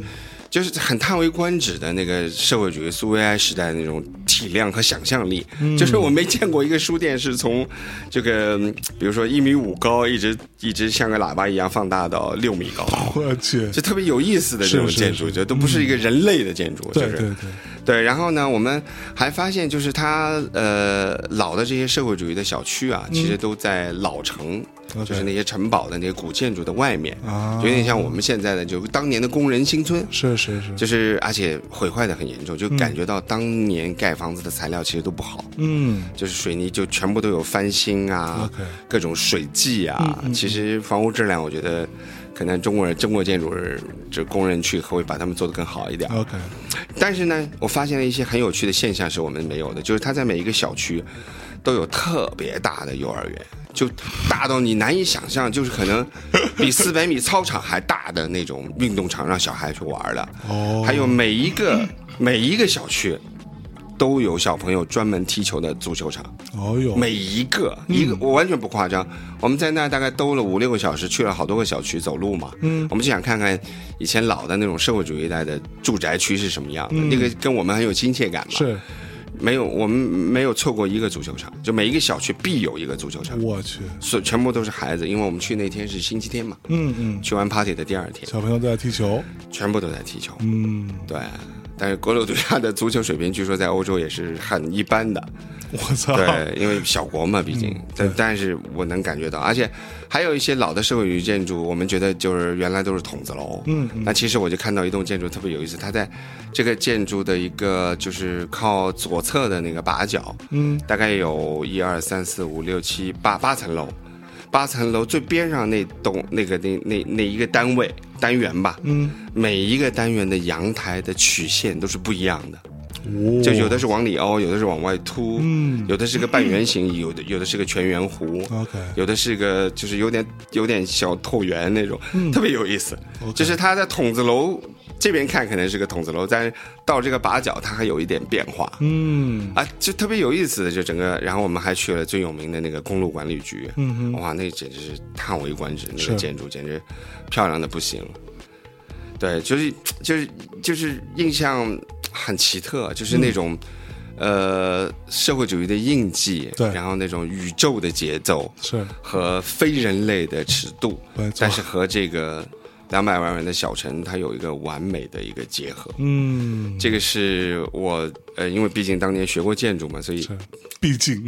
S1: 就是很叹为观止的那个社会主义苏维埃时代的那种体量和想象力，
S2: 嗯
S1: 就是我没见过一个书店是从这个，嗯比如说一米五高，一直一直像个喇叭一样放大到六米高，
S2: 我去，
S1: 就特别有意思的这种
S2: 是是
S1: 建
S2: 是嗯
S1: 筑，就都不是一个人类的建筑，就
S2: 对
S1: 是
S2: 对对，
S1: 对，然后呢，我们还发现，就是它呃老的这些社会主义的小区啊，其
S2: 嗯
S1: 实都在老城，
S2: OK
S1: 就是那些城堡的那些古建筑的外面，
S2: 啊
S1: 有点像我们现在的就当年的工人新村，
S2: 是是是，
S1: 就是而且毁坏的很严重，就感觉到当年盖房子的材料其实都不好，
S2: 嗯
S1: 就是水泥就全部都有翻新啊
S2: OK
S1: 各种水迹啊，其实房屋质量我觉得。可能中国人、中国建筑人，就工人去会把他们做得更好一点。
S2: ，OK，
S1: 但是呢，我发现了一些很有趣的现象是我们没有的，就是它在每一个小区都有特别大的幼儿园，就大到你难以想象，就是可能比四百米操场还大的那种运动场，让小孩去玩的。
S2: 哦，
S1: 还有每一个每一个小区都有小朋友专门踢球的足球场。
S2: 哦哟，
S1: 每一个一个，我完全不夸张。我们在那大概兜了五六个小时，去了好多个小区走路嘛。嗯，我们就想看看以前老的那种社会主义带的住宅区是什么样的，那个跟我们很有亲切感嘛。，
S2: 是，
S1: 没有我们没有错过一个足球场，就每一个小区必有一个足球场，
S2: 我去，
S1: 所全部都是孩子，因为我们去那天是星期天嘛，
S2: 嗯嗯，
S1: 去完 party 的第二天，
S2: 小朋友在踢球，
S1: 全部都在踢球。
S2: 嗯，
S1: 对。但是格鲁吉亚的足球水平据说在欧洲也是很一般的，
S2: 我操，嗯
S1: 对，因为小国嘛，毕竟，但但是我能感觉到，而且还有一些老的社会主义建筑，我们觉得就是原来都是筒子楼，嗯，那其实我就看到一栋建筑特别有意思，它在这个建筑的一个就是靠左侧的那个把角，
S2: 嗯，
S1: 大概有一二三四五六七八八层楼。八层楼最边上那栋那个那那那一个单位单元吧，
S2: 嗯，
S1: 每一个单元的阳台的曲线都是不一样的，
S2: 哦，
S1: 就有的是往里凹，有的是往外凸，
S2: 嗯哦
S1: 有的是个半圆形，有的有的是个全圆弧，
S2: ，OK，
S1: 有的是个就是有点有点小椭圆那种，特别有意思。
S2: 嗯 OK
S1: 就是它在筒子楼这边看可能是个筒子楼，但是到这个把角它还有一点变化。
S2: 嗯
S1: 啊，就特别有意思的，就整个，然后我们还去了最有名的那个公路管理局，
S2: 嗯
S1: 哇，那简直是叹为观止，那
S2: 是
S1: 个建筑简直漂亮的不行。对，就是就是就是印象很奇特，就是
S2: 嗯
S1: 那种、呃社会主义的印记，
S2: 对
S1: 然后那种宇宙的节奏
S2: 是，
S1: 和非人类的尺度，
S2: 没错
S1: 但是和这个两百万人的小城，它有一个完美的一个结合。
S2: 嗯，
S1: 这个是我呃，因为毕竟当年学过建筑嘛，所以
S2: 是，毕竟，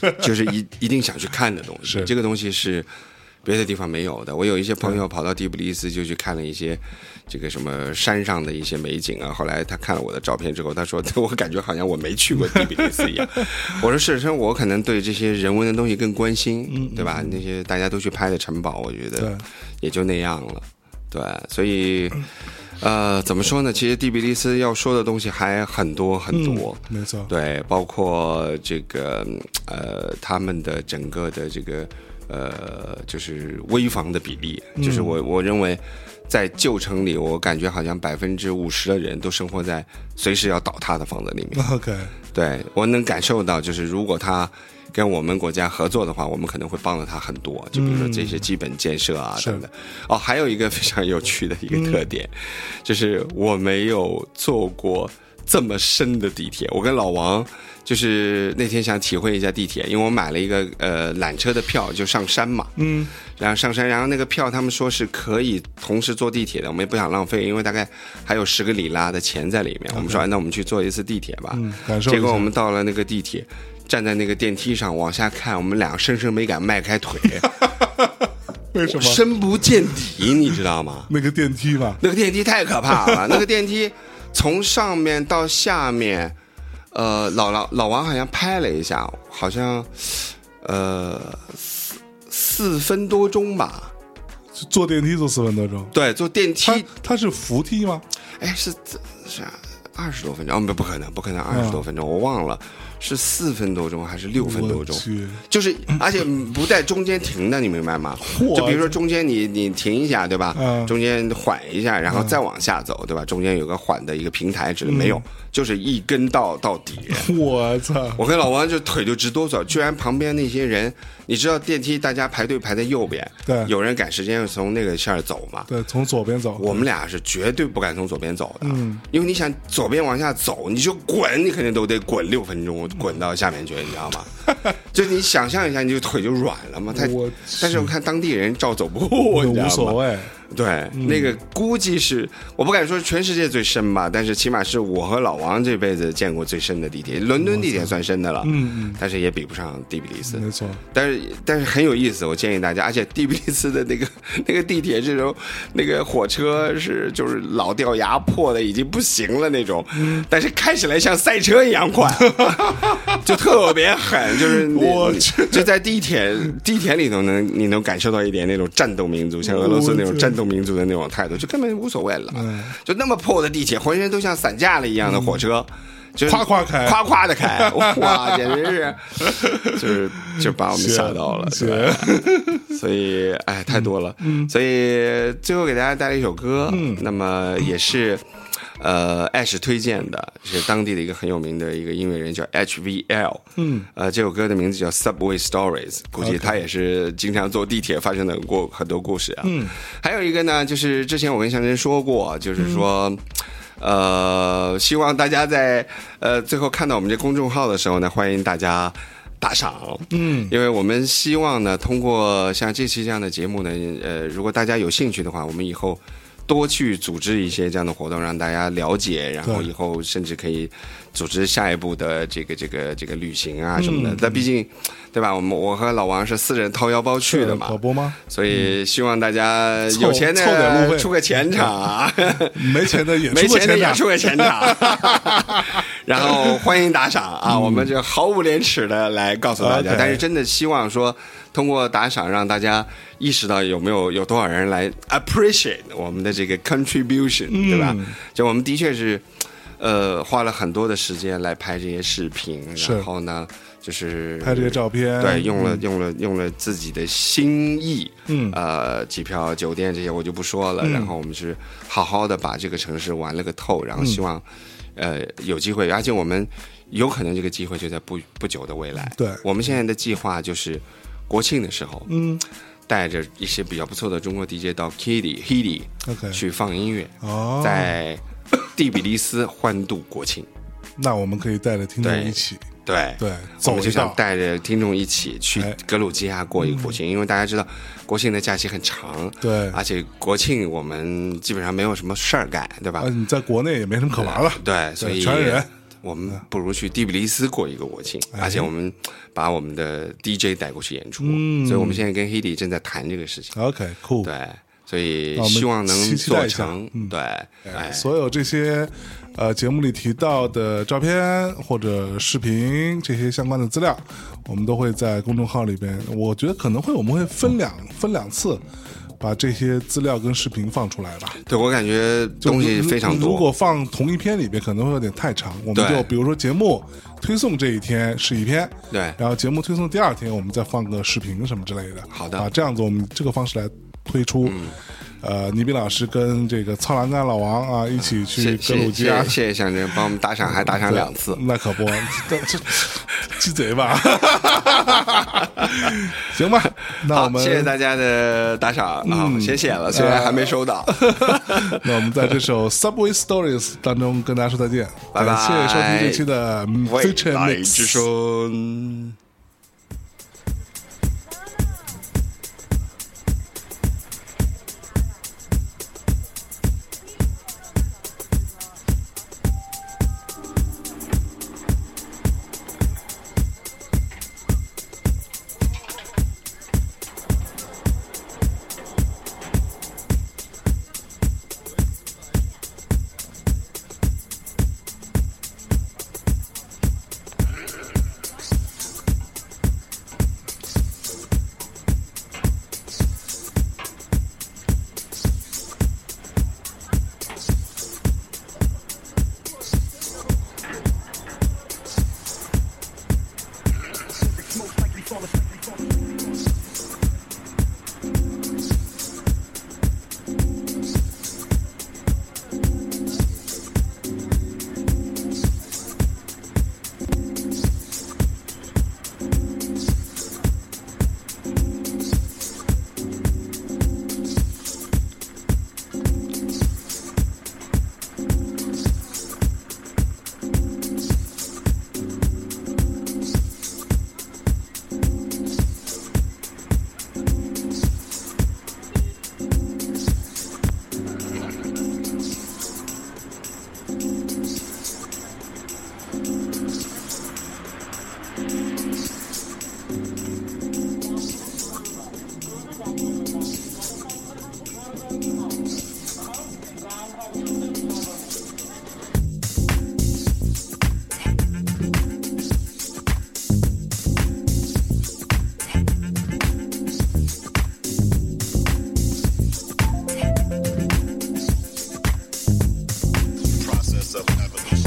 S2: 对对，
S1: 就是一 一定想去看的东西。
S2: 是
S1: 这个东西是别的地方没有的。我有一些朋友跑到第布利斯就去看了一些这个什么山上的一些美景啊。后来他看了我的照片之后，他说 我感觉好像我没去过第布利斯一样。我说是，是我可能对这些人文的东西更关心，对吧？那些大家都去拍的城堡，我觉
S2: 对
S1: 得也就那样了。对，所以，呃，怎么说呢？其实蒂比利斯要说的东西还很多很多，
S2: 没错，
S1: 对，包括这个呃，他们的整个的这个呃，就是危房的比例，就是我我认为，在旧城里，我感觉好像百分之五十的人都生活在随时要倒塌的房子里面。
S2: OK，
S1: 对我能感受到，就是如果他跟我们国家合作的话，我们可能会帮了他很多，就比如说这些基本建设啊
S2: 是
S1: 等等。哦，还有一个非常有趣的一个特点，就是我没有坐过这么深的地铁。我跟老王就是那天想体会一下地铁，因为我买了一个呃缆车的票，就上山嘛。
S2: 嗯，
S1: 然后上山，然后那个票他们说是可以同时坐地铁的，我们也不想浪费，因为大概还有十个里拉的钱在里面。我们说，哎那我们去坐一次地铁吧。
S2: 嗯感受一下
S1: 结果我们到了那个地铁，站在那个电梯上往下看，我们俩生生没敢迈开 腿，
S2: 为什么
S1: 深不见底，你知道吗？
S2: 那个电梯吧？
S1: 那个电梯太可怕了，那个电梯从上面到下面，呃，老老老王好像拍了一下，好像呃四四分多钟吧。
S2: 坐电梯坐四分多钟，
S1: 对，坐电梯
S2: 它它是扶梯吗？
S1: 哎，是这是二十多分钟？哦，不，不可能，不可能，二十多分钟，我忘了是四分多钟还是六分多
S2: 我
S1: 钟。
S2: 去，
S1: 就是，而且不在中间停的，你明白吗？
S2: 嚯
S1: 就比如说中间你你停一下，对吧？
S2: 嗯
S1: 中间缓一下，然后再往下走，对吧？中间有个缓的一个平台之
S2: 嗯
S1: 类，没有，就是一根到到底。
S2: 我操！
S1: 我跟老王就腿就直哆嗦，居然旁边那些人，你知道电梯大家排队排在右边，
S2: 对
S1: 有人赶时间是从那个线儿走嘛，
S2: 对，从左边走，
S1: 我们俩是绝对不敢从左边走的，
S2: 嗯
S1: 因为你想左边往下走，你就滚，你肯定都得滚六分钟，滚到下面去，你知道吗？ 就你想象一下，你就腿就软了嘛。他
S2: 我，
S1: 但是我看当地人照走不误，你知道
S2: 无
S1: 吗
S2: 所谓，嗯
S1: 对，那个估计是我不敢说全世界最深吧，但是起码是我和老王这辈子见过最深的地铁。伦敦地铁算深的了，
S2: 嗯
S1: 但是也比不上蒂比利斯。
S2: 没错，
S1: 但是但是很有意思，我建议大家，而且第比利斯的那个 那个地铁这种那个火车是就是老掉牙破的已经不行了那种，但是开起来像赛车一样快， 就特别狠，就是 你
S2: 我
S1: 你就在地铁地铁里头能你能感受到一点那种战斗民族，像俄罗斯那
S2: 我
S1: 种
S2: 这
S1: 战斗民族的那种态度，就根本无所谓了，
S2: 嗯，
S1: 就那么破的地铁，浑身都像散架了一样的火车。就是
S2: 夸夸开
S1: 夸夸的开，哇， 简直是，就是就把我们吓到了，
S2: 行
S1: 对吧，所以哎，太多了，所以最后给大家带来一首歌，那么也是。呃，Ash 推荐的是当地的一个很有名的一个音乐人，叫 HVL。嗯，呃，这首歌的名字叫 Subway Stories，估计他也是经常坐地铁发生的过很多故事啊。嗯，还有一个呢，就是之前我跟向真说过，就是说。呃，希望大家在呃最后看到我们这公众号的时候呢，欢迎大家打赏。嗯，因为我们希望呢，通过像这期这样的节目呢，呃，如果大家有兴趣的话，我们以后。多去组织一些这样的活动，让大家了解，然后
S2: 对
S1: 以后甚至可以组织下一步的这个这个这个旅行
S2: 嗯
S1: 啊什么的。但毕竟，对吧？我们我和老王是四人掏腰包去的嘛
S2: 可，不吗？
S1: 所以希望大家
S2: 凑
S1: 有钱
S2: 凑点路
S1: 的
S2: 费
S1: 出个钱场啊。
S2: 没钱的也
S1: 没
S2: 出过
S1: 钱的
S2: 钱
S1: 也
S2: 场，
S1: 出个钱场， 然后欢迎打赏啊！我们就毫无廉耻的来告诉大家
S2: OK，
S1: 但是真的希望说通过打赏让大家意识到有没有有多少人来 appreciate 我们的这个 contribution，对
S2: 嗯
S1: 吧？就我们的确是。呃，花了很多的时间来拍这些视频，
S2: 是
S1: 然后呢，就是
S2: 拍这些照片，
S1: 对，用了用了用了自己的心意，
S2: 嗯
S1: 呃，机票、酒店这些我就不说了。然后我们是好好的把这个城市玩了个透，
S2: 嗯
S1: 然后希望，呃，有机会，而且我们有可能这个机会就在不不久的未来。
S2: 对
S1: 我们现在的计划就是国庆的时候，
S2: 嗯
S1: 带着一些比较不错的中国 DJ 到 Kitty Hitty
S2: ，OK，
S1: 去放音乐，
S2: 啊哦，
S1: 在 蒂比利斯欢度国庆。
S2: 那我们可以带着听众
S1: 对
S2: 一起，
S1: 对
S2: 对，
S1: 我
S2: 走
S1: 们
S2: 一
S1: 就想
S2: 道，
S1: 带着听众一起去
S2: 哎
S1: 格鲁吉亚过一个国庆，因为大家知道国庆的假期很长，
S2: 对，
S1: 而且国庆我们基本上没有什么事儿干，对吧？
S2: 啊，你在国内也没什么可玩了，
S1: 对，所以
S2: 全是人嗯哎
S1: 我们不如去第比利斯过一个国庆，而且我们把我们的 DJ 带过去演出，
S2: 嗯
S1: 所以我们现在跟 Hedy 正在谈这个事情，
S2: OK，酷、
S1: 对，所以
S2: 哦那我们
S1: 希望能
S2: 期期待
S1: 做
S2: 一下嗯
S1: 成，对，哎，
S2: 所有这些呃节目里提到的照片或者视频这些相关的资料，我们都会在公众号里边。我觉得可能会我们会分两分两次。把这些资料跟视频放出来吧。
S1: 对我感觉
S2: 就
S1: 东西
S2: 如
S1: 非常
S2: 如
S1: 多，
S2: 果放同一篇里边，可能会有点太长。我们
S1: 对
S2: 就比如说节目推送这一天是一篇，
S1: 对
S2: 然后节目推送第二天，我们再放个视频什么之类的。
S1: 好的嗯
S2: 啊，这样子我们这个方式来推出。呃，倪斌老师跟这个糙栏杆老王啊一起去
S1: 谢
S2: 格
S1: 谢
S2: 鲁
S1: 谢
S2: 吉亚
S1: 谢谢象征帮我们打赏，还打赏两次，
S2: 那可 不，这这鸡贼吧？ 行吧，那我
S1: 好，
S2: 们嗯
S1: 谢谢大家的打赏啊，先写了，虽然还没收到，
S2: 呃 那我们在这首 Subway Stories 当中跟大家说再见，
S1: 拜拜
S2: 感谢收听这期的 Future
S1: 来
S2: Mix
S1: 之声。
S3: process of evolution.